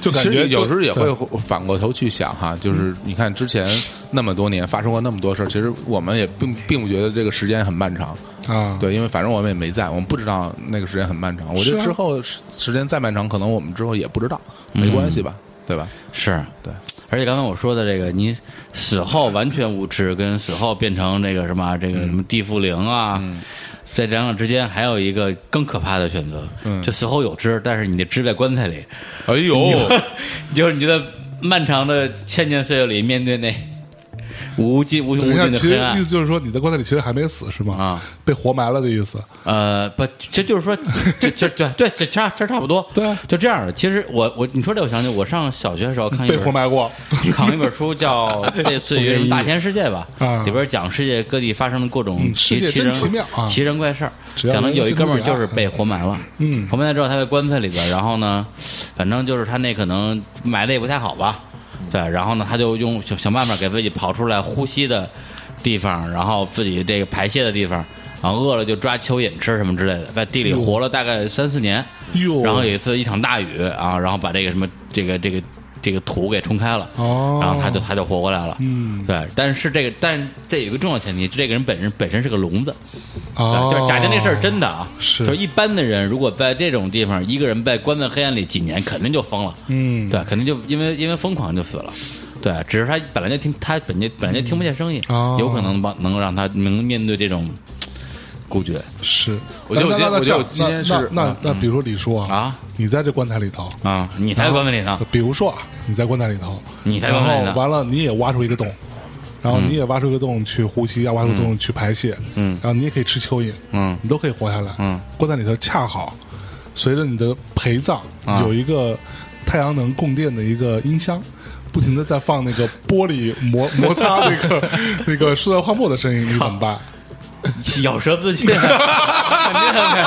就感其觉实有时候也对嗯会反过头去想哈，就是你看之前那么多年发生过那么多事儿，其实我们也并并不觉得这个时间很漫长，啊，对，因为反正我们也没在，我们不知道那个时间很漫长。我觉是得啊之后时时间再漫长，可能我们之后也不知道，嗯没关系吧，对吧？是对。而且刚才我说的这个，你死后完全无知，跟死后变成这个什么这个什么地缚灵啊，嗯在两者之间还有一个更可怕的选择，嗯就死后有知，但是你的知在棺材里，哎 [laughs] 呦，哦就是你觉得漫长的千年岁月里，面对那无尽无等穷无一下，尽其的实黑意思暗，就是说你在棺材里其实还没死是吗？啊，被活埋了的意思。呃，不，这就是说， [laughs] 这这对对，这差这差不多，对啊就这样的。其实我我你说这，我想起我上小学的时候看一被本活埋过， [laughs] 扛一本 [laughs] 书叫类似于什么《大千世界》吧啊，里边讲世界各地发生的各种嗯世奇界奇真人奇妙啊奇人怪事儿。只要讲的有一哥们儿就是人心都有被活埋了，嗯，活埋了之后他在棺材里边，然后呢，反正就是他那可能埋的也不太好吧，对，然后呢他就用想想办法给自己跑出来呼吸的地方，然后自己这个排泄的地方。然后饿了就抓蚯蚓吃什么之类的，在地里活了大概三四年，哟然后有一次一场大雨啊，然后把这个什么这个这个这个土给冲开了，哦然后他就他就活过来了，嗯，对，但是这个但这有一个重要前提，这个人本身本身是个聋子，哦，就是假定这事儿真的啊，是就是一般的人如果在这种地方，一个人被关在黑暗里几年，肯定就疯了，嗯对，肯定就因为因为疯狂就死了。对，只是他本来就听他本就本来就听不见声音，哦有可能帮能够让他能面对这种孤绝是。我觉得我那今天那我觉得我那今天那是那那，那比如说李叔嗯啊，你在这棺材里头，啊！你才关在里头，比如说啊，你在棺材里头，你才然关在后里头，嗯完了你也挖出一个洞，然后你也挖出一个洞去呼吸，要挖出洞去排泄，嗯，然后你也可以吃蚯蚓，嗯你都可以活下来，嗯，关在里头恰好随着你的陪葬、啊有一个太阳能供电的一个音箱。不停的在放那个玻璃摩 [laughs] 摩擦那个那个塑料泡沫的声音，你怎么办？咬舌自尽， [laughs] 肯定的。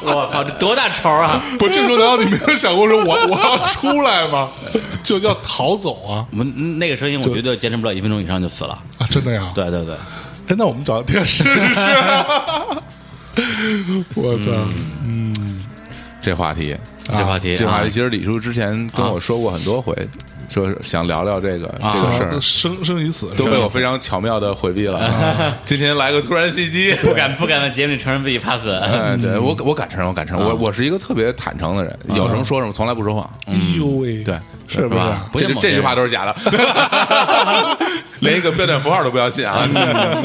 我靠，这多大仇啊！不，这时候难道你没有想过说我 [laughs] 我要出来吗？就要逃走啊？我们那个声音，我绝对坚持不了一分钟以上就死了。啊，真的呀？对对对，哎，那我们找电 [laughs] 视。我操！这话题，这话题，这话题啊其实李叔之前跟我说过很多回，说是想聊聊这个啊嗯这个事儿都，生生与死都被我非常巧妙的回避 [laughs] 了。今天来个突然袭击，啊不敢不敢在节目里承认自己怕死。哎，嗯对我我敢承认，我敢承啊认，我我是一个特别坦诚的人，有什么说什么，从来不说谎。哎呦喂，对是不是啊？嗯不这信这某些这人句话都是 [laughs] 假的，连一个标点符号都不要信啊！嗯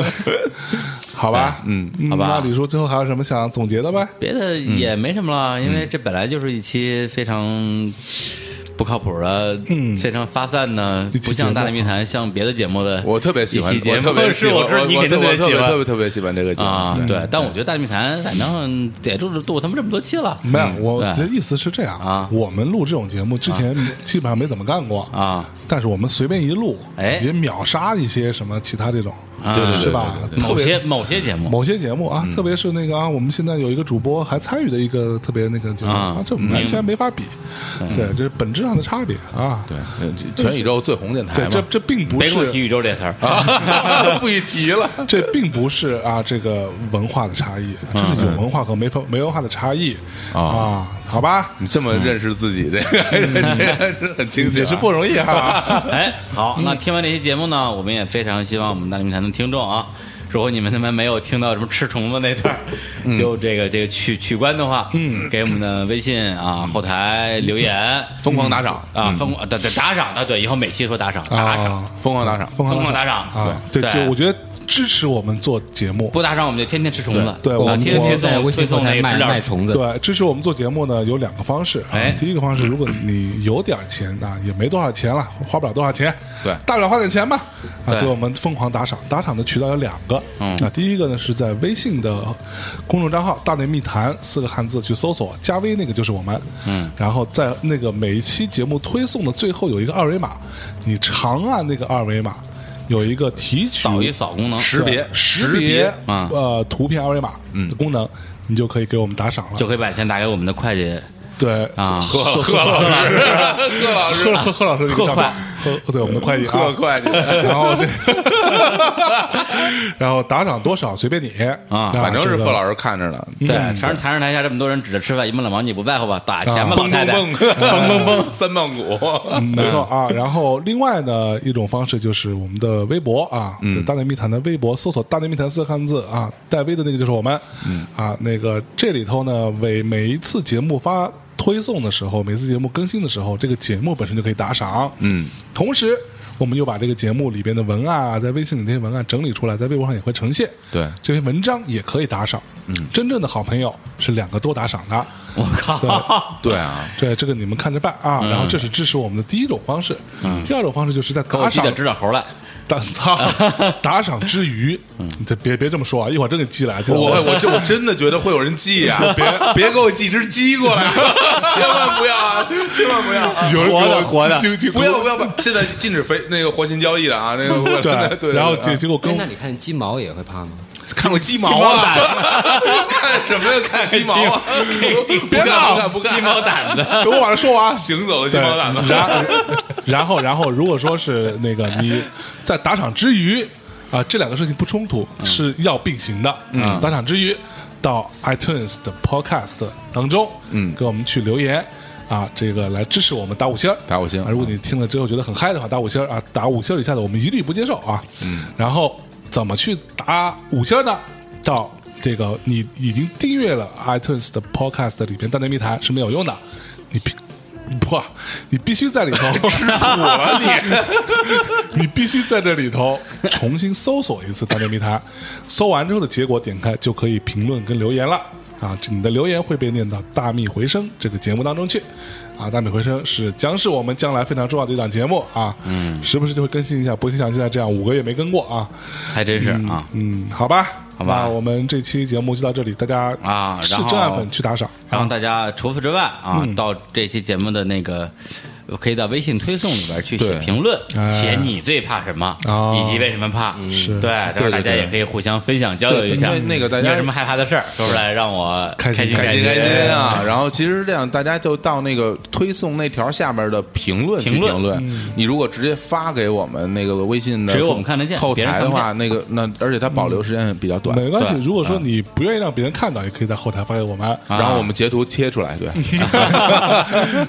好哎吧，嗯，好吧那李叔最后还有什么想总结的呗？嗯别的也没什么了，因为这本来就是一期非常不靠谱的嗯非常发散呢，这期不像节《目大内密谈》像别的节目的，我特别喜欢，一期节我目哦特别喜是欢，我知道你肯定特别喜特别欢特别喜欢这个节目啊，对。但我觉得《大内密谈》反正得录录他们这么多期了，嗯没有，我对的意思是这样啊我们录这种节目之前 [laughs] 基本上没怎么干过啊，但是我们随便一录，哎也秒杀一些什么其他这种，啊对对对嗯是吧？特某别些某些节目某些节目啊，特别是那个啊，我们现在有一个主播还参与的一个特别那个节目啊嗯啊，这完全没法比，对，这是本质上的差别啊。对，呃这全宇宙最红电台对，嘛，这这并不别给我提是宇宙这词儿， [laughs] [laughs] 不许提了。这并不是啊，这个文化的差异，这是有文化和没文没文化的差异嗯啊，好吧，你这么认识自己，这个这是很清醒，也是不容易哈。哎，好，那听完这期节目呢，我们也非常希望我们大内密谈的听众啊，如果你们他妈没有听到什么吃虫子那段儿，嗯就这个这个取取关的话，嗯，给我们的微信啊后台留言。疯狂打赏啊，疯打打打赏的，对，以后每期说打赏，打赏，嗯啊，疯狂打赏，疯疯狂狂打赏啊，，对，对就我觉得支持我们做节目，不打赏我们就天天吃虫子，对对啊我们天天天推天在送微推信后送那台个卖知了卖虫子，对，支持我们做节目呢有两个方式啊哎。第一个方式，如果你有点钱啊，也没多少钱了，花不了多少钱，对大不了花点钱吧，啊，对给我们疯狂打赏。打赏的渠道有两个，那第一个呢是在微信的公众账号“大内密谈”四个汉字去搜索，加微那个就是我们，嗯，然后在那个每一期节目推送的最后有一个二维码，你长按那个二维码。有一个提取扫一扫功能，识别对识识别啊呃图片二维码的功能，你就可以给我们打赏了。就可以把钱打给我们的会嗯计对啊，贺贺老师，贺老师，贺贺老师，贺快，贺对我们的会计啊，特快，你然后这， [laughs] 然后打赏多少随便你啊反正是贺师老师看着呢。对，全是台上台下这么多人指着吃饭，一问老王你不在乎吧？打啊钱吧，老蹦太蹦太，蹦蹦蹦蹦，三棒鼓，，嗯没错啊。然后另外呢，一种方式就是我们的微博啊，就大内密谈的微博，搜索“大内密谈”四个汉字啊，带微的那个就是我们，啊，那个这里头呢，为每一次节目发。推送的时候，每次节目更新的时候，这个节目本身就可以打赏。嗯，同时我们又把这个节目里边的文案啊，在微信里那些文案整理出来，在微博上也会呈现。对这篇文章也可以打赏。嗯，真正的好朋友是两个都打赏的。我靠，对啊，对，这个你们看着办啊。然后这是支持我们的第一种方式，第二种方式就是在给我打记赏得指导猴来，打操打赏之余，你这别别这么说啊，一会儿真给寄来。我我我这我真的觉得会有人寄呀，别别给我寄只鸡过来，千万不要啊，千万不要啊，有人给我活的活的寄寄寄不要不要不要，现在禁止非那个活禽交易的啊，那个对对，然后对啊结结果哎跟，那你看鸡毛也会怕吗？看过鸡毛啊？ [laughs] 看什么呀？看鸡毛啊？别闹不看不看，鸡毛掸子，等我把它说完。 [laughs] 行走的鸡对，毛掸子。然然后然后，如果说是那个你在打赏之余啊，这两个事情不冲突，是要并行的。嗯，打赏之余到 iTunes 的 Podcast 当中，嗯，给我们去留言。啊，这个来支持我们打五星儿，打五星啊如果你听了之后觉得很嗨的话，打五星儿啊，打五星儿以下的我们一律不接受啊。嗯。然后怎么去打五星儿呢？到这个你已经订阅了 iTunes 的 Podcast 里边《大内密谈》是没有用的，你必不，你必须在里头 [laughs] 吃啊土了你，你必须在这里头重新搜索一次《大内密谈》，搜完之后的结果点开就可以评论跟留言了啊！这你的留言会被念到《大秘回声》这个节目当中去啊，《大秘回声》是将是我们将来非常重要的一档节目啊，嗯，时不时就会更新一下，不会像现在这样五个月没更过啊，还真是啊。嗯，好吧，好吧那我们这期节目就到这里，大家啊是然后真爱粉去打赏，然后大家除此之外啊，到这期节目的那个。可以到微信推送里边去写对评论，哎写你最怕什么，哦以及为什么怕。是对，这样大家也可以互相分享交流一下对。那那个大家你有什么害怕的事儿，说出来让我开心心开心心开心！啊！然后其实是这样，大家就到那个推送那条下面的评论去评论嗯评论。你如果直接发给我们那个微信的，只有我们看得见嗯后别人台看的不话，那个那而且它保留时间比较短，没关系，对如果说你不愿意让别人看到，也可以在后台发给我们。然后我们截图贴出 [laughs] 来，对，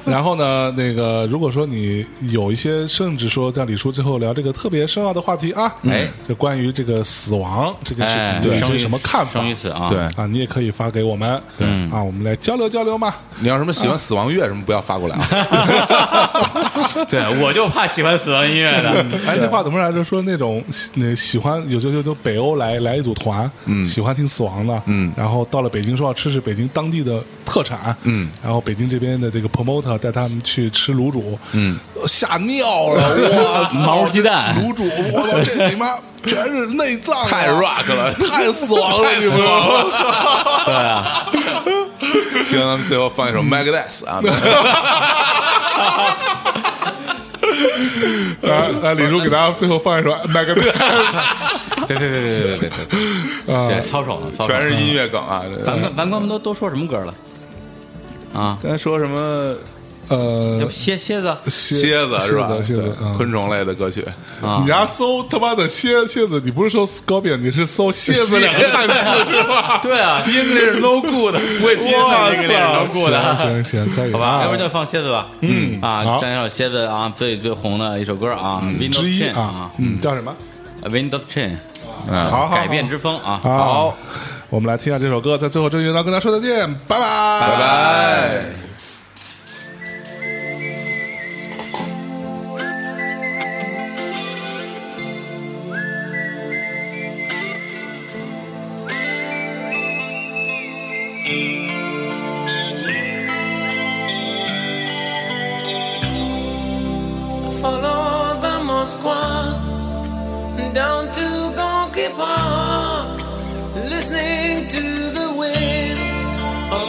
然后呢，那个如果说你有一些，甚至说像李叔最后聊这个特别深奥的话题啊，哎，就关于这个死亡这件事情，哎，对你生有与什么看法生与死啊，对啊？你也可以发给我们，啊，我们来交流交流嘛。 [laughs] [laughs] 你要什么喜欢死亡乐什么，不要发过来啊！对，我就怕喜欢死亡音乐 [laughs] 的，哎，那话怎么来着？说那种那喜欢有就就就北欧来来一组团，嗯，喜欢听死亡的，嗯然后到了北京说要吃吃北京当地的特产，嗯，然后北京这边的这个 promoter 带他们去吃卤煮，嗯，吓尿了，我 [laughs] 操，毛鸡蛋卤煮，我操，这你妈全是内脏啊，太 [laughs] rock 了，太死亡了，太你死们。亡了，对啊。行，咱们最后放一首 Megadeth 啊，来来，哎李叔给大家最后放一首《麦克贝》，对对对对对对对，对操手呢，操手全是音乐梗 [laughs] 啊。咱们咱们都都说什么歌了？啊，刚才说什么要呃不，蝎蝎子蝎子嗯是吧？蝎子对，啊昆虫类的歌曲，啊你，丫搜他妈的蝎蝎子，你不是搜 scorpion，你是搜蝎子两个汉字是吧？对 [laughs] 啊，英文是 [laughs] no good，不会拼哇的塞英文。能过的啊行行行，可以，好啊要不然就放蝎子吧。嗯啊，好这首蝎子啊，最最红的一首歌啊，Wind of 之一 Change 啊啊，嗯，叫什么？ ，Wind of Change，好好，好改变之风啊。好，我们来听一下这首歌，在最后郑云涛跟大家说再见，拜拜，拜。哎拜。 Follow the Moscow down to Gonky Park, listening to the wind of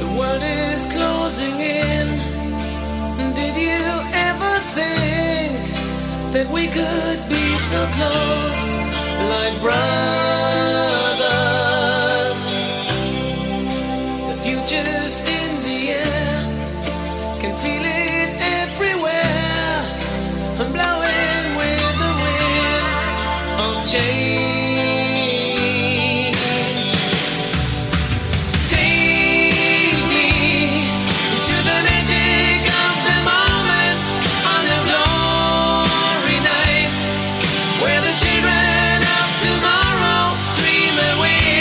The world is closing in. Did you ever think that we could be so close, like brothers? The future's in the air, can feel it everywhere. I'm blowing with the wind of change. Take me to the magic of the moment on a glory night where the children of tomorrow dream away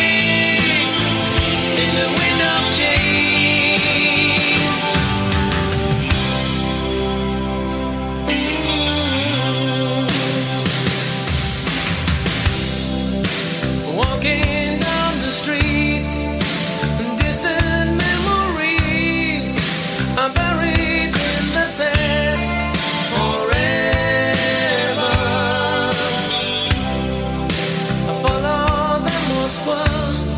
in the wind of change. Walking down the street, distant memories are buried in the past forever. I follow the Moscow